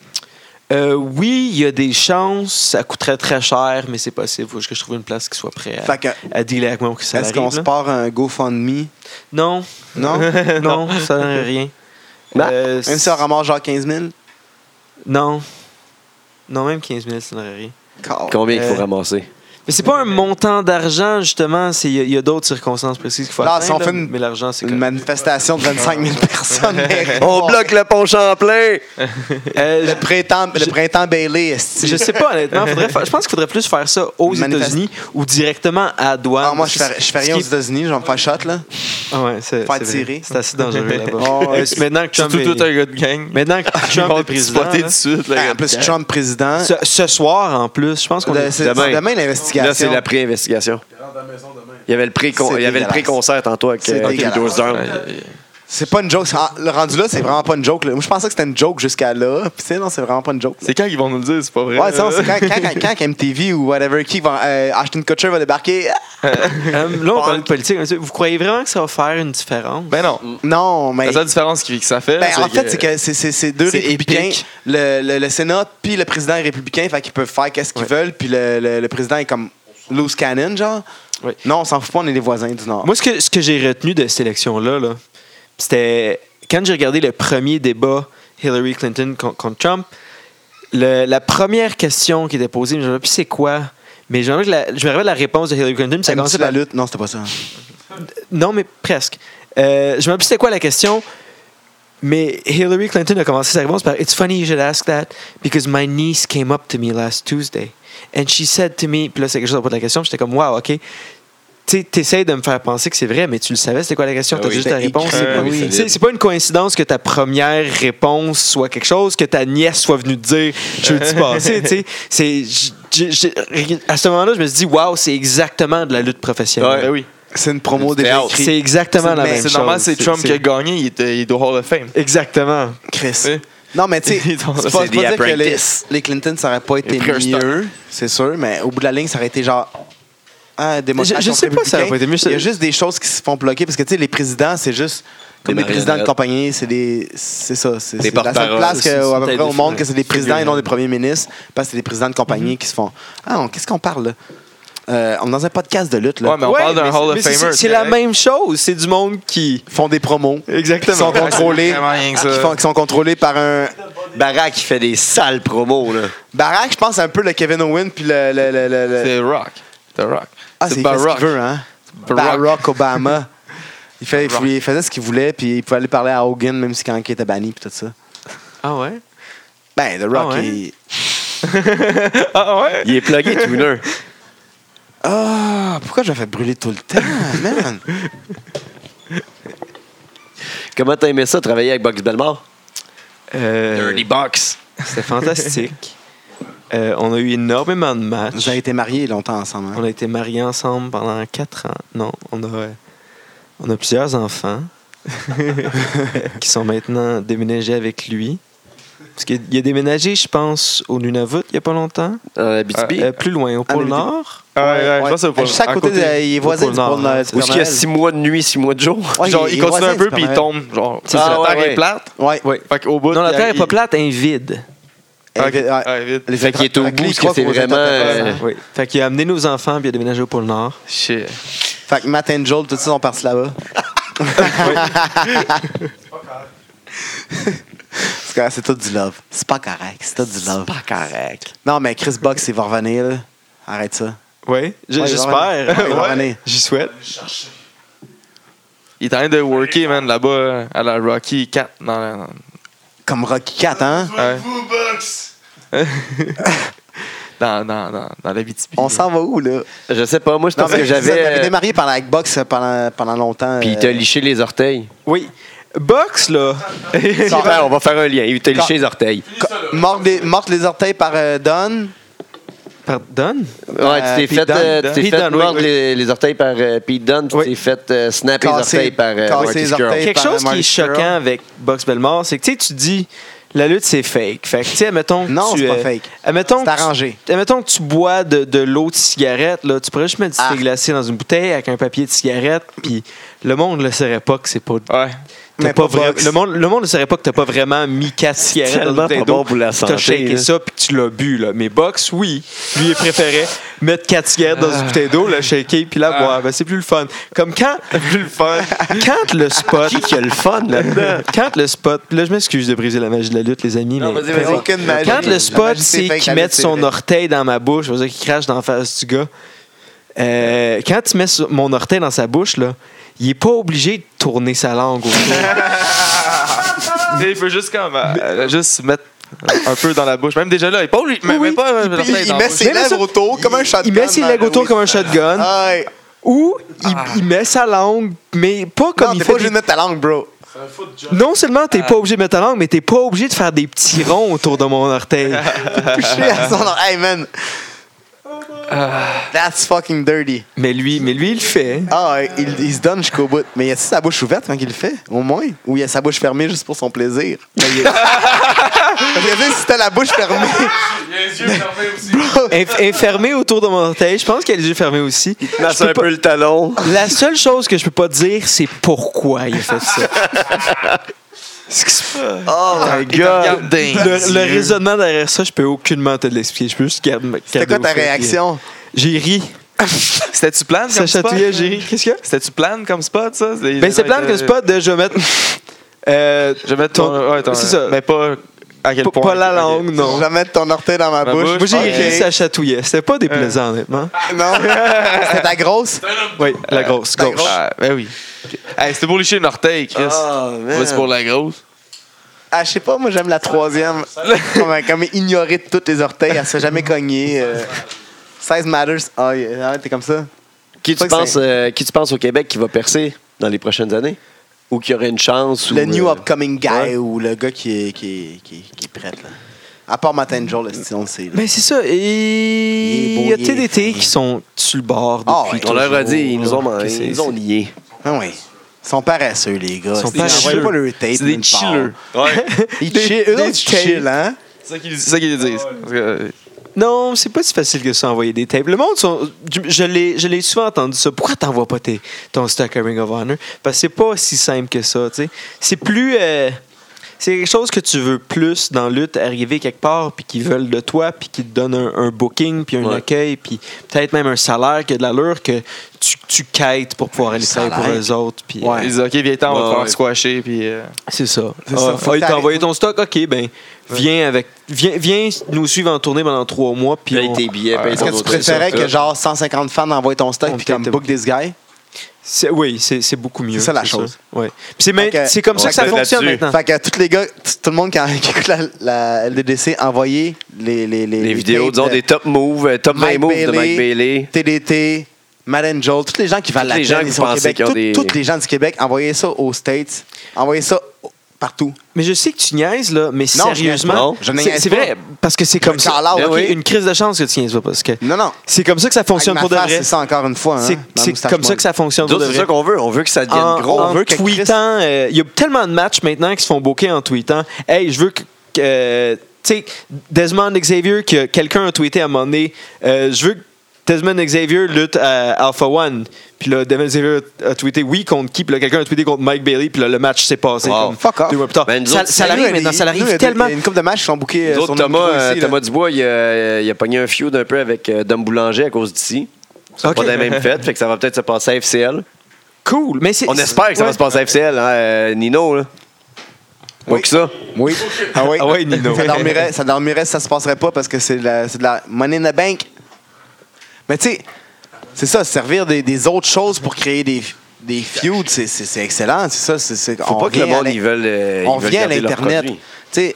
Euh, oui, il y a des chances, ça coûterait très cher, mais c'est possible. Faut juste que je trouve une place qui soit prête à,
Fait que,
à dealer avec moi pour que
Ah.
ça
est-ce qu'on
arrive.
se
là.
part un GoFundMe?
Non,
Non? Même
<laughs> non, ça n'aurait rien.
Non.
Euh,
Bah, si on ramasse genre 15 000?
Non. Non, même 15 000, ça n'aurait rien.
Car-
Combien il
Euh,
faut ramasser?
Mais c'est pas un montant d'argent, justement. c'est- Il y a- il y, a d'autres circonstances précises qu'il faut
Non,
atteindre.
si on
là,
fait une-
Mais l'argent, c'est
Une
comme...
manifestation de 25 000
<laughs>
personnes. mec.
le pont Champlain!
Euh,
Le printemps, le printemps Bailey, <laughs>
je,
esti.
je sais pas, honnêtement. faudrait faire- je pense qu'il faudrait plus faire ça aux
Manifeste-
États-Unis ou directement à la douane.
Ah, moi, je fais,
ferais
je fais rien aux États-Unis, je vais me faire shot, là.
Ah ouais, c'est,
Faire
c'est vrai.
tirer.
C'est assez dangereux
<laughs>
là-bas.
Oh,
Euh, c'est maintenant que Trump
Surtout
est...
tout un gars de gang.
Maintenant
<laughs>
que Trump est président...
spotter tout
là,
de suite.
Ah,
Là,
en plus, Trump président.
ce, ce soir, en plus, je pense qu'on
Le-
<laughs> est...
C'est
Demain.
c'est demain
Là, c'est
l'investigation.
la pré-investigation. Il y avait le pré-con-
C'est
il y avait le
dégueulasse.
pré-concert tantôt avec
C'est
euh, Anthony
dégueulasse.
Dorsdown.
C'est pas une joke. c'est- ah, Le rendu là, c'est vraiment pas une joke. là. Moi, je pensais que c'était une joke jusqu'à là. Puis, tu sais, non, c'est vraiment pas une joke.
C'est quand ils vont nous le dire, c'est pas vrai.
Ouais, ça, c'est quand, quand, quand, quand MTV ou whatever qui va. euh, Ashton Kutcher va débarquer. Ah!
Euh, là, on parle de
Punk.
politique. Vous croyez vraiment que ça va faire une différence?
Ben non.
Non, mais.
La seule différence qui- que ça fait,
Ben, en
que-
fait, c'est que c'est- c'est c'est deux
c'est
républicains.
épique.
Le, le, le Sénat puis le président est républicain, fait qu'ils peuvent faire qu'est-ce qu'ils veulent, puis le, le, le président est comme loose cannon, genre.
Ouais.
Non, on s'en fout pas, on est les voisins du Nord.
Moi, ce que, ce que j'ai retenu de cette élection-là, là, c'était quand j'ai regardé le premier débat Hillary Clinton con- contre Trump, le- la première question qui était posée, je me disais, puis c'est quoi? Mais je me rappelle la- je me rappelle la réponse de Hillary Clinton, puis ça
Aimes-tu
commençait
la
par
lutte. Non, c'était pas ça.
non, mais presque. Euh, je me rappelle plus c'était quoi la question, mais Hillary Clinton a commencé sa réponse par It's funny you should ask that because my niece came up to me last Tuesday and she said to me, puis là c'est quelque chose à propos de la question, puis j'étais comme wow, ok. Tu sais, t'essayes de me faire penser que c'est vrai, mais tu le savais, c'était quoi la question?
Ah
T'as
oui,
juste ta
c'était
réponse.
écrit,
C'est-
ah oui,
tu sais,
solide.
C'est pas une coïncidence que ta première réponse soit quelque chose que ta nièce soit venue te dire jeudi passé. tu sais. C'est- j'ai- j'ai- À ce moment-là, je me suis dit, wow, c'est exactement de la lutte professionnelle.
Ben oui.
C'est une promo
C'était
déjà
out.
écrite.
C'est exactement la
Mais
même chose.
C'est normal, c'est Trump qui a gagné, il est, il est au Hall of Fame.
Exactement.
Chris.
Oui.
Non, mais tu sais, c'est
Ils ont-
pas,
c'est
c'est
des
pas dire que les,
apprentices.
les Clinton, ça aurait pas été
pris un stock.
mieux, c'est sûr, mais au bout de la ligne, ça aurait été genre. Ah, démocrate
Je- je
contre
sais pas si ça aurait pas été mieux,
républicain. Il y a
ça-
juste des choses qui se font bloquer parce que, tu sais, les présidents, c'est juste. Comme
Des
les présidents de
marionnettes.
compagnie, c'est des. C'est ça. C'est
Des
c'est la seule
porte-paroles.
place que,
C'est-
à peu
c'est
près au
des-
monde que c'est des
figurines.
présidents et non des premiers ministres parce que c'est des présidents de compagnie qui se font. Ah, on- qu'est-ce qu'on parle, là? Euh, on est dans un podcast de lutte, là.
Ben,
Ouais, mais on parle d'un
mais
Hall
c'est-
of
mais
Famer.
c'est- C'est la même chose. C'est du monde qui.
font des promos.
Exactement.
Qui sont contrôlés.
vraiment rien que ça.
Qui, font- qui sont contrôlés par un.
Barack qui fait des sales promos, là.
Barack, je pense, un peu le Kevin Owen puis le. le, le, le- le-
C'est Rock. The Rock.
Ah, c'est ce qu'il veut, hein?
Barack.
Barack,
<laughs>
Obama. Il, fait, il faisait ce qu'il voulait, puis il pouvait aller parler à Hogan, même si quand il était banni, puis tout ça.
Ah ouais?
Ben, The Rock,
Ah ouais?
il-
Ah ouais?
Il est plugué,
<laughs>
Tuner.
Ah, pourquoi je me fais brûler tout le temps, <laughs> man?
Comment t'as aimé ça, travailler avec Box Belmore?
Euh,
Box.
C'était fantastique. <laughs> Euh, on a eu énormément de matchs.
Vous avez été mariés longtemps ensemble, hein?
On a été mariés ensemble pendant 4 ans. Non, on a, euh, on a plusieurs enfants <laughs> qui sont maintenant déménagés avec lui. Parce qu'il il a déménagé, je pense, au Nunavut il n'y a pas longtemps.
Euh, BTB.
Euh, plus loin, au pôle Nord.
Ouais, ouais, je pense que c'est
Ouais.
pas-
Juste à
à
côté,
côté-
de- il est voisin
au
du
Pôle Nord,
Pôle Nord.
hein.
du
Où
Pôle
est-ce qu'il y a
Nord.
six mois de nuit, six mois de jour?
Ouais,
genre,
il-
il
il est
continue
voisin
un
du
peu, puis
Père Noël.
il tombe. Genre,
C'est
Ah,
ça,
ouais,
la terre
ouais.
est plate.
Ouais.
Oui.
Fait qu'au bout.
Non, la
il-
terre n'est pas
il-
plate, elle est vide.
Ah,
Elle-
ok.
elle-
Ah, vite.
Les
Fait qu'il est au
fait que
bout,
lui,
parce que c'est
il croit qu'on
vraiment...
vous êtes
euh,
intéressant.
Oui. Fait qu'il a amené nos enfants puis il a déménagé au pôle Nord.
Shit.
Fait que Matt Angel, tout ça, on partent là-bas. C'est correct, C'est tout du love. C'est pas correct. C'est tout du love.
pas correct.
Non, mais Chris Box, il va revenir. là. Arrête ça.
Oui,
Ouais,
<laughs> j'espère.
vraiment. Ouais, vraiment.
J'y souhaite.
Il est en train de worker, man, là-bas, euh, à la Rocky 4. Non, non, non.
Comme Rocky 4, hein?
Ouais. dans, dans, dans, dans la BTP.
On s'en va où, là?
Je sais pas, moi, je pense
mais
que
Vous avez
j'avais... euh,
démarré par la Box pendant, pendant longtemps.
Puis il
euh,
t'a liché les orteils.
Oui. Box, <laughs> là. ben,
Quand-
Super, on va faire un lien. Il t'a liché les orteils.
quand- Morte, des- morte les orteils par euh, Don.
Pardonne?
Ouais, tu t'es
Pete
fait, euh,
Dunne.
tu t'es
Pete
fait
Dunne, oui,
mordre
oui.
Les, les orteils par euh, Pete Dunne, puis
Oui.
tu t'es fait euh, snap les
Casser-
orteils par euh,
casser
Marty
les
Skrull.
orteils.
Quelque
par
chose qui
Marty
est
Skrull.
choquant avec Box Belmore, c'est que tu sais, tu dis la lutte c'est fake. Fait que tu sais, admettons que
Non,
tu,
c'est pas
euh,
fake.
Admettons
C'est
que tu-
arrangé.
admettons que tu bois de, de l'eau de cigarette là, tu pourrais juste mettre du
Ah.
thé glacé dans une bouteille avec un papier de cigarette, puis le monde ne saurait pas que c'est pas.
Ouais.
t'as
Mais
pas
pas
vra-
Box.
le monde le monde ne saurait pas que t'as pas vraiment mis quatre cigarettes
tellement
dans une bouteille
pas
d'eau,
bon pour la
puis t'as
santé,
shaké
là.
ça puis que tu l'as bu là. Mais Box, oui, lui il préférait mettre quatre cigarettes dans une bouteille d'eau, la shaker puis la
Ah.
boire. Ben, c'est plus le fun. Comme quand plus le fun. <laughs> Quand le spot
Qui qui a le fun là-dedans?
<laughs> quand le spot, là je m'excuse de briser la magie de la lutte, les amis, mais
vas-y, vas-y.
Aucune magie.
quand le
La
spot
magie,
c'est
fake,
qu'ils
la
mettent
lutte,
son
c'est-
orteil dans ma bouche, je veux dire qu'il crache dans la face du gars. Euh, quand tu mets sur- mon orteil dans sa bouche, là, il est pas obligé de tourner sa langue autour.
Il peut juste comme. euh, euh, juste mettre un peu dans la bouche. Même déjà là, il pas lui. Même
oui.
pas. euh,
Il-
l'orteil
il
dans la
met
bouche.
ses
Mais
lèvres
ça-
autour comme un shotgun.
il met ses
dans
legs
le-
autour
oui.
comme un shotgun
Ah, ouais.
ou il,
Ah.
il met sa langue, mais pas comme
Non,
il
t'es
fait.
pas obligé
des-
de Ah. mettre ta langue, bro.
Non seulement t'es pas obligé de mettre ta langue, mais t'es pas obligé de faire des petits ronds autour de mon
<laughs>
orteil.
Toucher
Ah.
à <laughs> son or- Hey, man. That's fucking dirty.
mais lui, mais lui il le fait.
Ah, ouais, il, il se donne jusqu'au bout. Mais y a-t-il sa bouche ouverte quand il le fait, au moins? Ou y a sa bouche fermée juste pour son plaisir? Parce <laughs> que, tu sais, si t'as la bouche
<laughs>
fermée.
Inf- Enfermé autour de mon orteil, je pense qu'il a les yeux fermés aussi.
Masse un peu le talon.
La seule chose que je peux pas dire, c'est pourquoi il a
<laughs>
fait ça. Ce qui se-
Oh my god.
Regardez.
Le, le raisonnement derrière ça, je peux aucunement te l'expliquer. Je peux juste garder ma-
C'était quoi
garder
ta
au fait.
réaction?
J'ai ri.
C'était-tu plan
Ça
comme spot?
chatouillait, j'ai ri. Qu'est-ce qu'il y a?
C'était-tu plan comme spot, ça?
Ben, c'est plane que c'est pas de je vais mettre. Euh,
Je vais mettre ton. ouais, ton-
C'est ça.
Mais pas à quel
pas,
point.
pas la
Ok.
langue, non.
Je vais mettre ton orteil dans ma
Ma
bouche.
Moi, j'ai
Ok.
ri, ça chatouillait. C'était pas déplaisant, honnêtement.
Non. C'était ta grosse?
Oui, la grosse,
ta
gauche.
grosse.
Ah, ben oui. Ok. Hey, c'était pour licher une orteil, Chris.
Ah,
Ouais, c'est pour la grosse.
Ah, je sais pas, moi, j'aime la troisième. comme, comme ignorer de toutes les orteils, elle se fait jamais cogner. euh, Size matters. Ah, ouais, ah, t'es comme ça?
Qui tu,
C'est pas que
penses, euh, qui tu penses au Québec qui va percer dans les prochaines années? Ou qui aurait une chance?
Le
ou,
new
euh,
upcoming guy
ouais.
ou le gars qui est, qui est, qui est, qui est prêt. Là. À part Matt Angel, là, si on le sait. là.
Mais Ben, c'est ça. et-
Il est beau,
Il y a
il est
TDT
fin.
qui sont sur le bord
Ah
depuis
ouais.
On leur a
toujours,
dit, ils nous ont
là, que
menti,
c'est-
ils nous ont nié.
Ah oui. Ils sont paresseux, les gars.
sont
Ils envoient
paresseux.
pas leur tape.
C'est
nulle
des
part.
chillers. Ouais.
Ils
Des-
chill, eux
des
autres, ils chill, hein?
C'est ça qu'ils c'est ça qu'ils disent. Parce que, euh,
Non, c'est pas si facile que ça, envoyer des tapes. Le monde, sont- du- je l'ai je l'ai souvent entendu ça. Pourquoi t'envoies pas tes- ton stock à Ring of Honor? Parce que c'est pas si simple que ça, tu sais. C'est plus... euh, c'est quelque chose que tu veux plus dans la lutte, arriver quelque part, puis qu'ils veulent de toi, puis qu'ils te donnent un, un booking, puis un
Ouais.
accueil, puis peut-être même un salaire qui a de l'allure que tu, tu quêtes pour pouvoir aller travailler pour
salaire.
eux autres. Puis, euh,
Ils disent, OK, viens t'en, on va
Ouais,
te
ouais.
faire squasher. Puis, euh,
c'est ça.
C'est
Ah,
ça, faut
ah,
que
il t'a
t'arrêtes.
envoyé ton stock, ok, ben viens avec, viens, viens nous suivre en tournée pendant trois mois, puis
Ben,
Paye
on-
tes billets,
Ouais.
paye
Est-ce
ton
que tu
hôtel.
préférais
Ça.
que genre 150 fans envoient ton stock
On
puis comme
peut-être-
book this guy?
C'est- oui, c'est c'est beaucoup mieux.
C'est ça, la chose.
Ouais. Puis c'est même-
Fait que-
c'est comme ça
Ouais,
que ça
là-
fonctionne
là-dessus.
maintenant.
Fait que tous les gars, tout tout le monde qui, <laughs> qui écoute la, la LDDC, envoyez les, les, les,
Les vidéos,
tapes
disons,
de
des top moves, euh, top 20
Mike
moves de Mike
Bailey,
Bailey.
TDT, Matt Angel, tous les gens qui valent
Tous
la
les gens
peine,
que
ils
vous
sont au
pensez
Québec.
qui ont
Tout-
des-
Toutes les gens du Québec, envoyez ça aux States, envoyez ça au- partout.
Mais je sais que tu niaises, là, mais
Non, je niaise pas.
sérieusement,
Non, je niaise
c'est c'est
pas.
vrai, parce que c'est comme
me
ça.
call out,
Ok,
oui.
Une crise de chance que tu niaises pas, parce que
Non, non.
c'est comme ça que ça fonctionne
Avec
pour
ma
de
face,
vrai.
C'est ça encore une fois. hein,
C'est
dans
c'est
Moustache
comme ça
Mode.
que ça fonctionne pour
D'autres,
de
c'est
vrai.
ça qu'on veut. On veut que ça devienne
en,
gros.
en
on veut que
tweetant, euh, il y a tellement de matchs maintenant qui se font booker en tweetant. Hey, je veux que. que, euh, tu sais, Desmond Xavier, que quelqu'un a tweeté à un moment donné, euh, je veux que Desmond Xavier lutte à Alpha One. Puis là, Desmond Xavier a tweeté oui contre qui. Puis là, quelqu'un a tweeté contre Mike Bailey. Puis là, le match s'est passé.
Wow.
Comme
Fuck off.
deux mois plus tard.
Ben, nous
ça
autres,
ça
Nous, il
arrive
y a des-
maintenant. Ça
nous, il y
arrive
a des-
tellement.
il y a Une couple de matchs qui sont bookés euh,
D'autres,
sur notre
Thomas,
micro
euh,
ici, là.
Thomas Dubois, il, a- il a pogné un feud un peu avec euh, Dom Boulanger à cause d'ici. C'est
Ok.
pas dans la même fête, fait que ça va peut-être se passer à FCL.
Cool. Mais c'est-
On espère que ça va
ouais.
se passer à FCL, hein, euh, Nino. Là. Pas
Oui.
que ça.
Oui. Ah oui.
Ah ouais, Nino.
ça dormirait, ça dormirait si ça se passerait pas parce que c'est de la, c'est de la money in the bank. Mais tu sais, c'est ça, servir des, des autres choses pour créer des, des feuds, c'est, c'est, c'est excellent. C'est ça, c'est, c'est,
Faut
on
pas que le
vient à
monde,
l'in-
ils veulent. euh,
On
ils veulent
vient à
garder leur
l'Internet. Tu
produit.
sais,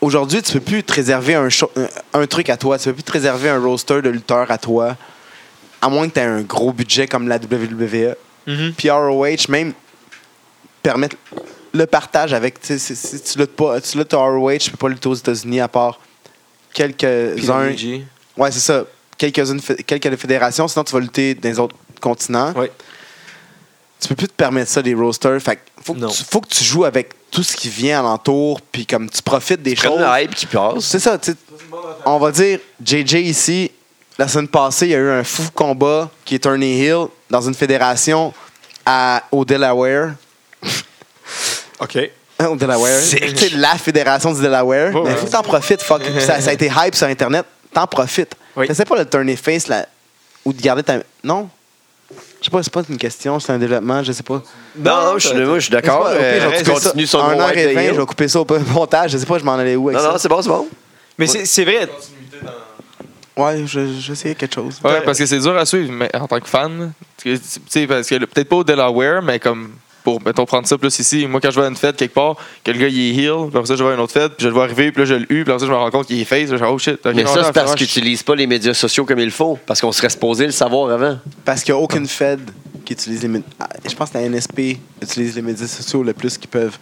aujourd'hui, tu peux plus te réserver un, cho- un- un truc à toi. Tu peux plus te réserver un roster de lutteurs à toi. À moins que tu aies un gros budget comme la WWE.
Mhm.
Puis ROH, même, permettre le partage avec. tu sais, Si, si tu luttes pas, tu luttes à ROH, tu peux pas lutter aux États-Unis à part quelques-uns.
PWG.
Ouais, c'est ça. Quelques-unes, fé- quelques fédérations, sinon tu vas lutter dans les autres continents.
Ouais.
Tu peux plus te permettre ça des rosters. Fait que faut
Non.
que, tu, faut que tu joues avec tout ce qui vient alentour, puis comme tu profites des
Prennent
choses.
le hype qui passe.
C'est ça, tu sais, on va dire, JJ ici, la semaine passée, il y a eu un fou combat qui est Tony Hill dans une fédération à, au Delaware.
<laughs> OK.
Hein, Au Delaware. C'est la fédération du Delaware.
Oh,
mais
ouais.
faut que t'en profites, fuck.
<laughs>
Puis ça, ça a été hype sur Internet. T'en profites.
Oui.
T'essaies pas de tourner face là, ou de garder ta. Non? Je sais pas, c'est pas une question, c'est un développement, je sais pas.
Non, non, je suis, moi, je suis d'accord.
C'est pas- ok,
euh,
je vais
tu
couper ça.
continues sur
Un
mon
heure et
white
vingt,
Hill.
je vais couper ça au montage, je sais pas, je m'en allais où avec
Non, non,
ça.
c'est bon, c'est bon.
Mais c'est- c'est vrai.
Ouais, je- j'essayais quelque chose.
ouais, parce que c'est dur à suivre mais en tant que fan. Tu sais, parce que le- peut-être pas au Delaware, mais comme pour mettons, prendre ça plus ici. Moi, quand je vais à une fête quelque part, que le gars il est heel, puis après ça, je vais à une autre fête, puis je le vois arriver, puis là, je le hue, puis après ça, je me rends compte qu'il est face. Je fais, oh shit. ok,
Mais
non,
ça,
non,
c'est parce
finalement,
qu'ils
je-
n'utilisent pas les médias sociaux comme il faut. Parce qu'on serait supposé le savoir avant.
Parce qu'il n'y a aucune Fed qui utilise les médias. Je pense que la NSP utilise les médias sociaux le plus qu'ils peuvent.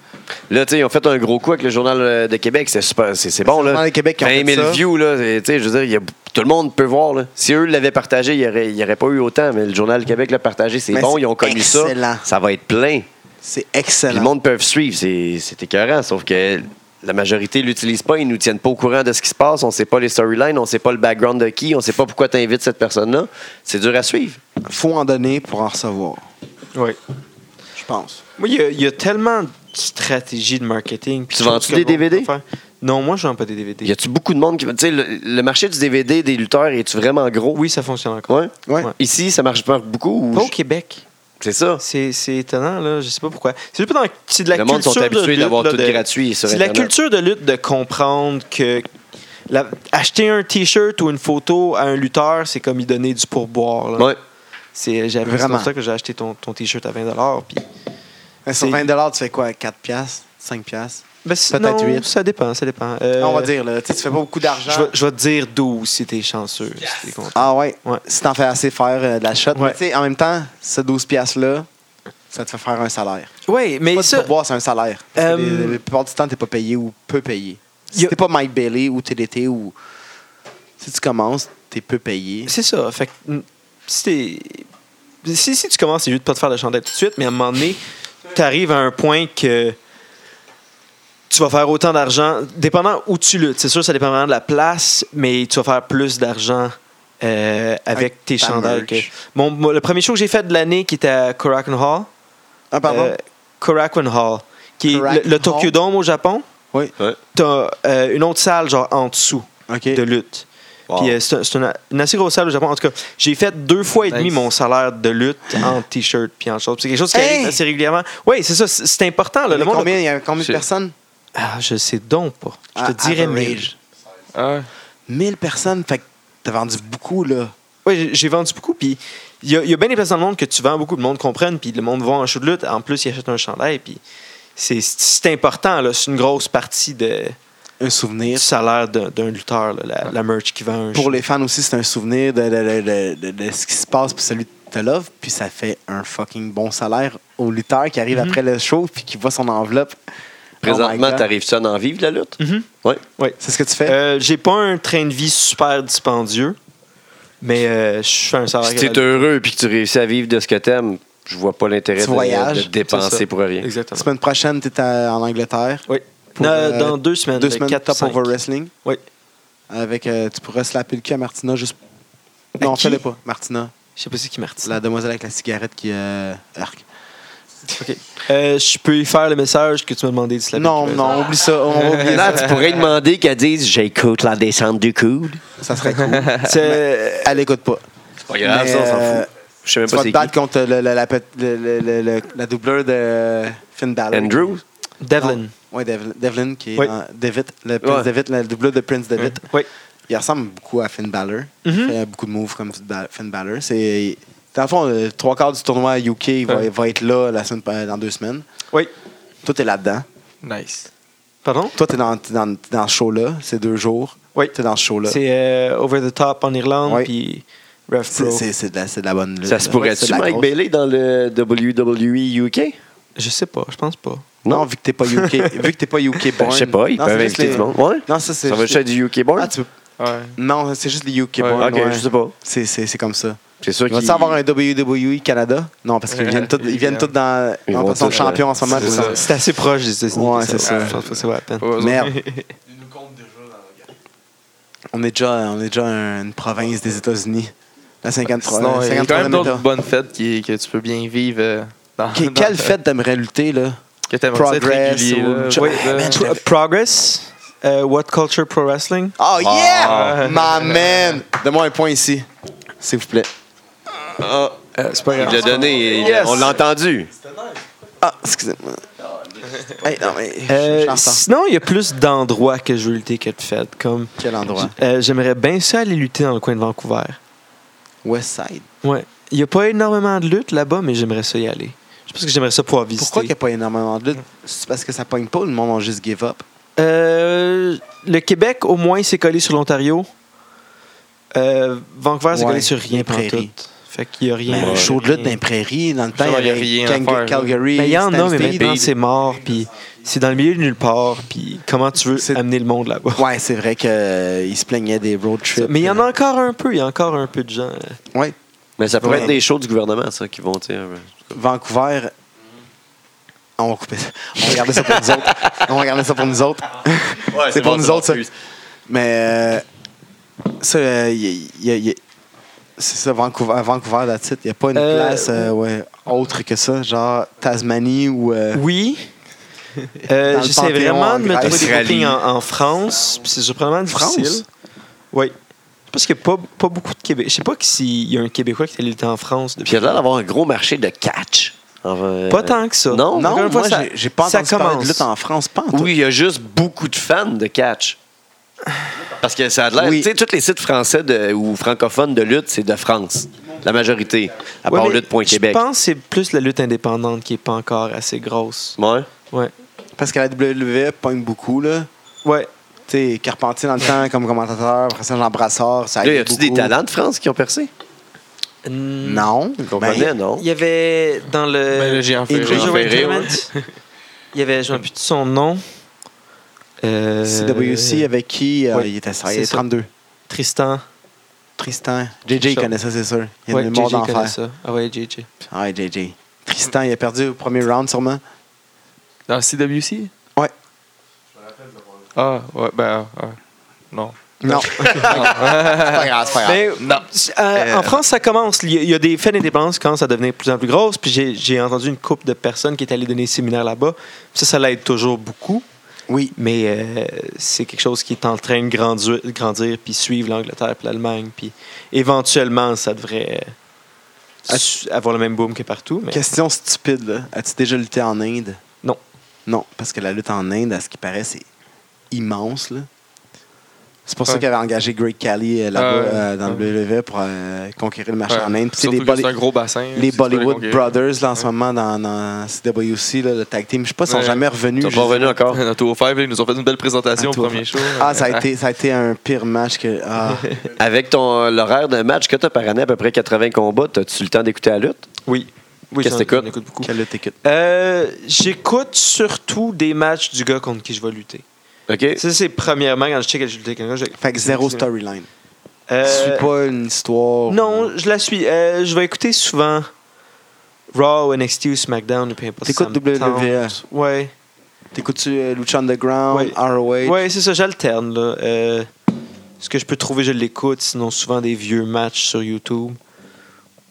Là, tu sais, ils ont fait un gros coup avec le Journal euh, de Québec. C'est super. C'est c'est bon,
Le Journal
là.
de Québec qui ont
20 000
fait ça.
views, là. Et, Tu sais, je veux dire, il y a- tout le monde peut voir, là. Si eux l'avaient partagé, il n'y aurait, il y aurait pas eu autant. Mais le Journal de Québec l'a partagé. C'est
Mais
bon,
c'est
ils ont connu
excellent.
ça. Ça va être plein.
C'est
Puis le
excellent.
monde peut suivre. C'est c'est écœurant. Sauf que la majorité ne l'utilise pas. Ils ne nous tiennent pas au courant de ce qui se passe. On ne sait pas les storylines. On ne sait pas le background de qui. On ne sait pas pourquoi tu invites cette personne-là. C'est dur à suivre.
faut en donner pour en recevoir,
Ouais.
je pense.
Moi, il y, a- il y a tellement de stratégies de marketing. puis
Tu
de
vends-tu
choses que
des
l'on peut
DVD?
faire. Non, moi, je vends pas des DVD.
Y a-tu beaucoup de monde qui va. Tu sais, le, le marché du DVD des lutteurs est-tu vraiment gros?
Oui, ça fonctionne encore.
Ouais.
Ouais. Oh.
Ouais.
Ici, ça marche pas beaucoup? Ou
Pas au
je-
Québec.
C'est ça.
C'est c'est étonnant, là. Je sais pas pourquoi. C'est juste pas dans- c'est de la
Le
culture
monde sont
de
habitués
lutte,
d'avoir
là,
tout
de-
gratuit sur
C'est de la
Internet.
culture de lutte de comprendre que la- acheter un T-shirt ou une photo à un lutteur, c'est comme y donner du pourboire. là.
Ouais.
C'est j'ai appris- c'est
Vraiment.
pour ça que j'ai acheté ton, ton T-shirt à 20 puis
Mais sur
C'est-
20 tu fais quoi 4 piastres 5 piastres
ben, c'est-
Peut-être
non,
huit.
Ça dépend, ça dépend. Euh,
On va dire, là. Tu sais, tu fais pas beaucoup d'argent.
Je vais- je vais te dire 12 si t'es chanceux. si t'es content.
Ah ouais.
Ouais.
Si t'en fais assez faire euh, de la shot.
Ouais.
Mais tu sais, en même temps, ce 12 piastres-là, ça te fait faire un salaire.
Oui, mais
Pas
ça.
de boire, c'est un salaire. Parce que
Euh,
les- La plupart du temps, t'es pas payé ou peu payé.
y
Si
a-
t'es pas Mike Bailey ou TDT ou. Si tu commences, t'es peu payé.
C'est ça. Fait que, mm, si t'es- si, si tu commences, c'est juste de pas te faire de chandelle tout de suite, mais à un moment donné, tu arrives à un point que tu vas faire autant d'argent, dépendant où tu luttes. C'est sûr, ça dépend vraiment de la place, mais tu vas faire plus d'argent euh, avec
Avec
tes
ta
chandelles.
merch.
que- Mon- mon- le premier show que j'ai fait de l'année, qui était à Korakuen Hall,
Ah, pardon.
euh, Korakuen Hall, qui est le, le
Korakuen
Tokyo
Hall.
Dome au Japon.
Oui.
Ouais.
T'as euh, une autre salle, genre en dessous
OK.
de lutte.
Wow.
Puis euh, c'est un- c'est une, une assez grosse salle au Japon. En tout cas, j'ai fait deux fois et demi
Nice.
mon salaire de lutte en t-shirt puis en shorts. C'est quelque chose qui
Hey!
arrive assez régulièrement. Oui, c'est ça, c'est c'est important. là.
Il y
Le
avait
monde.
combien, il y avait combien de
C'est-
personnes?
Ah, je sais donc pas. Je te
À-
dirais
average.
mille.
Ah,
1000 personnes, fait que t'as vendu beaucoup, là.
Oui, j'ai- j'ai vendu beaucoup. Puis il y, a- il y a bien des places dans le monde que tu vends beaucoup, le monde comprenne. Puis le monde va en show de lutte. En plus, il achète un chandail. Puis c'est- c'est important. là. C'est une grosse partie de,
Un
du
souvenir.
salaire d'un d'un lutteur, là, la, la merch qui vend un show.
Pour les fans aussi, c'est un souvenir de, de- de- de- de- de ce qui se passe puis celui de te love. Puis ça fait un fucking bon salaire au lutteur qui arrive
Mhm.
après le show puis qui voit son enveloppe. Oh my
Présentement,
God. Mm-hmm.
t'arrives-tu à en vivre, la lutte?
Mhm.
Ouais.
C'est ce que tu fais?
Euh, j'ai pas un train de vie super dispendieux, mais euh, je fais un
Ah,
salaire.
Si t'es
gratuit.
heureux et que tu réussis à vivre de ce que t'aimes, je vois pas l'intérêt
Tu
de,
voyages,
de dépenser
c'est ça.
pour
<laughs>
rien.
La
Exactement.
semaine prochaine, t'es à- en Angleterre.
Oui.
Pour,
Non,
euh,
dans deux semaines. ben,
Deux
le
semaines
4,
Top
5.
Over Wrestling.
Oui.
Avec, euh, tu pourrais slapper le cul à Martina juste.
À
non,
qui?
fais-le pas. Martina,
Je sais pas c'est qui Martine.
la demoiselle avec la cigarette qui euh, arc.
Euh, je peux y faire le message que tu m'as demandé de slapper
Non,
le cul.
non, oublie ça. On va
<laughs>
oublier
Là,
ça.
tu pourrais demander qu'elle dise J'écoute la descente du coude.
Ça serait cool.
C'est-
Elle écoute pas.
C'est pas grave,
Mais,
ça, on s'en
euh,
fout. Je sais même
Tu
pas
vas
c'est
te
qui.
battre contre le- le- la, pe- le- le- le- le- la doubleur de Finn Balor.
Andrew
Devlin.
Oui, Devlin, Devlin qui est
Oui.
dans David, le Prince
Ouais.
David, le doubleur de Prince David.
Oui.
Il ressemble beaucoup à Finn Balor.
Mhm.
Il fait beaucoup de moves comme Ba- Finn Balor. C'est, dans le fond, le trois quarts du tournoi à UK il va,
Ouais.
il va être là la semaine, euh, dans deux semaines.
Oui.
Toi, t'es là-dedans.
nice.
Pardon?
Toi, t'es dans, t'es dans, t'es dans ce show-là. C'est deux jours.
Oui.
T'es dans ce show-là. C'est,
C'est euh, Over the Top en Irlande,
Oui.
puis Rev Pro.
c'est, c'est de la, c'est de la bonne lutte.
Ça se
là. C'est
pourrait-tu,
de la
Mike
grosse-
Bailey, dans le E WWE UK?
Je sais pas, je pense pas.
Non, vu que t'es pas
<laughs>
UK. vu que t'es pas UK born.
Ben, Je sais pas, ils
Non, c'est
peuvent
juste
inviter
les-
du monde. Ouais.
Non, ça, c'est.
Ça va
juste
juste être du UK born?
Ah, tu peux-
Ouais.
Non, c'est juste les UK
Euh,
Ouais,
born.
ok,
ouais.
je sais pas.
C'est, c'est, c'est comme ça.
C'est sûr
Il va
qu'il
tu avoir un WWE Canada? Non, parce qu'ils viennent tous, ils viennent tous dans.
Ils
en
vont
fait, ils sont
tous,
champions en ce moment.
c'est
puis
ça.
ça-
C'est assez proche des États-Unis.
Ouais,
que
c'est
va-
ça.
Je pense pas que ça va la peine.
Ouais,
Merde.
Ils nous comptent déjà dans la guerre.
On est déjà, on est déjà une province des États-Unis. La 53
Sinon, il y a quand même
53e
d'autres
État.
bonnes fêtes qui, que tu peux bien vivre euh, dans,
Que-
dans-
Quelle fête t'aimerais lutter, là?
que t'aimerais être
Progress
régulier,
ou-
là.
Je-
Ouais,
Ouais,
ben,
là.
man, je-
Pro- Euh, Progress, euh, What Culture Pro Wrestling.
Oh yeah!
Ah.
My man! Donne-moi un point ici. S'il vous plaît.
Euh, c'est pas
Il
grave.
l'a donné, il-
Yes.
on l'a entendu.
Ah, excusez-moi. Hey, non, mais.
Euh,
je- je l'entends.
sinon, il y a plus d'endroits que je veux lutter que de fêtes. Comme,
Quel endroit?
euh, j'aimerais bien ça aller lutter dans le coin de Vancouver.
West Side.
Ouais. Il n'y a pas énormément de luttes là-bas, mais j'aimerais ça y aller. Je pense que j'aimerais ça pouvoir visiter.
Pourquoi qu'il n'y a pas énormément de lutte? C'est parce que ça pogne pas, le monde a juste give up.
Euh, le Québec, au moins, s'est collé sur l'ontario. Euh, Vancouver s'est
Ouais,
collé sur rien
les
pour tout.
prairies.
Fait qu'il n'y a rien.
Mais
Ouais.
le show de lutte dans les prairies, dans le temps,
Ça,
il y
y a
avait
rien à
Kang-
faire, là.
Calgary,
Mais il Ben, y en a, mais
Stampede.
maintenant, c'est mort. Puis c'est dans le milieu de nulle part. Puis comment tu veux
C'est-
amener le monde là-bas?
<laughs> Ouais, c'est vrai qu'ils se plaignaient des road trips.
Mais il y en a encore un peu. Il y a encore un peu de gens. euh,
Ouais.
Mais ça pourrait
Ouais.
être des shows du gouvernement, ça, qui vont, tu sais, euh, un peu.
Vancouver. On va couper ça. On va garder ça pour nous autres. On va garder ça pour nous autres. c'est pour
bon,
nous
bon,
autres, ça.
plus.
Mais euh, ça, euh, y a- y a- y a- c'est ça, Vancouver, à Vancouver, that's it. Il n'y a pas une
Euh,
place euh, ouais, autre que ça, genre Tasmanie ou. euh,
Oui. Euh,
Dans le
J'essaie
Panthéon,
vraiment
en
de me
Grèce.
trouver des
Australie.
bookings en, en France. puis C'est surprenamment difficile.
France?
Oui. Je pense qu'il n'y a pas, pas beaucoup de Québec. Je sais pas que s'il y a un Québécois qui est allé lutter en France
Puis il
depuis.
y a l'air d'avoir un gros marché de catch. Enfin,
Pas tant que ça.
Non?
Non,
Encore une fois,
moi,
ça-
j'ai- j'ai pas
ça
entendu parler de
commence.
lutte en France, pas en tout.
Oui, il y a juste beaucoup de fans de catch. Parce que ça a l'air.
Oui.
Tu sais, tous les sites français de- ou francophones de lutte, c'est de France. La majorité. À
Ouais,
part
mais
lutte.québec.
Je pense que c'est plus la lutte indépendante qui n'est pas encore assez grosse.
Ouais.
Ouais.
Parce que la WWE pogne beaucoup, là.
Ouais.
Tu sais, Carpentier
<laughs>
dans le temps comme commentateur, après ça, Jean Brassard, ça
Là, y
aide
a-tu des
beaucoup.
talents de France qui ont percé?
Mm.
Non.
Qu'on connaît, non?
Il y avait dans le.
Ben, le géant
Age
ferré.
of
Jean Ferré, ouais.
Entertainment, Il y avait, je ne plus de son nom. Euh,
CWC avec qui euh,
Oui,
euh,
il était ça,
c'est
il est
ça.
32.
Tristan.
Tristan. JJ, il
Sure.
connaissait, c'est sûr. Il
Ouais,
est mort
JJ connaît
d'enfer.
ça. Ah ouais, JJ.
Ouais, JJ. Tristan, il a perdu au premier round, sûrement.
Dans le CWC?
Ouais.
Ah, ouais, ben, ah, ah. non.
Non. c'est pas grave, c'est pas
Ah,
grave.
Mais, euh, en France, ça commence. Il y a- il y a des fêtes d'indépendance qui commencent à devenir de plus en plus grosses. Puis j'ai- j'ai entendu une couple de personnes qui est allée donner des séminaires là-bas. Ça, ça l'aide toujours beaucoup.
<laughs> Oui.
Mais euh, c'est quelque chose qui est en train de grandir, grandir puis suivre l'Angleterre puis l'Allemagne. Puis éventuellement, ça devrait euh, su- avoir le même boom que partout. Mais
Question stupide, là. As-tu déjà lutté en Inde?
Non.
Non, parce que la lutte en Inde, à ce qui paraît, c'est immense, là. C'est pour ça
Ouais.
qu'il avait engagé Greg Kelly euh, là-bas,
Ah ouais.
euh, dans le WWE pour euh, conquérir le marché
Ouais.
en Inde. Puis c'est
Surtout
les
que
Bolly-
c'est un gros bassin.
les
si tu veux
Bollywood
conquérir. <laughs>
Brothers, là, en ce moment, dans, dans CWC, là, le tag team, je sais pas, ils sont
Ouais.
jamais revenus.
Ils
je
sont pas
sais-
revenus encore.
Dans Tour 5, ils nous ont fait une belle présentation
À
au
Tour
premier show.
Ah, ça a, été, ça a été un pire match que.
<laughs>
ah.
Avec ton euh, l'horaire de match que tu as par année, à peu près 80 combats, as-tu le temps d'écouter la lutte?
oui. oui
Qu'est-ce que
j'en-
t'écoutes?
j'en écoute beaucoup.
Quelle lutte écoute.
Euh, J'écoute surtout des matchs du gars contre qui je vais lutter.
OK?
Ça, c'est premièrement quand je check que je lutte quelqu'un. je-
Fait que zéro storyline.
Euh,
Tu suis pas une histoire.
Non, je la suis. Euh, je vais écouter souvent Raw, NXT ou SmackDown. ou peu importe si ça
T'écoutes E
me tente.
WWE.
Ouais.
T'écoutes-tu euh, Lucha Underground,
Ouais.
ROH?
Ouais, c'est ça, j'alterne. là. Euh, ce que je peux trouver, je l'écoute. Sinon, souvent des vieux matchs sur YouTube.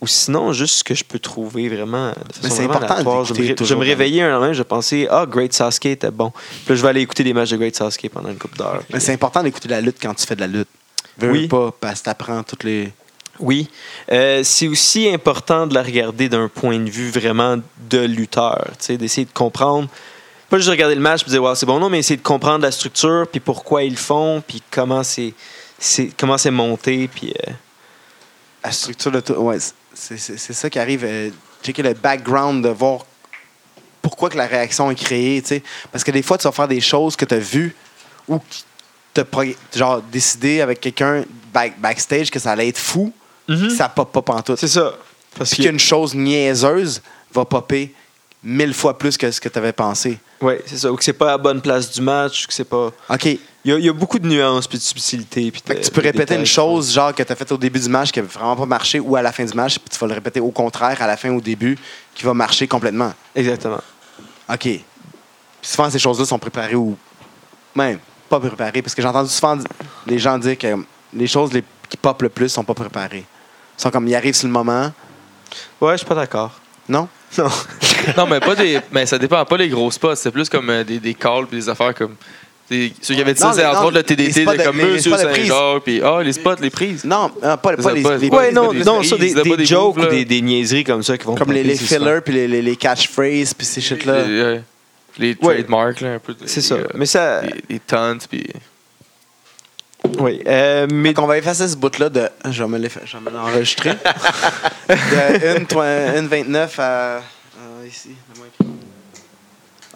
Ou sinon, juste ce que je peux trouver vraiment. De façon
c'est
vraiment
important
aléatoire. Je me,
d'écouter
ré- je me
toujours. hein.
réveillais un lendemain, je pensais, ah, Great Sasuke était bon. Puis là, je vais aller écouter des matchs de Great Sasuke pendant une couple d'heures.
Mais c'est important d'écouter la lutte quand tu fais de la lutte. Veux
Oui.
pas, parce que t'apprends toutes les.
Oui. Euh, c'est aussi important de la regarder d'un point de vue vraiment de lutteur, tu sais, d'essayer de comprendre. Pas juste regarder le match et dire, wow, c'est bon, non, mais essayer de comprendre la structure, puis pourquoi ils le font, puis comment c'est, c'est- comment c'est monté, puis. euh,
La structure de tout. Ouais, c'est- c'est c'est ça qui arrive. euh, checker le background, de voir pourquoi que la réaction est créée. tu sais. Parce que des fois, tu vas faire des choses que tu as vues ou que t'as prog- genre décidé avec quelqu'un back- backstage que ça allait être fou. Ça pop pas en tout.
Mm-hmm. C'est ça. Parce
Puis
que.
qu'une chose niaiseuse va popper mille fois plus que ce que tu avais pensé.
Ouais, c'est ça. Ou que c'est pas à la bonne place du match, ou que c'est pas.
OK. Fait
Il y a, il y a beaucoup de nuances, puis de subtilités. Puis de-
que tu peux
de
répéter
détails.
une chose genre que tu as faite au début du match qui n'a vraiment pas marché ou à la fin du match, puis tu vas le répéter au contraire à la fin au début qui va marcher complètement.
Exactement.
OK. Puis souvent, ces choses-là sont préparées ou même pas préparées. Parce que j'ai entendu souvent di- les gens dire que les choses les- qui popent le plus sont pas préparées. Ils sont comme, ils arrivent sur le moment.
Ouais, je suis pas d'accord.
Non?
Non.
<laughs> non, mais pas des. Mais ça dépend pas les gros spots. C'est plus comme euh, des, des calls puis des affaires comme. des- Ceux qui avaient dit
Non,
ça, c'est
les-
entre
non,
autres le
les
TDT,
spots
de,
de-
comme
les- les
Monsieur
spots de
Saint-Jean, puis ah, les spots, les prises.
Non, euh, pas, pas
Ça,
les,
pas-
les-
Ouais,
c'est
non,
pas des-
non, ça,
c'est
des,
pas
des
des
jokes
moves,
ou
là.
des, des niaiseries comme ça qui vont
comme les, les
popper, c'est souvent.
fillers puis les, les, les catchphrases puis ces shit-là.
Les, euh, les
Ouais.
trademarks, là, un peu.
C'est
les,
ça.
euh,
Mais ça.
les, les taunts, puis.
Oui. euh, mais
Donc, on va effacer ce bout-là de. Je vais me l'eff- je vais me
<laughs>
l'enregistrer. de 1, 29 à. euh, ici. le moins-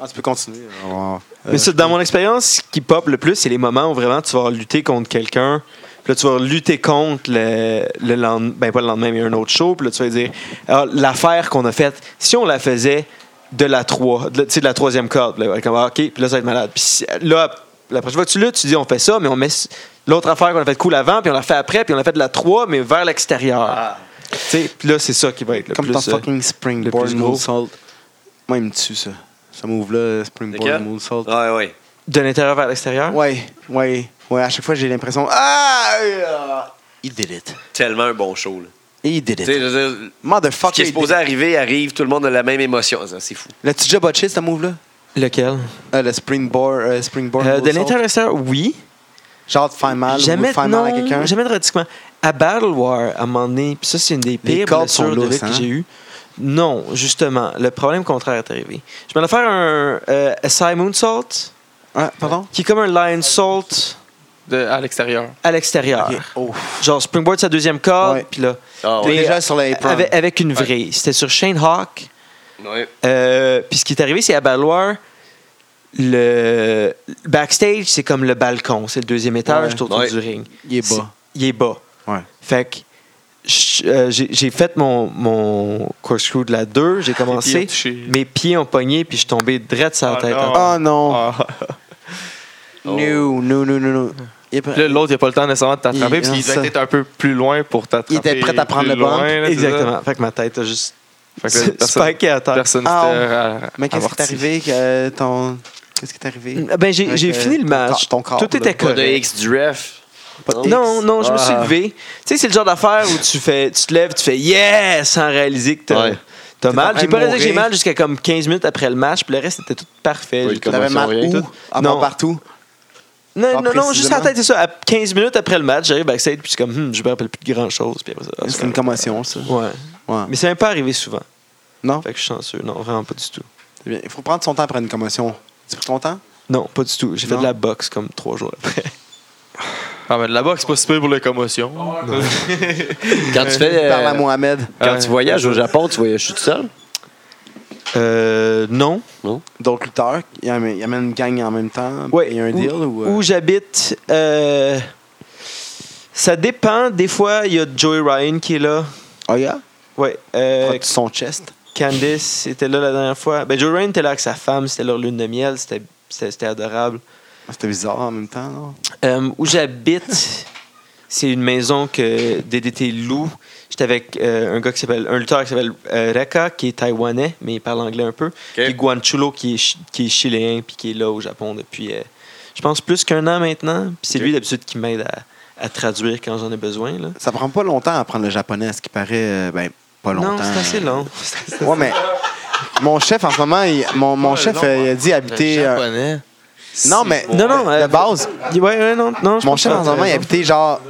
Ah, tu peux continuer. On va-
Mais ça, dans mon expérience, ce qui pop le plus, c'est les moments où vraiment tu vas lutter contre quelqu'un. Puis là, tu vas lutter contre le, le lendemain. Ben, pas le lendemain, mais un autre show. Puis là, tu vas dire Ah, l'affaire qu'on a faite, si on la faisait de la 3, de, la- tu sais, de la troisième corde. Puis là, comme, Ah, OK, puis là, ça va être malade. Puis si- là, la prochaine fois que tu luttes, tu dis on fait ça, mais on met s- l'autre affaire qu'on a faite cool avant, puis on l'a fait après, puis on a fait de la 3, mais vers l'extérieur. Tu sais, Puis là, c'est ça qui va être le
Ah. Comme
plus.
ton
euh,
fucking
le
springboard
plus gros.
moonsault. Moi, il me tue, ça. Ça move-là, springboard
Lequel?
moonsault.
Ouais, ouais.
de l'intérieur vers l'extérieur.
Ouais, ouais, ouais. À chaque fois, j'ai l'impression. Ah! ah, Il did it.
Tellement un bon show. là.
Il did
Tu sais,
it.
je veux dire, ce qui
Motherfucker.
est
il did
supposé
it.
arriver arrive, tout le monde a la même émotion. Ça, C'est fou.
L'as-tu déjà botché, ce move-là?
Lequel
Euh, le springboard, euh, springboard
Euh, De
moonsault.
l'intérieur vers l'extérieur, oui.
Genre, de faire mal ou
jamais,
de faire
non,
mal à quelqu'un.
Jamais de ratiquement. À Battle War, à un moment donné, puis ça, c'est une des
Les
pires
cordes
blessures
sont
de
lousses,
lutte
hein?
que j'ai eues. Non, justement, le problème contraire est arrivé. Je m'en ai faire un euh, Asai Moonsault,
Ah, pardon?
qui est comme un Lion Salt
De, à l'extérieur.
à l'extérieur.
Ok. Oh.
Genre Springboard, sa deuxième corde,
Ouais.
puis là.
Ah,
Mais,
ouais.
Déjà
euh,
sur la apron.
avec, avec une vrille. C'était sur Shane Hawk.
Ouais.
Euh, puis ce qui est arrivé, c'est à Balloir, le backstage, c'est comme le balcon. C'est le deuxième étage,
Ouais.
c'est autour
Ouais.
du ring.
Il est bas.
C'est- Il est bas.
Ouais.
Fait que je- euh, j'ai j'ai fait mon, mon corkscrew de la 2, j'ai
Les pieds
commencé,
ont touché.
mes pieds ont pogné, puis je suis tombé direct sur la
Ah
tête.
non.
Oh non.
Ah.
Oh, No, no, no, no, no. Il est prêt.
Puis là, l'autre, il n'a pas le temps nécessairement de t'attraper,
Il-
parce qu'il
c'est ça.
devait être un peu plus loin pour t'attraper.
Il était prêt à prendre
plus
le bump.
loin, là, c'est ça.
Exactement. Fait que ma tête a juste
Fait que là, personne-
spiké à terre.
Personne
Ah,
s'était
Mais qu'est-ce qui
avorti.
t'est arrivé que euh, ton. Qu'est-ce qui t'est arrivé?
Ben, j'ai j'ai
Avec, euh,
fini le
ton
match.
corps- ton corps,
Tout
là.
était
Pas de
correct.
X du ref.
Non, non, je me suis
Ah.
levé. Tu sais, c'est le genre d'affaire où tu fais, tu te lèves, tu fais yes sans réaliser que t'as
Ouais.
t'as
T'es en
mal.
train
J'ai
de
pas réalisé que j'ai
mourir.
mal jusqu'à comme 15 minutes après le match, puis le reste était tout parfait.
Oui,
J'ai-
comme-
T'avais mal
Commotion, rien.
où? À
Non.
part partout.
Non,
Ah,
non, non, juste
précisément.
à la tête, c'est ça. À 15 minutes après le match, j'arrive backstage, puis je suis comme, hum, je me rappelle plus de grand chose. Puis après ça, ah,
C'est une commotion, ça.
Ouais.
Ouais.
Mais ça m'est pas arrivé souvent.
Non?
Fait que je suis chanceux. Non, vraiment pas du tout.
C'est bien. Il faut prendre son temps après une commotion. Tu prends ton temps?
Non, pas du tout. J'ai fait
Non.
de la boxe comme trois jours
<laughs>
après.
Ah, mais de là-bas, c'est pas super pour les commotions.
Quand tu fais. euh,
Parle à Mohamed.
Quand
Ouais.
tu voyages au Japon, tu voyages tout seul.
Euh, non.
D'autres lutteurs, il y a il y a même une gang en même temps.
Ouais.
Il y a un
Où-
deal ou. euh,
Où j'habite, euh, ça dépend. Des fois, il y a Joey Ryan qui est là.
Oh, yeah?
Ouais. euh,
Prends-tu son chest.
Candice était là la dernière fois. Ben, Joey Ryan était là avec sa femme. C'était leur lune de miel. C'était, c'était, c'était adorable.
C'était bizarre en même temps, non?
Euh, où j'habite, c'est une maison que DDT loue. J'étais avec euh, un gars qui s'appelle, un lutteur qui s'appelle euh, Reka, qui est taïwanais, mais il parle anglais un peu. Puis Guanchulo, qui est, chi- qui est chiléen, puis qui est là au Japon depuis, euh, je pense, plus qu'un an maintenant. Puis c'est lui d'habitude qui m'aide à, à traduire quand j'en ai besoin. Là.
Ça prend pas longtemps à apprendre le japonais, ce qui paraît. euh, Ben, pas longtemps.
Non, <laughs> c'est assez long.
Ouais, mais. Mon chef, en ce moment, il- mon, mon chef, euh, il a dit habiter. euh,
japonais.
Non, mais.
Non, non, euh,
De base,
Ouais, ouais, non, non. je
mon
pense
chef,
que
en ce moment,
t'as
il
raison.
habitait genre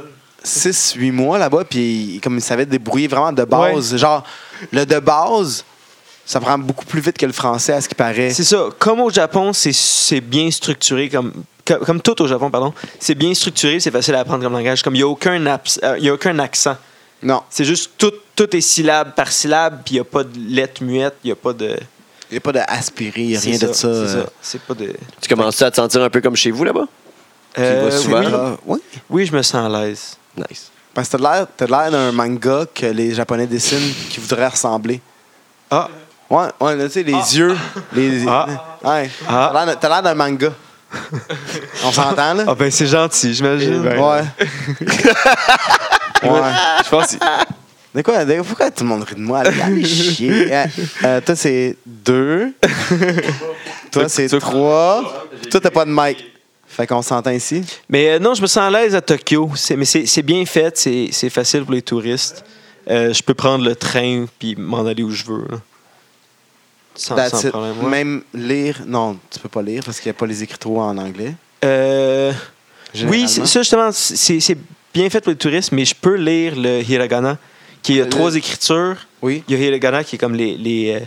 6-8 mois là-bas, puis il- comme il savait débrouiller vraiment de base. Genre, le de base, ça prend beaucoup plus vite que le français, à ce qui paraît.
C'est ça. Comme au Japon, c'est- c'est bien structuré comme. Comme, comme tout au Japon, pardon, c'est bien structuré, c'est facile à apprendre comme langage. Comme il n'y a, aucun abs- euh, il y a aucun accent.
Non,
C'est juste tout, tout est syllabe par syllabe, puis il n'y a pas de lettre muette, il n'y a pas de.
il n'y a pas d'aspirer, il n'y a
c'est
rien de ça.
C'est
euh,
ça. C'est pas de.
Tu commences à te sentir un peu comme chez vous là-bas?
Euh,
souvent.
oui,
Ah, oui.
oui, je me sens à l'aise.
Nice.
Parce que t'as l'air- t'as l'air d'un manga que les Japonais dessinent qui voudraient ressembler.
Ah,
Ouais, ouais, là, tu sais, les yeux. Les...
Ah.
Ouais.
Ah.
T'as l'air d'un- T'as l'air d'un manga. On s'entend, là?
ben c'est gentil, j'imagine.
ouais.
ben. <laughs>
ouais.
Je pense que
De quoi, de- pourquoi tout le monde rit de moi? Allez, allez chier.
<laughs>
Euh, euh, toi, c'est deux.
<laughs>
toi, c'est
Tu- tu-
trois. Puis Toi, t'as pas de mic. Fait qu'on s'entend ici.
Mais euh, non, je me sens à l'aise à Tokyo. C'est- Mais c'est c'est bien fait, c'est c'est facile pour les touristes. Euh, je peux prendre le train puis m'en aller où je veux. là. Sans,
That's
sans
it.
problème. ouais.
Même lire. Non, tu peux pas lire parce qu'il n'y a pas les écriteaux en anglais.
Euh, oui,
Généralement.
c'est- ça justement, c'est c'est bien fait pour les touristes, mais je peux lire le hiragana, qui a
Le-
trois écritures.
Oui.
Il y a hiragana qui est comme les, les euh,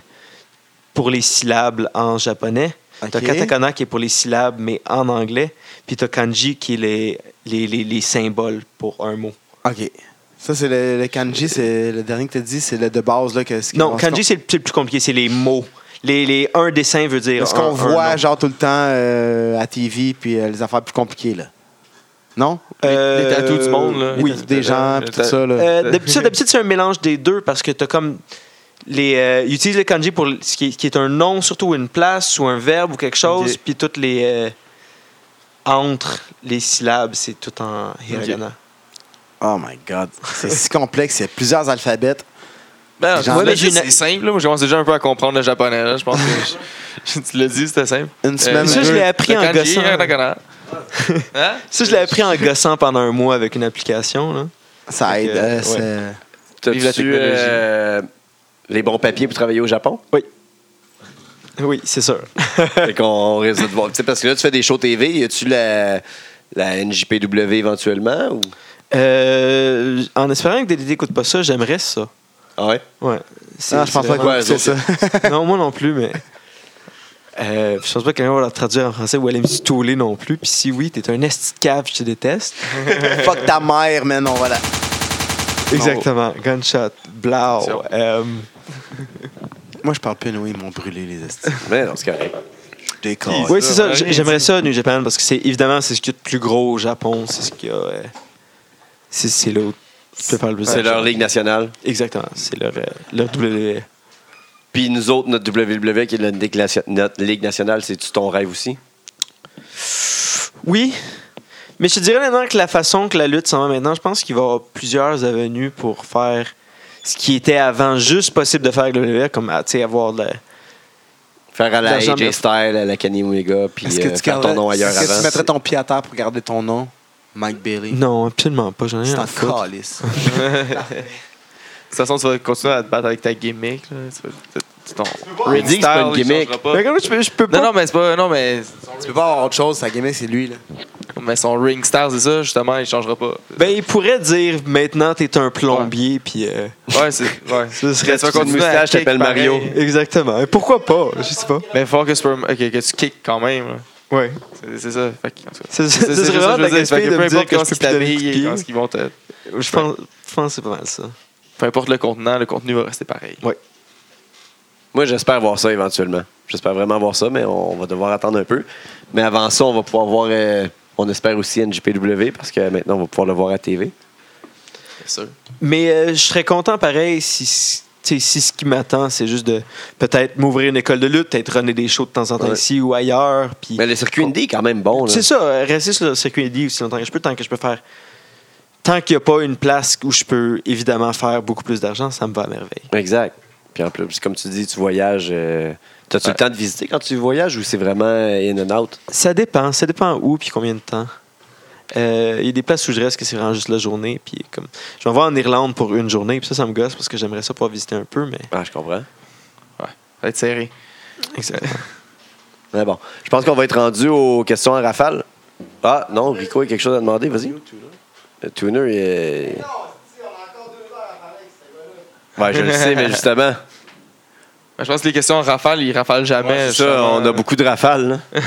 pour les syllabes en japonais. T'as
Ok.
katakana qui est pour les syllabes mais en anglais. Puis t'as kanji qui est les, les, les, les symboles pour un mot.
OK. Ça, c'est le, le kanji, c'est le dernier que t'as dit, c'est le de base, là. Que, ce qui-
Non,
ce qu'on-
kanji c'est le, c'est le plus compliqué, c'est les mots. Les, les- un dessin veut dire.
Ce qu'on
un- un
voit,
nom.
genre, tout le temps euh, à TV, puis euh, les affaires plus compliquées, là. Non?
Euh,
les tatous du monde, là.
oui,
les-
des gens, puis tout ça, là.
Euh, D'habitude, d'habitude, c'est un mélange des deux parce que tu comme. Les, euh, ils utilisent le kanji pour ce qui, est- qui est un nom, surtout une place ou un verbe ou quelque chose,
Ok.
puis toutes les. euh, entre les syllabes, c'est tout en hiragana.
Oh my God. C'est si complexe. Il y a plusieurs alphabets.
Ben,
Genre,
ouais, mais
mais j'ai
juste,
une-
c'est simple. Là. Moi, je commence déjà un peu à comprendre le japonais. Là. Je pense que je- tu l'as dit, c'était simple. Euh,
Une semaine,
ça, je
deux.
l'ai appris
Le
en
kanji,
gossant.
hiragana. Hein?
<laughs> Ça, je l'ai appris en gossant pendant un mois avec une application. Là.
Ça aide.
Fait que,
euh,
ouais.
c'est-
T'as-tu
Vive la technologie.
euh, les bons papiers pour travailler au Japon?
Oui, c'est sûr.
<laughs> fait qu'on on risque de voir. Tu sais, parce que là, tu fais des shows TV. Y a-tu la, la NJPW éventuellement? Ou...
Euh, en espérant que DDD n'écoute pas ça, j'aimerais ça.
Ah ouais?
Ouais.
Non, Ah, je pense pas
c'est- ouais,
que c'est ça.
donc,
<laughs> non, moi non plus, mais. Euh, je pense pas que quelqu'un va la traduire en français ou aller me stouler non plus. Puis si oui, t'es un esti de cave, je te déteste.
Fuck ta mère, man. On va la.
Oh. Exactement. Gunshot, blau. Euh,
Moi, je parle plus, anyway, ils m'ont brûlé, les estis.
Mais non, c'est correct.
Je décolle.
oui, c'est ça.
ouais,
J- J'aimerais ça, New Japan, parce que c'est évidemment c'est ce qu'il y a de plus gros au Japon. C'est ce qu'il y a. euh, c'est c'est là où tu peux faire le plus
C'est
d'argent.
leur ligue nationale.
Exactement. C'est leur, euh, leur WWE.
Puis nous autres, notre WWE, qui est notre, ligue nation- notre ligue nationale, c'est-tu ton rêve aussi?
Oui, Mais je te dirais maintenant que la façon que la lutte s'en va maintenant, je pense qu'il va y avoir plusieurs avenues pour faire ce qui était avant juste possible de faire avec le WWE, comme ah, tu sais, avoir de la-
Faire à la
L'argent
AJ
de-
Style, à la Kenny Omega, puis
Est-ce que
euh,
tu,
faire ton
garderais-
nom ailleurs
est-ce que tu
avant.
mettrais ton pied à terre pour garder ton nom? Mike Bailey.
Non, absolument pas. J'en ai
C'est
rien
un
à foutre.
calice.
toute façon, tu vas continuer à te battre avec ta gimmick. Là. Tu vas- tu- tu- ton
Reddick, c'est pas une
style, il
gimmick.
changera pas.
Mais comment je peux, je peux pas.
Non, non, mais c'est pas. Non, mais,
tu peux pas avoir autre chose, sa gimmick, c'est lui. Là.
mais son ring star, c'est ça, justement, il changera pas.
Ben, il pourrait dire maintenant t'es un plombier, puis. euh,
Ouais, c'est.
<laughs>
Ouais.
Ce serait
Mais tu vas
une
continuer à
moustache,
kick
t'appelles
pareil.
Mario.
Exactement. Et pourquoi pas Je sais pas.
Mais il faut que, Super- ok, que tu kicks quand même. là.
Ouais.
C'est c'est ça. Fait que, en tout cas,
Ce ce
c'est- c'est
serait
ça
vraiment
que
de la
je veux dire. Fait
gaspille
que
de
Peu
me dire
importe
que
quand
je
ils
peux plus donner de
t'habillent,
coups
quand
de pied.
ils vont te.
Je pense, je pense que c'est pas mal ça.
Peu importe le contenant, le contenu va rester pareil.
Moi, j'espère voir ça éventuellement. J'espère vraiment voir ça, mais on va devoir attendre un peu. Mais avant ça, on va pouvoir voir, euh, on espère aussi NJPW, parce que maintenant, on va pouvoir le voir à TV.
C'est sûr.
Mais euh, je serais content pareil si, tu sais, si ce qui m'attend, c'est juste de peut-être m'ouvrir une école de lutte, peut-être runner des shows de temps en temps
Ouais.
ici ou ailleurs. Puis
Mais le hein. circuit indie est quand même bon. là.
C'est ça, euh, rester sur le circuit indie aussi longtemps que je peux, tant que je peux faire. Tant qu'il n'y a pas une place où je peux évidemment faire beaucoup plus d'argent, ça me va à merveille.
Exact. Puis en plus, comme tu dis, tu voyages. euh, T'as-tu le temps de visiter quand tu voyages ou c'est vraiment euh, in and out?
Ça dépend, ça dépend où puis combien de temps. Euh, Il y a des places où je reste que c'est vraiment juste la journée. Puis comme, je m'en vais en Irlande pour une journée, puis ça, ça me gosse parce que j'aimerais ça pouvoir visiter un peu, mais.
Ah, je comprends.
Ça va être serré.
Mais bon, je pense qu'on va être rendu aux questions en rafale. Ah, non, Rico a quelque chose à demander, vas-y. Le tuner, il est... Ouais, je le sais, mais justement,
Ben, je pense que les questions en rafale, ils rafalent jamais.
c'est ça,
justement. euh,
on a beaucoup de rafales. là.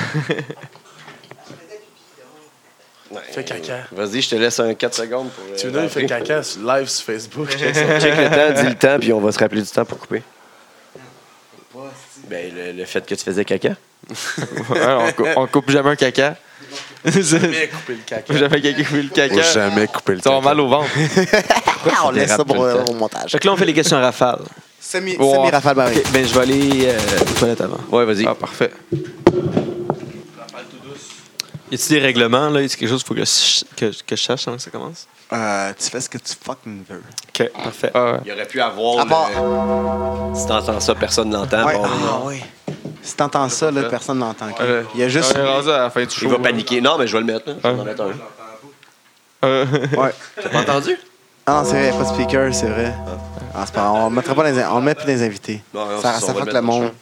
Fait caca.
Vas-y, je te laisse un 4 secondes pour. euh,
Tu veux il fait
rentrer.
caca sur- live sur
<laughs>
Facebook.
Check le temps, dis le temps, puis on va se rappeler du temps pour couper. Ben, le, le fait que tu faisais caca.
Ouais, on, cou- on coupe jamais un caca. jamais
couper le caca.
jamais quelqu'un coupe le
Faut
caca.
jamais couper le
Ils
caca.
ont mal au ventre.
on laisse ça
dérape
pour
tout le
euh,
temps.
au montage.
Fait que là, on fait les questions à rafale.
Semi,
Ouais.
Rafale Barry.
Ok, ben, je vais aller euh, aux toilettes avant.
Ouais, vas-y.
Ah, parfait.
Y a-t-il des règlements, là? Y a quelque chose qu'il faut que je, que, que je sache avant que ça commence?
Euh, tu fais ce que tu fucking veux.
OK, parfait.
Ah, ouais.
Il aurait pu avoir.
À part-
le- Si t'entends ça, personne l'entend.
Ouais,
bon,
ah, ouais. Si t'entends ça, là, personne n'entend. ok?
Ouais.
Il y a juste.
On est rendu à la fin du show.
il va paniquer. Non, mais je vais le mettre. là. Je vais en
Ah.
mettre un.
Euh,
Ouais.
T'as pas entendu?
Ah non, c'est vrai, il y a pas de speaker, c'est vrai. Ah, c'est pas, grave, on ne pas dans les, on le met plus dans les invités.
Non, non,
ça
c'est ça,
ça
on va
fuck
le
le
mettre
monde.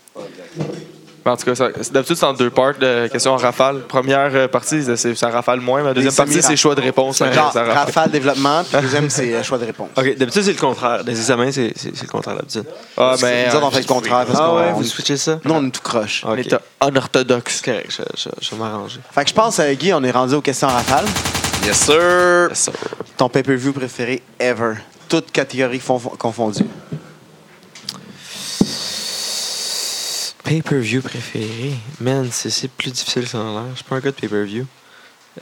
en tout cas, ça- c'est- d'habitude, c'est en deux parts, de questions en rafale. Première euh, partie, c'est- c'est- ça rafale moins. mais La deuxième
Les
partie, c'est
semi-rafales.
choix de réponse. Ça-
Genre,
ça rafale.
rafale développement, puis deuxième, c'est euh, choix de réponse.
OK, d'habitude, c'est le contraire. Les examens, c'est c'est- c'est le contraire d'habitude.
Ah,
Parce que
ben,
mais.
nous autres, on fait le contraire. Parce qu'on-
euh, ah, vous switchez ça?
Nous, on est tout croche.
OK.
est
unorthodoxe. Correct, je, je, je vais m'arranger.
Fait que je pense, euh, Guy, on est rendu aux questions rafale.
Yes, sir.
Ton pay-per-view préféré ever. Toutes catégories fon- confondues.
Pay-per-view préféré? Man, c'est- c'est plus difficile que ça en l'air. Je suis pas un gars de pay-per-view.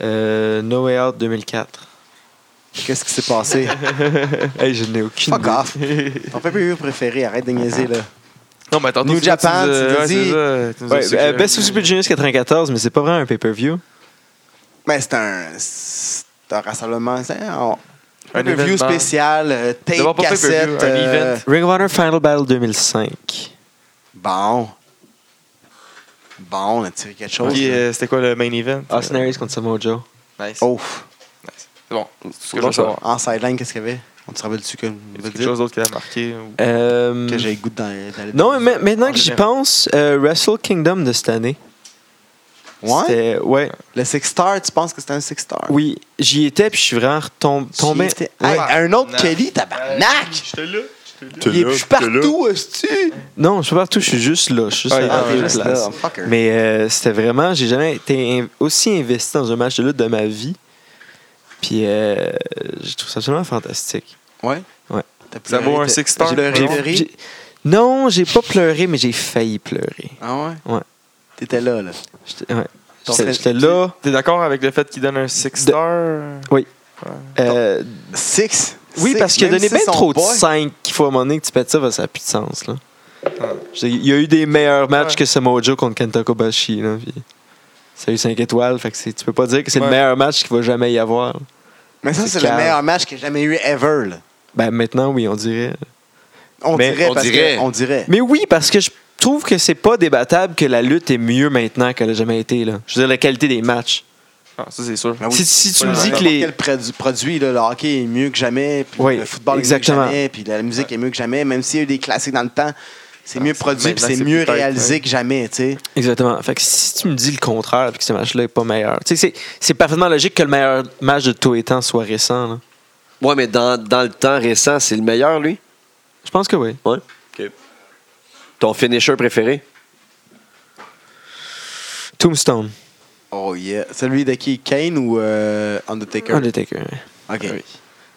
Euh, no Way Out 2004.
Qu'est-ce qui s'est passé?
<laughs> Hey, je n'ai aucune
Fuck
<laughs>
off. Ton pay-per-view préféré, arrête de niaiser, là.
Non, mais tantôt,
New
c'est toi,
Japan,
nous as-
tu
ouais,
dis-
c'est ça, tu nous as
Ouais,
suggéré.
euh, Best of Super Juniors 94, mais c'est pas vraiment un pay-per-view.
Mais Ben, c'est un, c'est un rassemblement. c'est Un,
Un
review
événement.
spécial, euh,
D'abord
tape,
pas pay-per-view,
cassette.
un
euh,
event.
Ring of Honor Final Battle 2005.
Bon. Bon, on a tiré quelque chose.
Puis, euh, c'était quoi le main event?
Austin Aries Ah, contre Samoa Joe.
Nice.
Oh,
C'est bon. C'est tout ce que je veux savoir.
en sideline, qu'est-ce qu'il y avait? On te rappelle-tu que
C'est quelque chose d'autre qui a marqué. ou-
Euh,
que j'ai le goût d'aller... d'aller-
non, mais ma- maintenant que j'y
général.
pense, euh, Wrestle Kingdom de cette année.
Ouais?
c'était- ouais.
Le six-star, tu penses que c'était un six-star?
Oui, j'y étais, puis je suis vraiment retom-
J'y
tombé.
étais- Hey, un autre
Non.
Kelly, tabarnak!
<laughs> J'étais là.
Il est plus partout, est-ce
Non, je suis pas partout, je suis juste là. Je suis juste
Ah,
à la
ah,
bonne
juste
place.
fucker.
Mais euh, c'était vraiment, j'ai jamais été in- aussi investi dans un match de lutte de ma vie. Puis euh, je trouve ça absolument fantastique.
Ouais?
Ouais.
T'as
Ça
pleuré,
vaut un
t'as-
six-star,
J'ai
j'ai-
pleuré.
J'ai- Non, j'ai pas pleuré, mais j'ai failli pleurer.
Ah ouais?
Ouais.
T'étais là, là.
J'étais ouais.
Ton
J'étais-
fait-
j'étais là.
T'es d'accord avec le fait qu'il donne un six
De-
star?
euh,
Six?
Oui,
Six,
parce qu'il a
même
donné
si
bien
son
trop de
boy-
5 qu'il faut à un moment donné que tu pètes ça, ben, ça n'a plus de sens. Là.
Ah.
Je veux dire, Il y a eu des meilleurs matchs
Ouais.
que Samoa Joe contre Kenta Kobashi. Là, puis- Ça a eu 5 étoiles. Fait que c'est- tu peux pas dire que c'est
Ouais.
le meilleur match qu'il va jamais y avoir.
Mais ça,
C'est
c'est le
calme.
meilleur match que j'ai jamais eu ever. là.
Ben maintenant, oui, on dirait.
On
Mais
dirait
on
parce que-
dirait.
on dirait.
Mais oui, parce que je trouve que c'est pas débattable que la lutte est mieux maintenant qu'elle a jamais été. Là. Je veux dire, la qualité des matchs.
Ah, ça, c'est sûr.
Ah oui.
Si, si tu
Ouais,
me dis
N'importe
que les.
quel produ- produit, là, le hockey est mieux que jamais, puis
Oui,
le football est
exactement.
mieux que jamais, puis la musique est mieux que jamais, même s'il y a eu des classiques dans le temps, c'est
Ah,
mieux
c'est-
produit, puis
maintenant,
c'est
c'est
mieux
plus tight,
réalisé
ouais.
que jamais, tu sais.
Exactement. Fait que si tu me dis le contraire, puis que ce match-là est pas meilleur, tu sais, c'est- c'est parfaitement logique que le meilleur match de tous les temps soit récent. là.
Ouais, mais dans, dans le temps récent, c'est le meilleur, lui.
Je pense que oui.
Ouais. OK. Ton finisher préféré?
Tombstone,
Oh yeah. Celui de qui Kane ou euh, Undertaker
Undertaker.
Ok.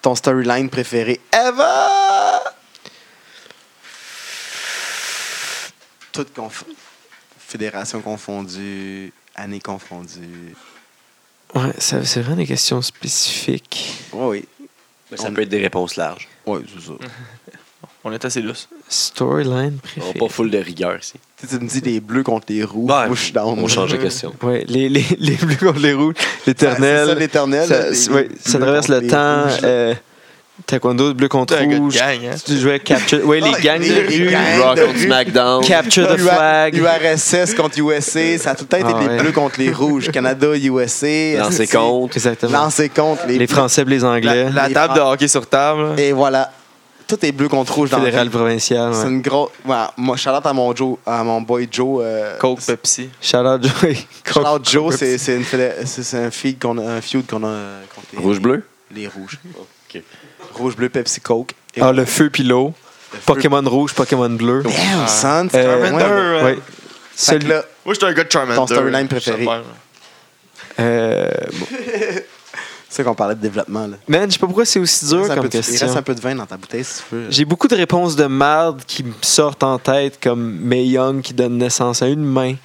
Ton storyline préféré ever Toute conf- fédération confondue, année confondue.
Ouais, ça- c'est vraiment des questions spécifiques.
Ouais, oui,
ça
On-
peut être des réponses larges.
oui, c'est ça.
On est assez lousse.
Storyline
On va
préférée.
pas full de rigueur ici.
Tu sais, tu me dis les bleus contre les rouges,
Ouais,
moi je suis down.
On change de question.
Ouais, les, les, <laughs> les bleus contre les rouges,
Ah, c'est ça,
l'éternel.
l'éternel.
Ça,
là,
c'est-
les-
ouais,
les
ça
bleus
traverse
contre
le
les
temps.
rouges, là.
euh, taekwondo, bleu contre
T'es un gars de
rouge.
gang, hein?
Tu jouais Capture. Ouais,
<laughs>
les
Ouais,
gangs
les- les gangs.
de
Rock
de
on
rue.
SmackDown.
rue.
<laughs>
Capture the
U-
flag.
URSS contre USA, ça a tout le temps été
Ah,
les
ouais.
bleus contre les rouges. Canada, USA.
Lancer
esti.
contre.
Exactement.
Lancer contre les,
Les Français, les Anglais.
La-
La
Les
table de
frères.
hockey sur table.
Et voilà. Tout est bleu contre rouge dans le
Fédéral, provincial.
C'est
Ouais.
une grosse. Ouais, moi, shout out à mon Joe, à mon boy Joe. euh,
Coke, Pepsi.
Shout out
<laughs>
Joey.
shout out Joe, c'est c'est une fédé- c'est c'est un feud qu'on a, un feud qu'on a euh, contre les-
Rouge-bleu?
Les rouges. Rouge bleu Pepsi Coke. Et
Ah, le feu puis l'eau.
le feu.
Pokémon rouge, Pokémon bleu.
Damn, son, c'est
Euh,
Charmander.
Charmander.
Ouais.
Fait que
Celui-
là,
Moi, j'étais un gars de Charmander.
Ton storyline préféré.
Euh,
c'est ça qu'on parlait de développement là.
man, je sais pas pourquoi c'est aussi dur
Reste un peu
comme
de- il reste un
question.
peu de vin dans ta bouteille si tu veux.
J'ai beaucoup de réponses de marde qui me sortent en tête, comme May Young qui donne naissance à une main.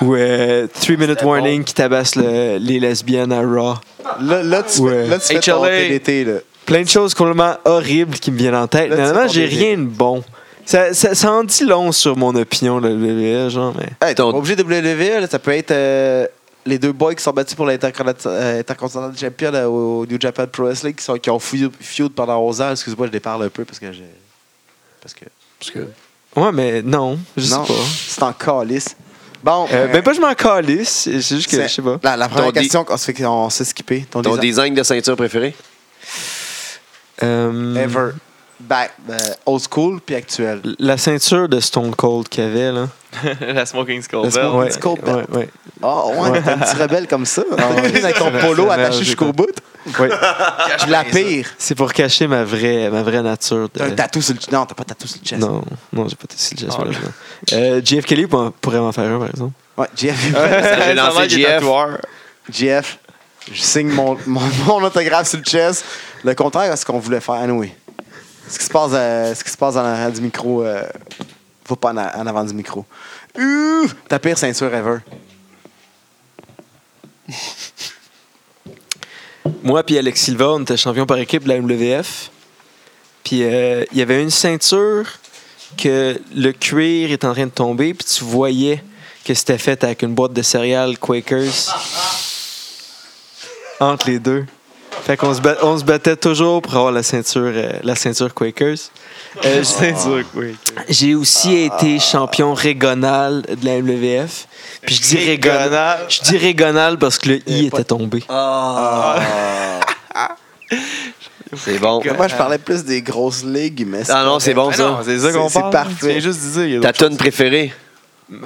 Ou euh, 3 Minute Warning qui tabasse le- les lesbiennes à Raw.
Là, là, tu, fais-
Ouais.
là, tu fais ton
HLA.
TDT. Là.
Plein de choses complètement horribles qui me viennent en tête.
Là, tu
Finalement,
sais
j'ai
qu'on est-
rien de bon. Ça, ça, ça en dit long sur mon opinion, le WWE, genre, mais.
Hey,
Ton-
t'es pas obligé de WWE, là, ça peut être euh, les deux boys qui sont battus pour l'intercontinental euh, Intercontinental champion là, au au New Japan Pro Wrestling qui, sont, qui ont fou- feud pendant 11 ans. Excuse-moi, je les parle un peu parce que j'ai. Parce que.
Ouais, mais non, je sais
non,
pas.
c'est en calice. Bon. euh,
Euh, ben, pas je m'en calisse, c'est juste que
c'est-
je sais pas.
La, la première
Ton dé-
question qu'on se fait qu'on s'est skippé. Ton,
Ton
design
design de ceinture préféré?
Euh,
ever. Back, euh, old school puis actuel.
La ceinture de Stone Cold qu'il y avait, là.
<laughs> La Smoking Skull
La
Bell.
Smoking-
Ouais,
Stone Cold
ouais,
Belt.
ouais.
Oh, ouais, t'es un petit rebelle comme ça. <laughs> Avec ton
Ah, C'est
polo
vrai,
attaché
j'ai
jusqu'au
pas-
bout.
ouais. <laughs>
Puis La pire.
C'est pour cacher ma vraie, ma vraie nature. de-
Ah, T'as un tatou sur le chest. Non, t'as pas de tatou sur le chest.
Non, non, j'ai pas de style
Oh,
JF Euh, Kelly pour- pourrait m'en faire un, par exemple.
<laughs> Ouais, GF.
J'ai
Sa mère
lancé
qui est
GF.
tatoueur.
GF, je signe mon, mon, <laughs> mon autographe sur le chest. Le contraire à ce qu'on voulait faire, anyway. Ce qui se passe, euh, ce qui se passe en arrière du micro, euh, faut pas en, a- en avant du micro. Ouh, ta pire ceinture ever.
Moi puis Alex Silva, on était champion par équipe de la MWF. Puis euh, il y avait une ceinture que le cuir est en train de tomber, puis tu voyais que c'était fait avec une boîte de céréales Quakers entre les deux. Fait qu'on se, bat- on se battait toujours pour avoir la ceinture, euh, la ceinture Quakers. Euh, j-
Ceinture, oui.
J'ai aussi été champion régional de la MWF. Puis je dis régional.
Gonal.
Je dis régional parce que le i était tombé.
C'est bon.
Moi, je parlais plus des grosses ligues, mais c'est
Ah non, c'est bon
Ah non,
ça.
c'est ça qu'on parle.
C'est- c'est parfait.
Tu viens juste de dire. il y a
Ta
d'autres choses.
tune préférée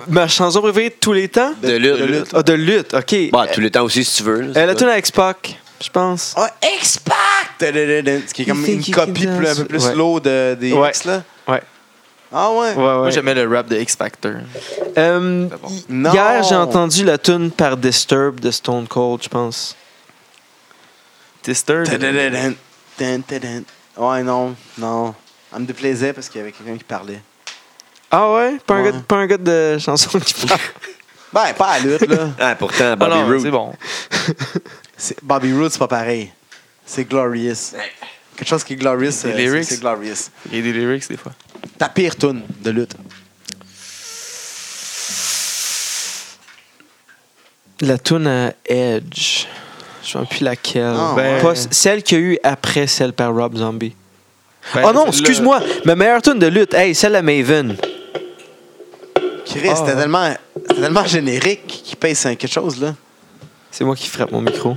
Ma chanson préférée de tous les temps?
de lutte?
de lutte.
Ah, de lutte, ok.
Bah, tous les temps aussi, si tu veux. là,
Euh, la
c'est
tune avec Spock, je pense.
Oh, X-Pac! Ce qui est comme
You think
une
you can
copie plus- un peu plus
dance? Ouais.
low de, des
Ouais.
X, là.
Ouais.
Ah ouais?
Ouais, ouais.
Moi, j'aimais le rap de X Factor.
Euh,
C'est bon.
hi-
Non.
Hier, j'ai entendu la tune par Disturb de Stone Cold, je pense.
Tister.
Tadadadun, dun, tadadun. Ouais, non, non. Elle me déplaisait parce qu'il y avait quelqu'un qui parlait.
Ah ouais? Pas, Un,
Ouais.
gars, de- pas un gars de chanson qui parle.
Ben, pas à la lutte, là.
Ah, pourtant,
Ah
Bobby
non, c'est
Roode.
bon.
C'est- Bobby Roode, c'est pas pareil. C'est Glorious. Quelque chose qui est Glorious,
Des
euh, c'est
lyrics.
c'est Glorious.
Il y a des lyrics des fois.
Ta pire tune de lutte.
La toune à Edge. Je ne sais plus laquelle.
Ah,
ouais.
Pas c- celle qu'il y a eu après celle par Rob Zombie.
Ben,
oh non,
là-
excuse-moi. Ma meilleure toune de lutte, hey, celle à Maven.
Chris,
Ah,
c'était
ouais.
tellement, c'était tellement générique qu'il paye c'est quelque chose, là.
C'est moi qui frappe mon micro.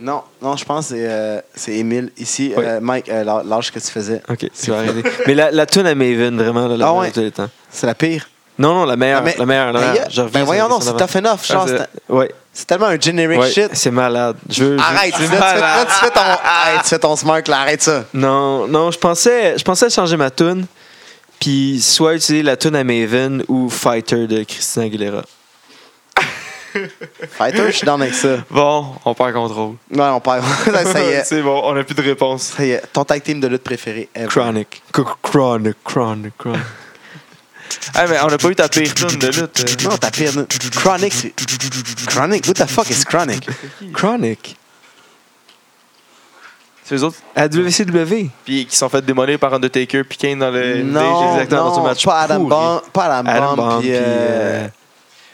Non, non, je pense que c'est, euh, c'est Émile. Ici,
Oui.
euh, Mike, euh, lâ- lâche ce que tu faisais.
Ok, tu vas arrêter. Mais la, la toune à Maven, vraiment, là, la
Ah
meilleure
ouais.
de tous les temps.
C'est la pire.
Non, non, la meilleure.
Ah, mais-
la meilleure, la
mais
meilleure.
yeah,
Je reviens
ben
sur la
voyons non, c'est
question
tough enough. Genre,
Ah, c'est-
c'est-
d'avant. Ouais,
c'est tellement un generic
ouais,
shit.
c'est malade. Je, veux- je-
Arrête, là, tu fais, là, tu fais ton,
Ah.
arrête, tu fais ton smirk, là, arrête ça.
Non, non, je pensais, je pensais changer ma tune, puis soit utiliser la tune à Maven ou Fighter de Christina Aguilera.
Fighter, je suis down avec ça.
Bon, on perd contrôle.
Ouais, on parle.
<laughs>
ça y est,
c'est bon, on n'a plus de réponse.
ça y est. Ton tag team de lutte préféré ever.
Chronic. C- Chronic, chronic,
<laughs>
chronic.
Ah, mais on n'a pas eu ta pire tune de lutte. euh.
Non, ta pire. Chronic, c'est. Chronic? What the fuck is Chronic?
chronic.
C'est les autres
À WCW.
puis, qui sont fait démolir par Undertaker puis Kane dans le
Non,
Euh, des- exactement, dans un
non,
match.
pas Adam
pourri.
Bomb, pas Adam,
Adam
Bomb,
Bomb,
puis,
puis,
euh,
euh,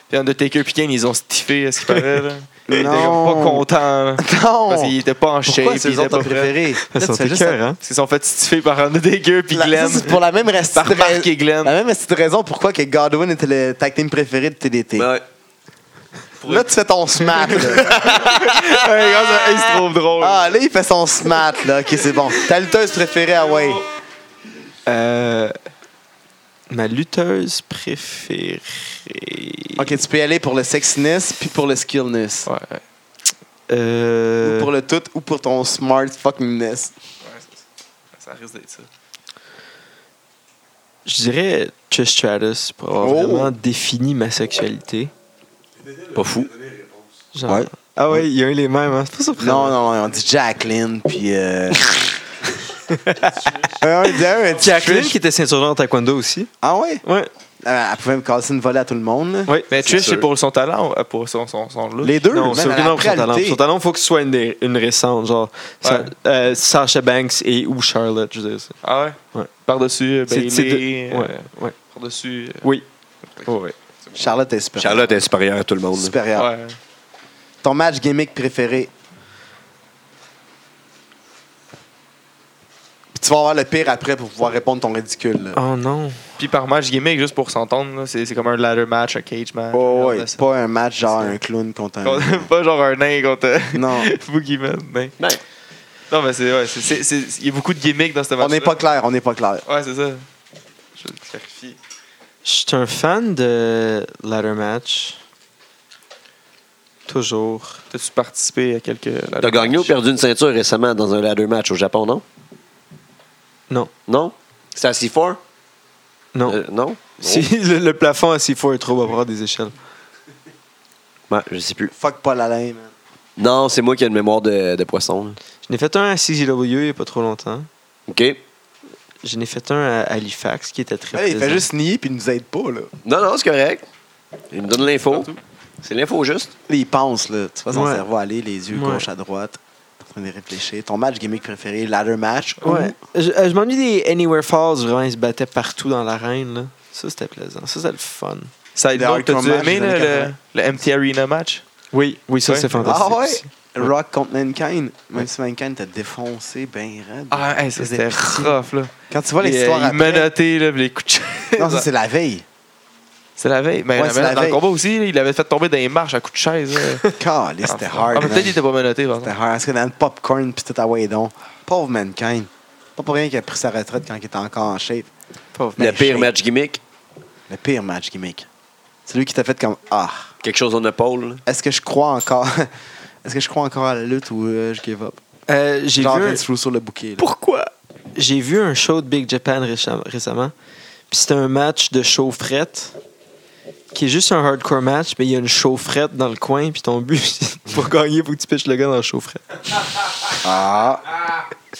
Puis Undertaker puis Kane, ils ont stiffé, à ce qu'il paraît. Là. Ils étaient
Non.
comme pas contents. là.
Non!
Parce qu'ils étaient pas en shape.
Pourquoi
ils
c'est les
étaient
autres
pas
tes
prêts.
préférés?
Ils
Là, tu
sont
fais juste-
écœurants.
Ils se sont fait stiffer par Undertaker hein. puis
La-
Glenn.
ça, c'est pour la même restite-
Par Mark et Glenn.
La même restite raison pourquoi que Godwin était le tag team préféré de TDT.
Bah,
Ouais.
là, tu fais ton
<laughs>
smack. là.
<laughs> Hey, regarde, ça- hey, c'est trop drôle.
ah, là, il fait son smack. Là. Ok, c'est bon. Ta lutteuse préférée, ah ouais.
Euh, ma lutteuse préférée.
Ok, tu peux y aller pour le sexiness puis pour le skillness.
Ouais, ouais.
Euh,
Ou pour le tout ou pour ton smart fuckingness.
Ça risque d'être ça.
Je dirais Trish Stratus pour avoir
Oh.
vraiment défini ma sexualité.
Pas fou.
Genre-
Ouais.
Ah ouais, il y a eu les mêmes, hein. c'est pas surprenant.
Non, non, on dit Jacqueline puis. Euh... un, un, un, un,
Jacqueline
Trish.
qui était ceinture noire en taekwondo aussi.
Ah ouais?
Ouais.
Ah, Elle pouvait me casser une volée à tout le monde. là.
Oui.
Mais Trish,
sûr.
c'est pour son talent, ou- pour son, son, son look.
Les deux,
Non,
man,
c'est
elle a
vraiment
appris
son
à
talent.
lutter.
Son talent, faut que ce soit une, des- une récente, genre Sa-
Ouais.
euh, Sasha Banks et ou Charlotte, je veux dire ça.
Ah ouais?
Ouais.
Par-dessus euh,
C'est-
Bailey.
c'est de-
euh,
Ouais, ouais.
Par-dessus. euh,
Oui. Ouais, ouais.
Charlotte est super.
Charlotte est supérieure à tout le monde. là.
supérieure.
Ouais.
Ton match gimmick préféré? Puis tu vas avoir le pire après pour pouvoir répondre ton ridicule. là.
Oh non.
Puis par match gimmick, juste pour s'entendre, là, c'est c'est comme un ladder match, un cage match.
Oh,
Regarde
ouais,
ça.
pas un match genre un clown contre un.
<laughs> Contre- pas genre un nain <laughs> contre
Non.
Boogeyman. nain.
Ben.
Non, mais c'est. Ouais, c'est- c'est- c'est- il y a beaucoup de gimmicks dans ce match.
On n'est pas clair, on n'est pas clair.
Ouais, c'est ça. Je vais le clarifier.
Je suis un fan de ladder match. Toujours.
T'as-tu participé à quelques. ladder
T'as gagné ou
match?
perdu une ceinture récemment dans un ladder match au Japon, non?
Non.
Non? C'était à C4?
Non.
Euh, non?
si le, le plafond à 6 fois est trop bas pour avoir des échelles.
Ouais, Oh, ben, je sais plus.
Fuck pas la laine.
Non, c'est moi qui ai une mémoire de, de poisson. là.
Je n'ai fait un à CZW il n'y a pas trop longtemps.
OK?
J'en ai fait un à Halifax qui était très
il fait
plaisant.
juste nier puis il nous aide pas. là.
Non, non, c'est correct. Il me donne l'info. C'est l'info juste.
Là, il pense, là. Tu vois son
Ouais.
cerveau aller, les yeux
Ouais.
gauche à droite. T'es en train de réfléchir. Ton match gimmick préféré, ladder match. ou-
Ouais. Je, euh, je m'ennuie des Anywhere Falls, vraiment, ils se battaient partout dans l'arène. là. Ça, c'était plaisant. Ça, c'était le fun.
Ça a
Le
été donc,
hardcore
t'as-tu
match
aimé
des années
là, le, le MT Arena match?
Oui, oui, ça,
Ouais.
c'est fantastique.
Ah ouais?
aussi.
Rock contre Mankind. Même si Mankind t'a défoncé ben raide.
Ah, hey, ça c'était rough, là.
Quand tu vois
Les,
l'histoire
euh,
après...
ils menottaient, là, puis les coups de
Non,
chaise.
ça, c'est la veille.
C'est la veille. Mais
Ouais,
la
c'est
veille,
la
dans
veille.
le combat aussi, là, il l'avait fait tomber dans les marches à coups de chaise. là.
Calais, <laughs> c'était
Ah,
hard.
mais
man.
peut-être qu'il était pas menotté, par
C'était
exemple.
hard. Parce que dans le popcorn, puis tout à way donc. Pauvre Mankind. Pas pour rien qu'il a pris sa retraite quand il était encore en shape. Ben,
Pauvre.
Mais
le pire
shit.
match gimmick.
Le pire match gimmick. C'est lui qui t'a fait comme Ah,
Quelque chose en épaule. là.
est-ce que je crois encore. <laughs> Est-ce que je crois encore à la lutte ou euh, je give up?
Euh, J'ai vu,
Genre
un-
Vince Russo le bouquet.
Pourquoi?
j'ai vu un show de Big Japan récha- récemment. Puis c'était un match de chaufferette qui est juste un hardcore match, mais il y a une chaufferette dans le coin. Puis ton but, <laughs> c'est- pour gagner, faut que tu pitches le gars dans la chaufferette.
Ah!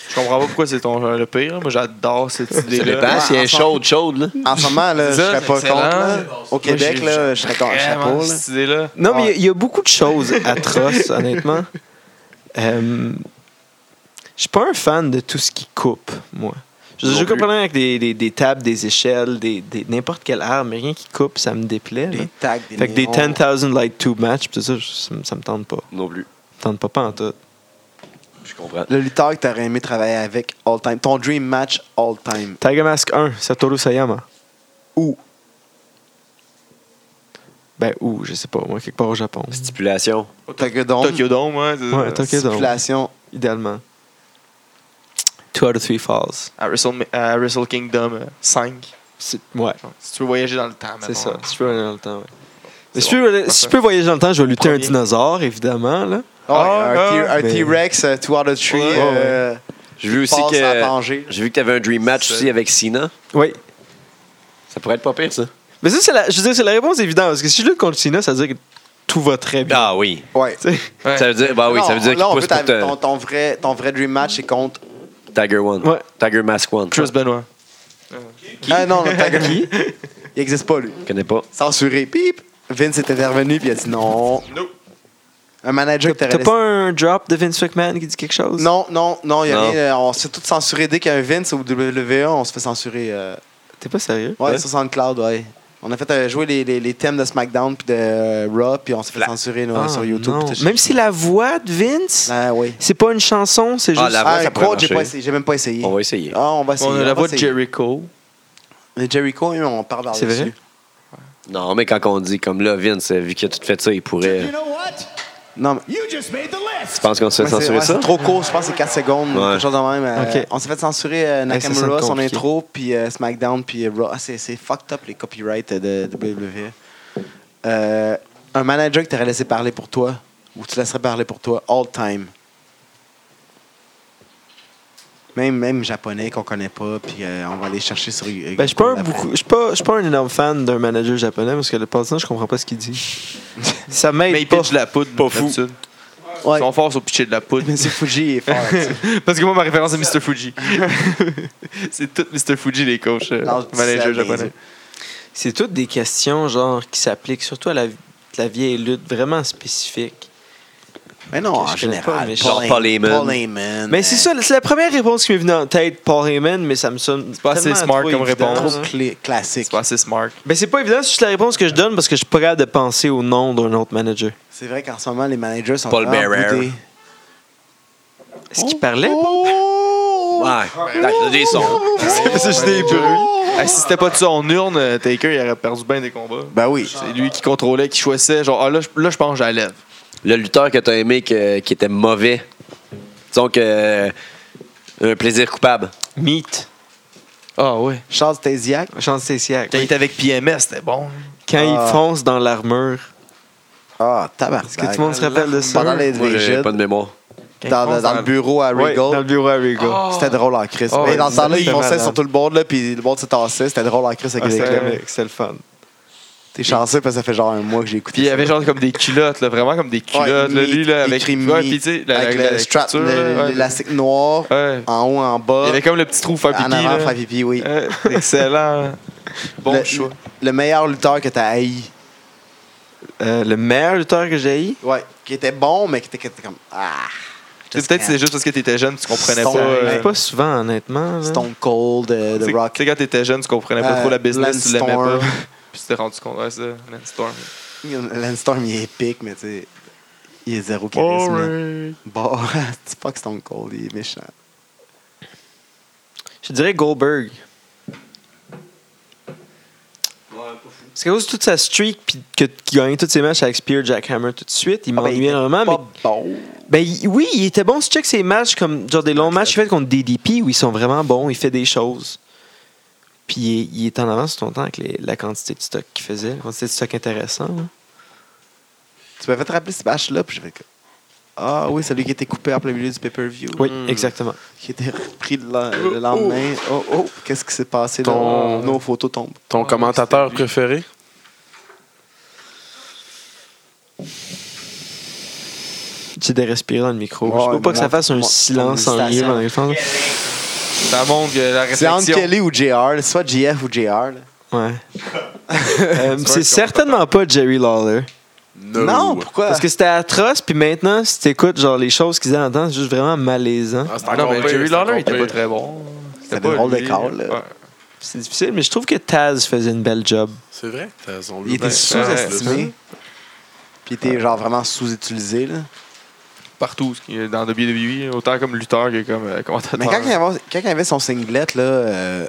Je comprends pas pourquoi c'est ton euh, le pire. Moi, j'adore cette
Ça
idée-là.
dépend. Si elle est
ensemble.
chaude, chaude. Là.
En ce moment, là, je
C'est ça,
serais pas
excellent.
contre. là. Au Québec,
Moi, j'ai-
là, je serais contre.
Vraiment,
Ah, Chapeau, là.
cette idée-là.
Non, mais il y a-
Ouais.
il y, a beaucoup de choses atroces, honnêtement. Euh, Je suis pas un fan de tout ce qui coupe, moi. J'ai
Non
déjà
plus.
problème avec des, des, des tables, des échelles, des, des- n'importe quelle arme, mais rien qui coupe, ça me déplaît. là.
Des tags, des
Fait que des
néons.
10,000 light to match, pis tout ça, je- ça, me- ça me tente pas.
Non plus.
Ça me tente pas, pas en tout.
Je comprends.
Le lutteur que t'aurais aimé travailler avec all time. Ton dream match all time.
Tiger Mask 1, Satoru Sayama.
Où?
Ben, où, je sais pas, moi, quelque part au Japon.
Stipulation.
Tokyo Dome.
Tokyo Dome, ouais. c'est-
Ouais, Tokyo Dome.
Stipulation.
Idéalement. Two out of three falls.
À Wrestle, à Wrestle Kingdom euh, 5.
C'est- Ouais,
Si tu veux voyager dans le temps,
c'est
mettons,
ça.
hein.
Si je peux voyager dans le temps, ouais.
C'est
si,
bon,
je peux,
parfait.
si je peux voyager dans le temps, je vais lutter un
Premier.
dinosaure, évidemment, là.
Ah,
Ah,
un T-
ah,
un
mais-
T-Rex, euh, two out of three.
Ouais, ouais.
euh,
J'ai vu aussi
passe à
que.
Tanger.
J'ai vu que t'avais un dream match
C'est-
aussi avec Cena.
Oui.
Ça pourrait être pas pire, ça.
Mais ça, c'est la, je veux dire, c'est la réponse évidente. Parce que si je lutte contre Cena, ça veut dire que tout va très bien.
Ah oui.
Ouais.
Tu sais,
Ouais.
Ça veut dire, bah oui,
Non,
ça veut dire qu'il
là, on
pousse
veut ta-
pour
ton,
te-
ton vrai, ton vrai dream match, c'est contre.
Tiger One.
Ouais.
Tiger Mask One.
Chris Benoit.
Ah non, <laughs> non, Tiger Qui? Il existe pas, lui.
Je connais pas.
Censuré. Pip! Vince est intervenu, puis il a dit non.
No.
Un manager que
T'as
t'aurais
pas un drop de Vince McMahon qui dit quelque chose?
Non, non, non, il y a
Non.
rien. euh, On se fait tout censurer. Dès qu'il y a un Vince au WWE, on se fait censurer. euh,
T'es pas sérieux?
Ouais, sur SoundCloud, ouais. On a fait euh, jouer les, les- les thèmes de SmackDown puis de euh, Raw, puis on s'est fait censurer nous,
Ah,
euh, sur YouTube.
non.
puis tout ça.
Même si la voix de Vince,
Ah, oui.
c'est pas une chanson, c'est
Ah,
juste.
la voix,
Ah,
ça
un
pourrait
quote, j'ai
marcher.
pas essayé, j'ai même pas essayé.
On va essayer.
Ah, on va essayer.
On a
va
la voix de
essayer.
Jericho.
Mais Jericho, eux, on parle par
C'est vrai?
Non, mais quand on dit comme là, Vince, euh, vu qu'il a tout fait ça, il pourrait.
Non, mais
Tu penses qu'on se fait
mais c'est
censurer
ouais,
ça?
c'est trop court, je pense que c'est 4 secondes,
Ouais.
quelque chose de même. euh,
Ok.
On s'est fait censurer euh,
Ouais, ça sonne
Nakamura, son
compliqué.
intro, puis euh, SmackDown, puis euh, Raw. Ah, c'est c'est fucked up les copyrights de, de WWE. Euh, un manager que t'aurais laissé parler pour toi, ou tu laisserais parler pour toi, all time. Même, même japonais qu'on connaît pas, puis euh, on va aller chercher sur. euh,
Ben, je suis pas, un beaucoup- je suis pas, je suis pas un énorme fan d'un manager japonais parce que le passant, je comprends pas ce qu'il dit. ça
Mais il
m'aide pas.
pitch de la poudre.
Pas fou.
d'habitude.
Ouais. <laughs>
Ils sont forts sur pitcher de la poudre.
Mais c'est Fuji est fort.
<laughs>
là-dessus.
Parce que moi, ma référence, c'est Mr. Fuji. <laughs> c'est tout Mr. Fuji, les coachs, euh,
Lance du
managers
sel,
japonais.
bien sûr.
C'est toutes des questions genre qui s'appliquent surtout à la, la vieille lutte vraiment spécifique.
Mais non,
Je
en
connais pas,
général.
mais
genre Paul Heyman.
Paul Heyman,
Mais c'est
euh,
ça, c'est la première réponse qui m'est venue en tête, Paul Heyman, mais ça me sonne.
pas assez
tellement
smart
trop
comme
évident,
réponse.
Trop
là.
clé- classique.
C'est pas
<laughs>
assez smart.
Ben, c'est pas évident, c'est juste la réponse que je donne parce que je suis pas capable de penser au nom d'un autre manager.
C'est vrai qu'en ce moment, les managers sont
Paul
vraiment
Bearer.
boudés.
Est-ce qu'il parlait?
Ouais. T'as des sons.
c'est juste des bruits. <laughs> Ah, si c'était pas de son urne, euh, Taker, il aurait perdu bien des combats.
Ben oui.
C'est lui qui contrôlait, qui choisissait. Genre, ah, là, je- là, je pense que j'allève.
Le lutteur que t'as aimé que- qui était mauvais. Disons que. euh, Un plaisir coupable.
oh. Meet.
Ah, ouais.
Charles Stasiak.
Chance Tessiac.
Quand il était avec PMS, c'était bon.
Quand
Ah.
il fonce dans l'armure.
Ah, tabarnak.
Est-ce que tout le monde se rappelle de ça?
Pendant les
Moi, j'ai
Divisions,
pas
dans,
de mémoire.
dans- dans le bureau à
Ouais, dans le
Regal, Oh.
bureau Oh, à Regal.
c'était drôle en crise.
Ah
Mais
ouais,
dans ce temps-là, ils
c'était
fonçaient
malade.
sur tout le board, là, puis le board se tassait. C'était drôle en crise avec
Ah,
les
c'était
clubs.
mec, c'était le fun.
T'es chanceux parce que ça fait genre un mois que j'ai écouté.
Puis il y
ça.
avait genre comme des culottes, là, vraiment comme des culottes. là,
meat,
lui, là, avec,
écrit
ouais,
meat,
puis, tu sais, la,
avec
la-
le
la
strap,
couture, là,
le-
ouais.
l'élastique noir,
Ouais.
en haut, en
Il y
bas,
avait comme le petit trou pour faire
en
pipi.
avant,
là.
faire pipi, oui.
Euh, Excellent. Bon
le,
choix.
le meilleur lutteur que t'as haï.
Euh, le meilleur lutteur que j'ai eu?
Ouais, qui était bon, mais qui était, qui était comme. Ah!
Tu sais, Peut-être que c'est juste parce que t'étais jeune, tu comprenais
Stone,
pas. euh,
Ouais.
Pas souvent, honnêtement. là.
Stone Cold, euh,
Tu
The
sais-
Rock.
Tu sais, quand t'étais jeune, tu comprenais pas
Euh,
trop la business, tu l'aimais pas.
Landstorm.
<laughs> Puis tu t'es rendu compte, ouais, c'est ça, Landstorm.
Landstorm, il est épique, mais tu sais, il est zéro charisme. Bon, <laughs> c'est pas que Stone Cold, il est méchant.
Je dirais Goldberg. Parce qu'à cause de toute sa streak puis que- qu'il gagnait tous ses matchs avec Spear, Jackhammer tout de suite, il
Ah, ben,
m'ennuyait
était
énormément.
pas
mais-
bon.
Ben il- oui, il était bon. Si tu check ses matchs, comme genre des longs matchs qu'il fait contre DDP où ils sont vraiment bons, il fait des choses. Puis il est, il est en avance sur ton temps avec les- la quantité de stock qu'il faisait, la quantité de stock intéressant. là.
Tu m'avais rappelé ce match-là, puis j'ai fait que. Ah oui, celui qui était coupé en plein milieu du pay-per-view.
Oui, exactement.
Qui était repris le, len- le lendemain. Oh, oh, qu'est-ce qui s'est passé là?
Ton-
Nos photos tombent.
Ton commentateur préféré?
Tu sais, de respirer dans le micro.
Ouais,
Je veux pas que
mon-
ça fasse un
mon-
silence
mon
en milieu
hésitation.
pendant les fans.
Ça montre que la
C'est entre
réflexion.
Kelly ou JR, là, soit JF ou JR. là.
Ouais.
<laughs>
Euh,
vrai
c'est
que
certainement pas Jerry Lawler.
Non, pourquoi?
Parce que c'était atroce, puis maintenant, si t'écoutes genre les choses qu'ils entendent, c'est juste vraiment malaisant.
Ah, c'est
Ah non,
encore
mais
pire,
Jerry
c'est encore
Lawler, il était
pire.
pas très bon. C'était c'était
C'était
pas.
drôle de
lui.
call, là.
Ouais.
C'est difficile, mais je trouve que Taz faisait une belle job.
C'est vrai Ben, que t'as on
Il était
l'oublie.
sous-estimé. Puis il était genre vraiment sous-utilisé. là.
Partout, ce qui est dans WWE, autant comme lutteur que comme euh, commentateur.
Mais quand, il avait, quand il avait son singlet, là, euh,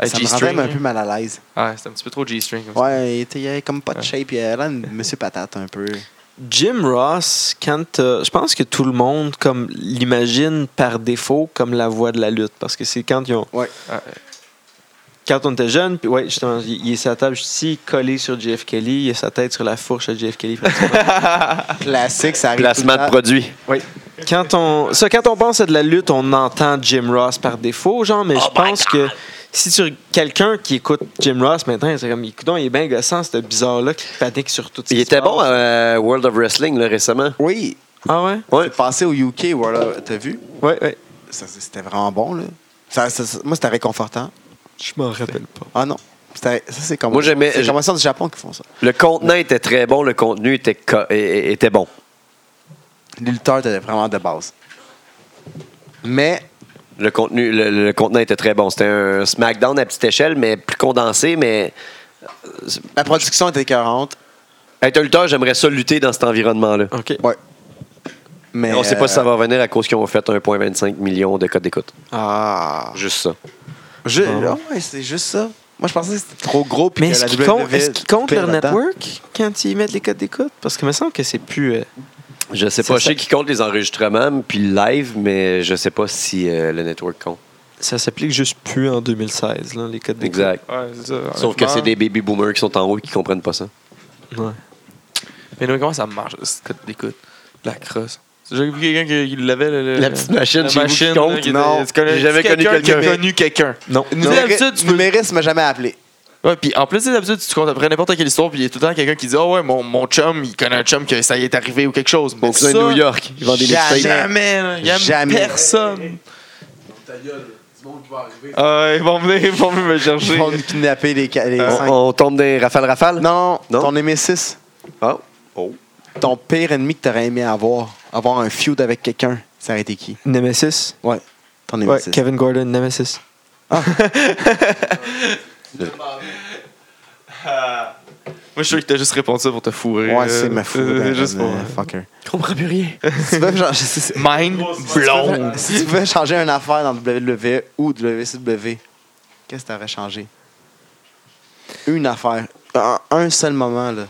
Ah,
ça me rendait
G-string,
même un
hein.
peu mal à l'aise.
Ouais, c'était un petit peu trop G-string. comme ça.
Ouais, il était il avait comme pas de shape. Il avait l'air de Monsieur Patate un peu.
Jim Ross, quand euh, je pense que tout le monde comme l'imagine par défaut comme la voix de la lutte parce que c'est quand ils ont
Ouais.
Ah,
quand on était jeune, puis ouais, justement, il il est sa table ici collé sur Jeff Kelly, il a sa tête sur la fourche à Jeff Kelly.
Classique, ça arrive.
Ah. Placement
tout le
de
temps.
produit.
quand on ça quand on pense à de la lutte, on entend Jim Ross par défaut, genre mais je pense que si tu quelqu'un qui écoute Jim Ross maintenant, c'est comme écoute, il est bien gossant, ce bizarre là qui panique sur tout ce
Il
qui
était
se
bon hein?
passe.
à euh, World of Wrestling là, récemment.
Oui,
Ah ouais.
Ouais.
c'est passé au UK, voilà, t'as vu?
Ouais ouais.
Ça, C'était vraiment bon, là. Ça- ça- ça- moi, c'était réconfortant.
Je m'en rappelle pas.
Ah non. C'était- Ça, c'est comme.
Moi, j'aimais-
C'est
j'ai-
comme ça du Japon qui font ça.
Le contenant était très bon, le contenu était, co- é- é- était bon.
Les lutteurs étaient vraiment de base. Mais,
Le contenu, le, le contenant était très bon. C'était un SmackDown à petite échelle, mais plus condensé. Mais
la production était écœurante.
être un lutteur, j'aimerais ça lutter dans cet environnement-là.
OK.
Ouais. Mais.
On ne sait pas si ça
euh,
va revenir à cause qu'ils ont fait 1,25 million de codes d'écoute.
Ah.
Juste ça.
je-
Bon.
ah ouais, c'est juste ça. Moi, je pensais que c'était trop gros. puis
Mais
que
est-ce
la
qu'ils
WWE
comptent, est-ce qu'ils comptent
coupait
leur
là-dedans.
network quand ils mettent les codes d'écoute? Parce que me semble que c'est plus. euh,
Je sais
C'est
pas. Je
ça.
sais qu'ils comptent les enregistrements puis le live, mais je sais pas si euh, le network compte.
ça s'applique juste plus en 2016, là, les codes d'écoute.
Exact.
Ouais, c'est ça.
Sauf que
honnêtement.
c'est des baby boomers qui sont en haut et qui comprennent pas ça.
Ouais.
Mais non, comment ça marche, ce code d'écoute? La crosse. J'ai vu quelqu'un qui, qui l'avait, le- le-
La petite machine
la
chez vous qui
machine,
compte?
là, qui
Non,
était- tu connais-
j'ai jamais
tu
connu
qui a
quelqu'un.
connu quelqu'un.
Non.
Nous,
Non.
d'habitude, tu peux-
Numériste m'a jamais appelé.
Ouais, puis en plus, d'habitude, tu comptes après n'importe quelle histoire, puis il y a tout le temps quelqu'un qui dit Ah ouais, mon, mon chum, il connaît un chum que ça y est arrivé ou quelque chose.
Mon
Mais
cousin
ça,
de New York, il vend des
jamais.
mixtapes.
Jamais, là. Il y a
Jamais.
personne.
Ta gueule, du monde qui va arriver.
Ah, ils vont venir, ils vont venir me
Ils
chercher.
vont nous kidnapper les, ca- les cinq.
On, on tombe des rafales rafales?
Euh, Non,
Euh, Non.
ton aimé 6.
Ah. Oh.
Ton pire ennemi que t'aurais aimé avoir, avoir un feud avec quelqu'un, ça aurait été qui?
Nemesis.
Ouais. Ton aimé
Ouais,
6.
Kevin Gordon, Nemesis.
Moi, je suis sûr qu'il t'a juste répondu ça pour te fourrer.
Ouais,
là.
c'est ma fou.
Euh, <laughs> Juste pour.
fucker.
Je comprends plus rien.
si, tu veux <laughs> changer, si- si-
Mind blown.
<laughs> si tu veux changer une affaire dans WWE ou WCW, qu'est-ce que t'aurais changé? Une affaire. Un, un seul moment, là.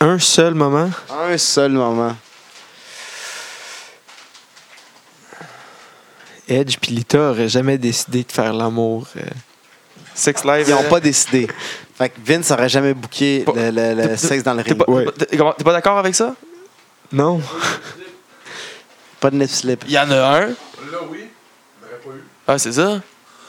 Un seul moment.
Un seul moment.
Edge puis Lita auraient jamais décidé de faire l'amour. euh.
Sex Live.
Ils
euh,
n'ont pas décidé. Fait que Vince aurait jamais booké
Pas-
le, le- le sexe dans le
T'es
ring.
pas,
Ouais.
t'es pas- t'es comment- t'es pas d'accord avec ça?
Non.
Pas de nip slip.
Il y en a un.
Là, oui, on n'aurait pas eu.
Ah, c'est ça.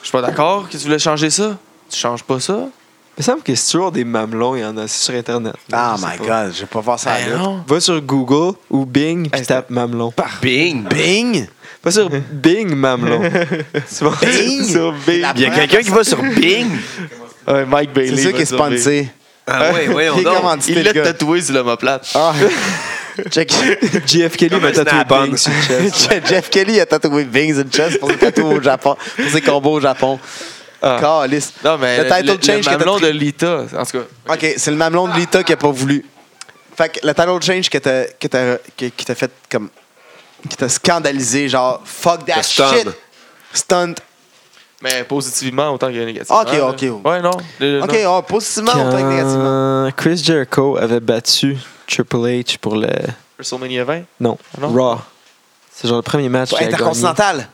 Je suis pas d'accord que tu voulais changer ça. Tu changes pas ça.
Il me semble que si tu veux avoir des mamelons, il y en a sur Internet.
Ah
Je sais
my
pas.
god, je vais pas voir ça à
Ben
la lutte.
non.
Va sur Google ou Bing puis
Hey,
tape mamelon.
Bing!
Bing!
Va sur Bing
<laughs>
mamelon. tu vas
Bing!
sur Bing.
La
Il y a
première
quelqu'un qui va sur Bing! <laughs>
Ouais, Mike Bailey.
C'est sûr
va
qui est
te sauver.
sponsé.
Ah ouais, ouais,
<laughs> Il est
donc.
commandité,
Il
le
l'a
gars.
tatoué sur l'homoplate.
Ah. Check.
<laughs> JF Kelly
Comme
m'a
un
tatoué
snap-on.
Bing sur le chest.
Jeff Kelly a tatoué Bings in chest pour ses tatouages au Japon, pour ses combos au Japon.
Ah.
Calisse.
Non, mais
Le title
le,
change que
mamelon
t'as
de Lita. En tout cas,
OK, c'est le mamelon de Lita qui a pas voulu. Fait que le title change que t'as- que t'as- que- qui t'a fait comme. qui t'a scandalisé, genre fuck that
Le stunt.
shit. Stunt.
mais positivement autant que négativement.
Ok,
là.
ok.
Ouais, non. le-
OK,
non.
oh, positivement, on t'a négativement.
Quand Chris Jericho avait battu Triple H pour le.
WrestleMania 20.
Non,
Non.
Raw. C'est genre le premier match. qu'il a gagné.
Ah Intercontinental.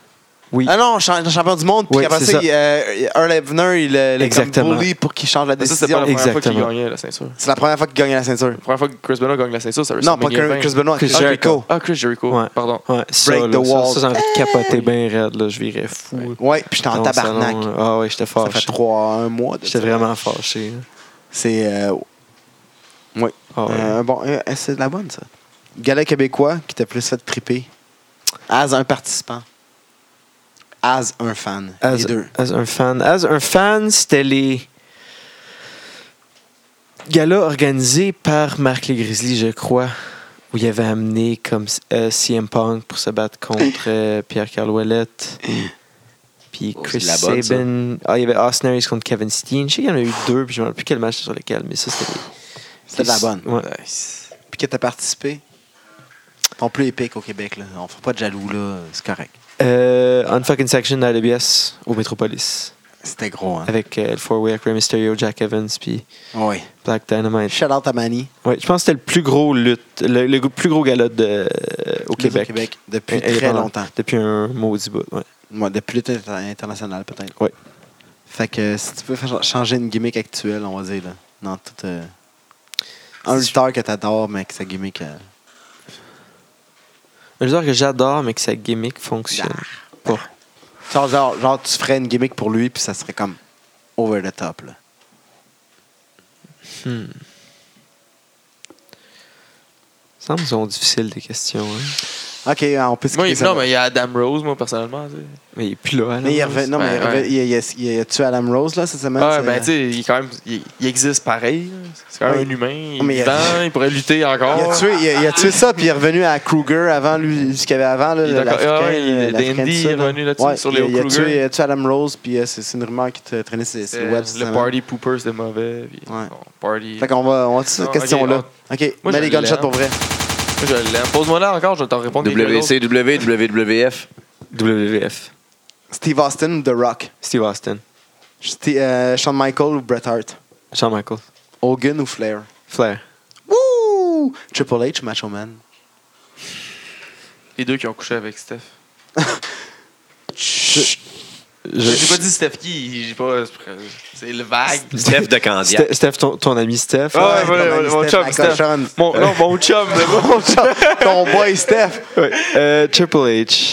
Oui.
Ah non, cha- champion du monde, puis
Oui,
après
c'est
ça,
ça.
il, euh, Earl Hebner, il euh, l'a
Exactement.
comme bully pour qu'il change la
Ça, c'était
décision.
pas la première fois qu'il
Exactement.
gagnait la ceinture. La
C'est la première fois qu'il gagne la ceinture.
première fois que Chris Benoit gagne la ceinture, c'est
Non, pas
WrestleMania
que
20.
Chris Benoit,
Chris
Chris
Jericho.
Jericho.
Ah, Chris Jericho.
Ouais.
Pardon.
Ouais, ça,
Break
là,
the
ça,
wall.
ça, j'ai envie de capoter bien raide. Là. Je virais fou. là.
Ouais, puis j'étais en
Dans le salon,
tabarnak.
là. Ah ouais, j'étais
Ça fait
fâché.
trois, un mois. de
J'étais
ça.
vraiment fâché. là.
C'est. euh, ouais.
Ah ouais.
Euh, un bon, euh, c'est de la bonne, ça. Gala québécois qui t'a plus fait triper. As un participant. As un fan.
As,
les deux.
as un fan. As un fan, c'était les galas organisés par Marc Les Grizzly, je crois, où il avait amené
<laughs> Hein.
comme euh, CM Punk pour se battre contre euh, Pierre Carl Ouellette. Puis
Oh,
Chris
c'est de la bonne, ça.
Sabin. Ah, il y avait Austin Harris contre Kevin Steen. Je sais qu'il y en a eu deux, puis je me rappelle plus quel match sur lequel, mais ça, c'était.
C'était de la bonne.
Ouais.
Nice.
Puis que t'as participé. Ils sont plus épiques au Québec, là. On fait pas de jaloux, là. C'est correct.
Euh, Unfucking Section à l'EBS au Metropolis.
C'était gros, hein.
Avec euh, le four-way avec Rey Mysterio, Jack Evans, puis
Oui.
Black Dynamite.
Shout out à Manny.
Ouais, je pense que c'était le plus gros lutte, le, le plus gros gala de, euh, au
Lutte
Québec.
Québec. Depuis
Euh,
très
indépendant.
longtemps.
Depuis un maudit bout. Ouais.
Moi, depuis lutte inter- internationale, peut-être.
Ouais.
Fait que si tu peux faire- changer une gimmick actuelle, on va dire, là. Dans tout. euh, Un
Si-
lutteur que t'adores, mais que sa gimmick. euh,
Un lutteur que j'adore, mais que sa gimmick fonctionne
Bah.
pas.
Genre, genre, genre, tu ferais une gimmick pour lui, puis ça serait comme over the top. Là.
Ça me semble difficile des questions. hein.
Ok, on peut se
Moi,
quitter
il-
ça,
non,
là.
mais il y a Adam Rose, moi, personnellement. tu sais.
Mais il est plus là. là,
Mais il
là.
revient. Non, mais il
Ouais,
revient.
ouais.
Il, il, il- il a tué Adam Rose, là, cette semaine.
Ouais,
c'est-
ben, tu sais, il, est quand même- il- il existe pareil. là. C'est quand même
Ouais. Ah,
un humain. Il
Mais il y
est
a-
vivant, il pourrait lutter encore.
Il a, tué, il, a, il a tué ça, puis il est revenu à Kruger avant lui, ce qu'il y avait avant. Là,
Il est d'accord.
l'Africain,
Ah ouais, il-
euh, l'Africain
Dandy
du
est
Sud, là.
revenu là-dessus, sur
il-
Léo
il a tué-
Kruger.
Il a tué Adam Rose, puis euh, c'est c'est une rumeur qui te traînait sur sur le
Euh,
web. cette
le
semaine.
party pooper cette mauvais. puis
Ouais.
bon, party.
Fait qu'on va. On va cette
Non,
question-là. Ok,
Ah, Moi,
mets
je
les gunshots
l'aime.
pour vrai.
Moi, je l'aime. Pose-moi là encore, je vais t'en répondre. quelques autres.
WCW, WWF.
WWF.
Steve Austin ou The Rock
Steve Austin.
Sti- euh, Shawn Michael ou Bret Hart
Shawn Michaels.
Hogan ou Flair
Flair.
Wouh Triple H ou Macho Man
Les deux qui ont couché avec Steph.
Je-
J'ai pas dit Steph qui, j'ai pas. C'est le vague.
Steph de Candia.
Ste- Steph, ton, ton ami Steph.
Ah ouais,
ton
voilà,
ami
voilà, mon
Steph,
chum,
la
Steph.
cochonne.
Mon, non, mon chum, le gars.
Ton boy Steph.
Ouais. Euh, Triple H.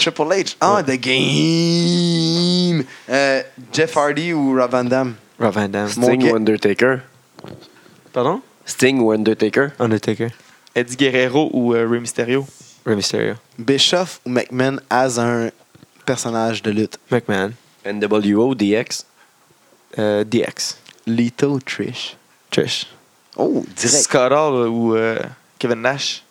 <laughs> Triple H. Ah, The Game. Euh, Jeff Hardy ou Rob Van Damme?
Rob Van Damme.
Mon
Sting
gars-
ou Undertaker.
Pardon?
Sting ou Undertaker.
Undertaker.
<laughs> Eddie Guerrero ou euh, Rey Mysterio
Rey Mysterio.
Bischoff ou McMahon as un personnage de lutte?
McMahon.
NWO, DX.
Euh, DX.
Lito ou Trish?
Trish.
Oh, direct.
Scott Hall ou euh, Kevin Nash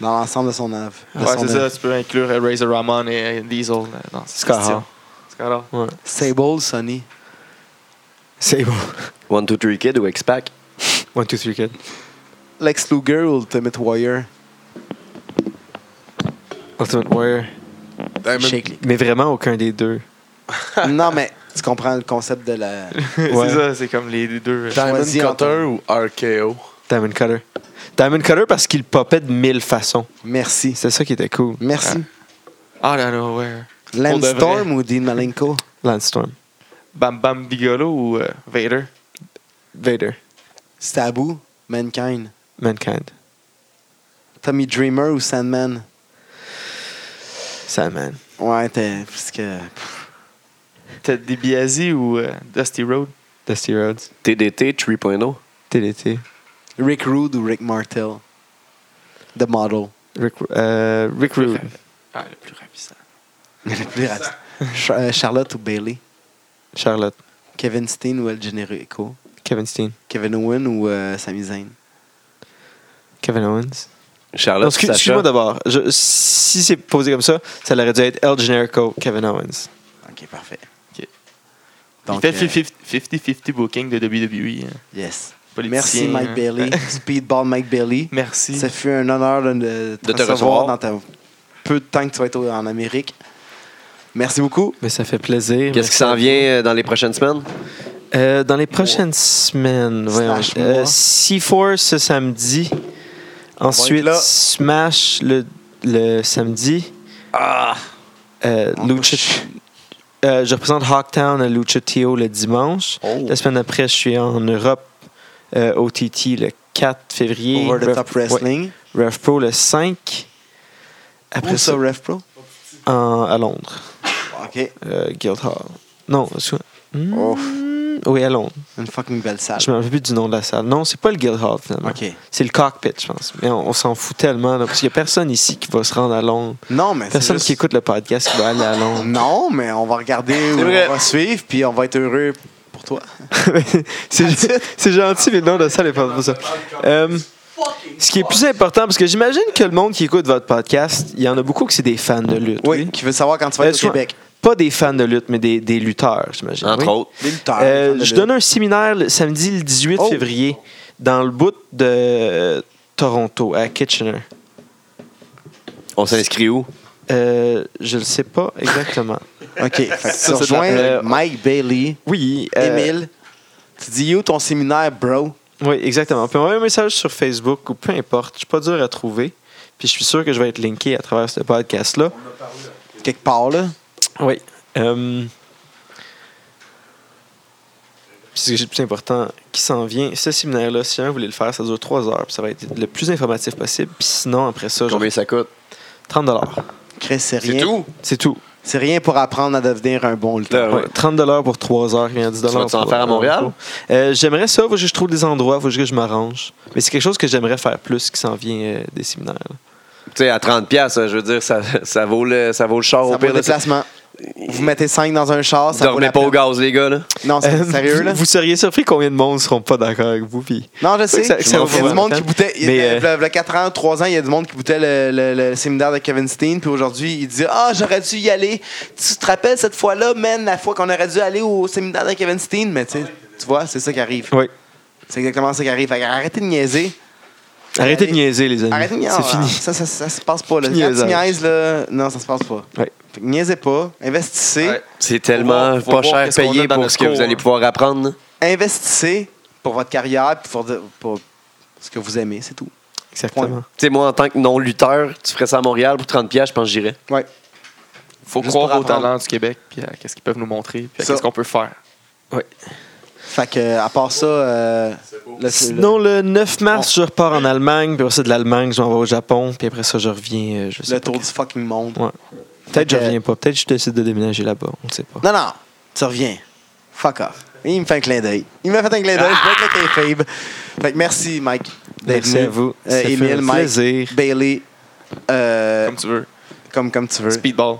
Dans l'ensemble de son œuvre. De
Ouais,
son
c'est
œuvre.
ça, tu peux inclure euh, Razor Ramon et euh, Diesel euh, dans cette
Scott
question.
Hall.
Scott
<laughs>
Hall.
Ouais.
Sable, Sonny.
C'est bon.
One, Two, Three Kid ou X-Pac.
1, 2, 3, 4.
Lex Luger ou Ultimate Warrior?
Ultimate Warrior.
Hey, mais-
Shake.
Mais vraiment aucun des deux.
non, mais tu comprends le concept de la.
Ouais.
c'est ça, c'est comme les les deux. euh,
Diamond
Choisis
Cutter ou RKO?
Diamond Cutter. Diamond Cutter parce qu'il popait de mille façons.
Merci.
C'est ça qui était cool.
Merci.
Out of nowhere. Pour de
Lance
vrai.
Storm ou Dean Malenko?
Landstorm.
Bam Bam Bigelow ou euh, Vader
Vader.
Sabu, Mankind.
Mankind.
Tommy Dreamer ou Sandman?
Sandman.
Ouais, t'es. Parce que.
Ted DiBiase ou euh, Dusty Road
Dusty Rhodes.
TDT 3.0.
TDT.
Rick Rude ou Rick Martel? The Model. <laughs>
Rick, euh, Rick Rude.
Ah, le plus ravissant.
Le plus rapide. Char- euh, Charlotte ou Bailey?
Charlotte.
Kevin Steen ou El Generico?
Kevin Steen.
Kevin Owen ou euh, Sami Zayn?
Kevin Owens. Non,
Charlotte,
excu-
Sacha.
Excuse-moi d'abord. Je- Si c'est posé comme ça, ça aurait dû être El Generico, Kevin Owens.
Ok, parfait.
Ok.
Donc,
Il fait
euh,
50-50 booking de WWE. hein.
Yes. Merci,
Politicien,
Mike
hein.
Bailey. Speedball Mike Bailey.
Merci.
Ça fut un honneur de, de te
De te recevoir.
recevoir dans ta peu de temps que tu vas être au- en Amérique. Merci beaucoup.
Mais ça fait plaisir.
Qu'est-ce qui s'en vient euh, dans les prochaines semaines?
Euh, dans les prochaines semaines, voyons.
Slash
Euh,
mois.
C4 ce samedi.
être
Ensuite,
là.
Smash le, le samedi.
Ah!
Euh, Lucha- euh, je représente Hawktown à Lucha Tio le dimanche.
Oh.
La semaine après, je suis en Europe euh, au TT le 4 février.
Over the
Rev-
Top
ouais,
Wrestling.
Rev Pro le 5. Après
Où ça,
ça,
Ref Pro?
en- à Londres.
OK.
Euh, Guildhall. Non, sou- Hmm,
Ouf.
oui, à Londres.
Une fucking belle salle.
Je me rappelle plus du nom de la salle. Non, c'est pas le Guildhall, finalement.
OK.
C'est le cockpit, je pense. Mais on, on s'en fout tellement, là, parce qu'il n'y a personne ici qui va se rendre à Londres.
Non, mais c'est
Personne
juste- Mm.
qui écoute le podcast qui va aller à Londres.
Non, mais on va regarder où
vrai.
on va suivre, puis on va être heureux pour toi.
<laughs> c'est, c'est gentil, mais le nom de la salle n'est pas pour ça. Euh, ce qui est plus important, parce que j'imagine que le monde qui écoute votre podcast, il y en a beaucoup qui c'est des fans de lutte.
Oui, qui veut savoir quand tu vas
Euh,
être au
soin-
Québec.
pas des fans de lutte, mais des, des lutteurs, j'imagine.
Entre
oui.
autres.
Des lutteurs, des
Euh,
fans de
je
lutte.
donne un séminaire le samedi le 18
Oh.
février dans le bout de euh, Toronto, à Kitchener.
On s'inscrit où?
Euh, je le sais pas exactement.
OK. Fait que tu
c'est
rejoins
dans- euh,
Mike Bailey,
Oui. euh,
Emile. Tu dis yo ton séminaire, bro.
Oui, exactement. Puis envoyer un message sur Facebook ou peu importe. Je suis pas dur à trouver. Puis je suis sûr que je vais être linké à travers ce podcast-là.
Quelque part, là.
Oui. Euh, c'est ce que j'ai de plus important qui s'en vient. Ce séminaire-là, si un voulait le faire, ça dure trois heures. puis ça va être le plus informatif possible. Puis sinon, après ça, genre
Combien ça coûte?
30
Chris, c'est
C'est
rien.
tout?
C'est tout.
C'est rien pour apprendre à devenir un bon lutteur.
Ouais, 30 Euh, pour 3 heures, il y a 10
Tu vas-tu en
pour-
faire à Montréal?
Euh, J'aimerais ça, faut que je trouve des endroits, faut que je m'arrange. Mais c'est quelque chose que j'aimerais faire plus qui s'en vient euh, des séminaires. là.
Tu sais, à 30$, piastres, je veux dire, ça, <laughs> ça, vaut, le, ça vaut le char
Ça
au
vaut le
pire. là.
déplacement. Vous mettez 5 dans un char, ça vaut
Dormez
la
pas au
peine.
gaz, les gars, là.
Non, c'est
Euh,
sérieux,
vous-
là.
Vous seriez surpris combien de monde ne seront pas d'accord avec vous. Puis...
Non, je sais.
que ça- que ça
il
vaut
y a du
vraiment
monde
la
qui
peine.
boutait. Il
Mais,
y a-
euh,
il y a 4 ans, 3 ans, il y a du monde qui boutait le, le- le séminaire de Kevin Steen. Puis aujourd'hui, il dit Ah, j'aurais dû y aller. Tu te rappelles cette fois-là, man, la fois qu'on aurait dû aller au séminaire de Kevin Steen? Mais tu sais, tu vois, c'est ça qui arrive.
Oui.
C'est exactement ça qui arrive. Fait que arrêtez de niaiser.
Arrêtez
Allez.
de niaiser, les amis.
Arrêtez de niaiser. Ah,
C'est fini.
Ça, ça, ça se passe pas. Là. Quand
Fini les
tu
âges.
niaises, là, non, ça se passe pas.
Ouais.
Fait que niaisez pas. Investissez.
Ouais.
C'est tellement
voir- faut
pas
voir
cher
qu'est-ce qu'on
payé
a dans
pour
notre
ce que vous
cours,
allez
hein.
pouvoir apprendre. là.
Investissez pour votre carrière puis pour, pour ce que vous aimez. C'est tout.
Exactement.
Tu sais, moi, en tant que non-lutteur, tu ferais ça à Montréal pour 30$, piastres, je pense que j'irais.
Ouais.
faut
Juste
croire
pour
au
apprendre.
talent du Québec, puis à qu'est-ce qu'ils peuvent nous montrer, puis à
Ça.
qu'est-ce qu'on peut faire.
Fait que, à part ça, euh, le-
Sinon, le 9 mars, je repars en Allemagne. Puis après ça, de l'Allemagne, je m'en vais au Japon. Puis après ça, je reviens. euh, je
le,
sais
le
pas
tour du fucking monde.
quand. Peut-être que je
Euh,
reviens pas. Peut-être que je décide de déménager là-bas. On ne sait pas.
Non, non, tu reviens. Fuck off. Il me fait un clin d'œil. Il m'a fait un clin d'œil. Je vois que t'es faible. Fait que merci, Mike. d'être
Merci
venu.
à vous.
Euh,
Ça fait
Émile,
un
Mike,
plaisir.
Bailey, euh,
Comme tu veux.
comme, comme tu veux.
Speedball.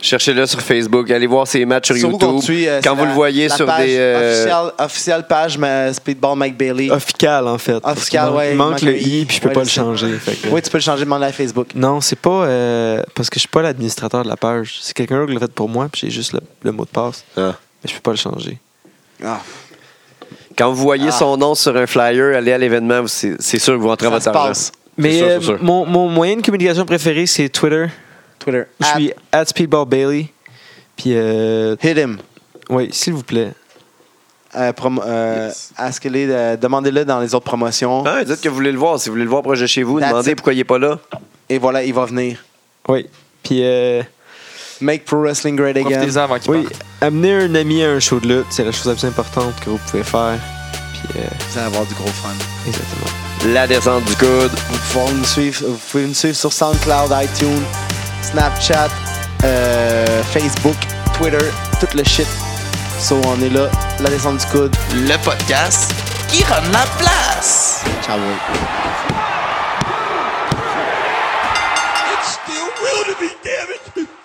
Cherchez-le sur Facebook, allez voir ses matchs sur,
Sur où qu'on
YouTube.
te suit, euh,
Quand
c'est
vous
la-
le voyez
la
sur
page
des. euh,
Officielle, officielle page ma- Speedball Mike Bailey.
Officiel, en fait. Parce qu'il
Officiel,
manque-
ouais,
Il manque
un
le i, puis je peux
Ouais,
pas
je
le
sais.
changer. fait que-
Oui, tu peux le changer, demande à Facebook.
Non, c'est pas euh, parce que je suis pas l'administrateur de la page. C'est quelqu'un d'autre qui l'a fait pour moi, puis j'ai juste le, le mot de passe.
Ah.
Mais je peux pas le changer.
Ah,
Quand vous voyez
Ah.
son nom sur un flyer, allez à l'événement, vous- c'est c'est sûr que vous rentrez
ça
votre
se
argent.
passe.
Mais
sûr,
euh,
c'est sûr.
mon, mon moyen de communication préféré, c'est Twitter.
Twitter.
Je suis at Speedball Bailey. Puis, euh,
Hit him.
oui, s'il vous plaît.
Euh, promo- euh, ask-le, euh, demandez-le dans les autres promotions.
Ah, dites que vous voulez le voir. Si vous voulez le voir proche de chez vous,
That's
demandez
it.
pourquoi il n'est pas là.
Et voilà, il va venir.
Oui. Puis, euh,
Make pro wrestling great again.
Profitez-en avant qu'ils
oui,
partent.
amener un ami à un show de lutte, c'est la chose la plus importante que vous pouvez faire. Puis, euh,
Vous allez avoir du gros fun.
exactement.
La descente du coude.
Vous pouvez nous suivre, vous pouvez nous suivre sur SoundCloud, iTunes, Snapchat, euh, Facebook, Twitter, tout le shit. So on est là, la descente du coude.
Le podcast qui rend la place.
Ciao. ouais.
It's still real to me, damn it.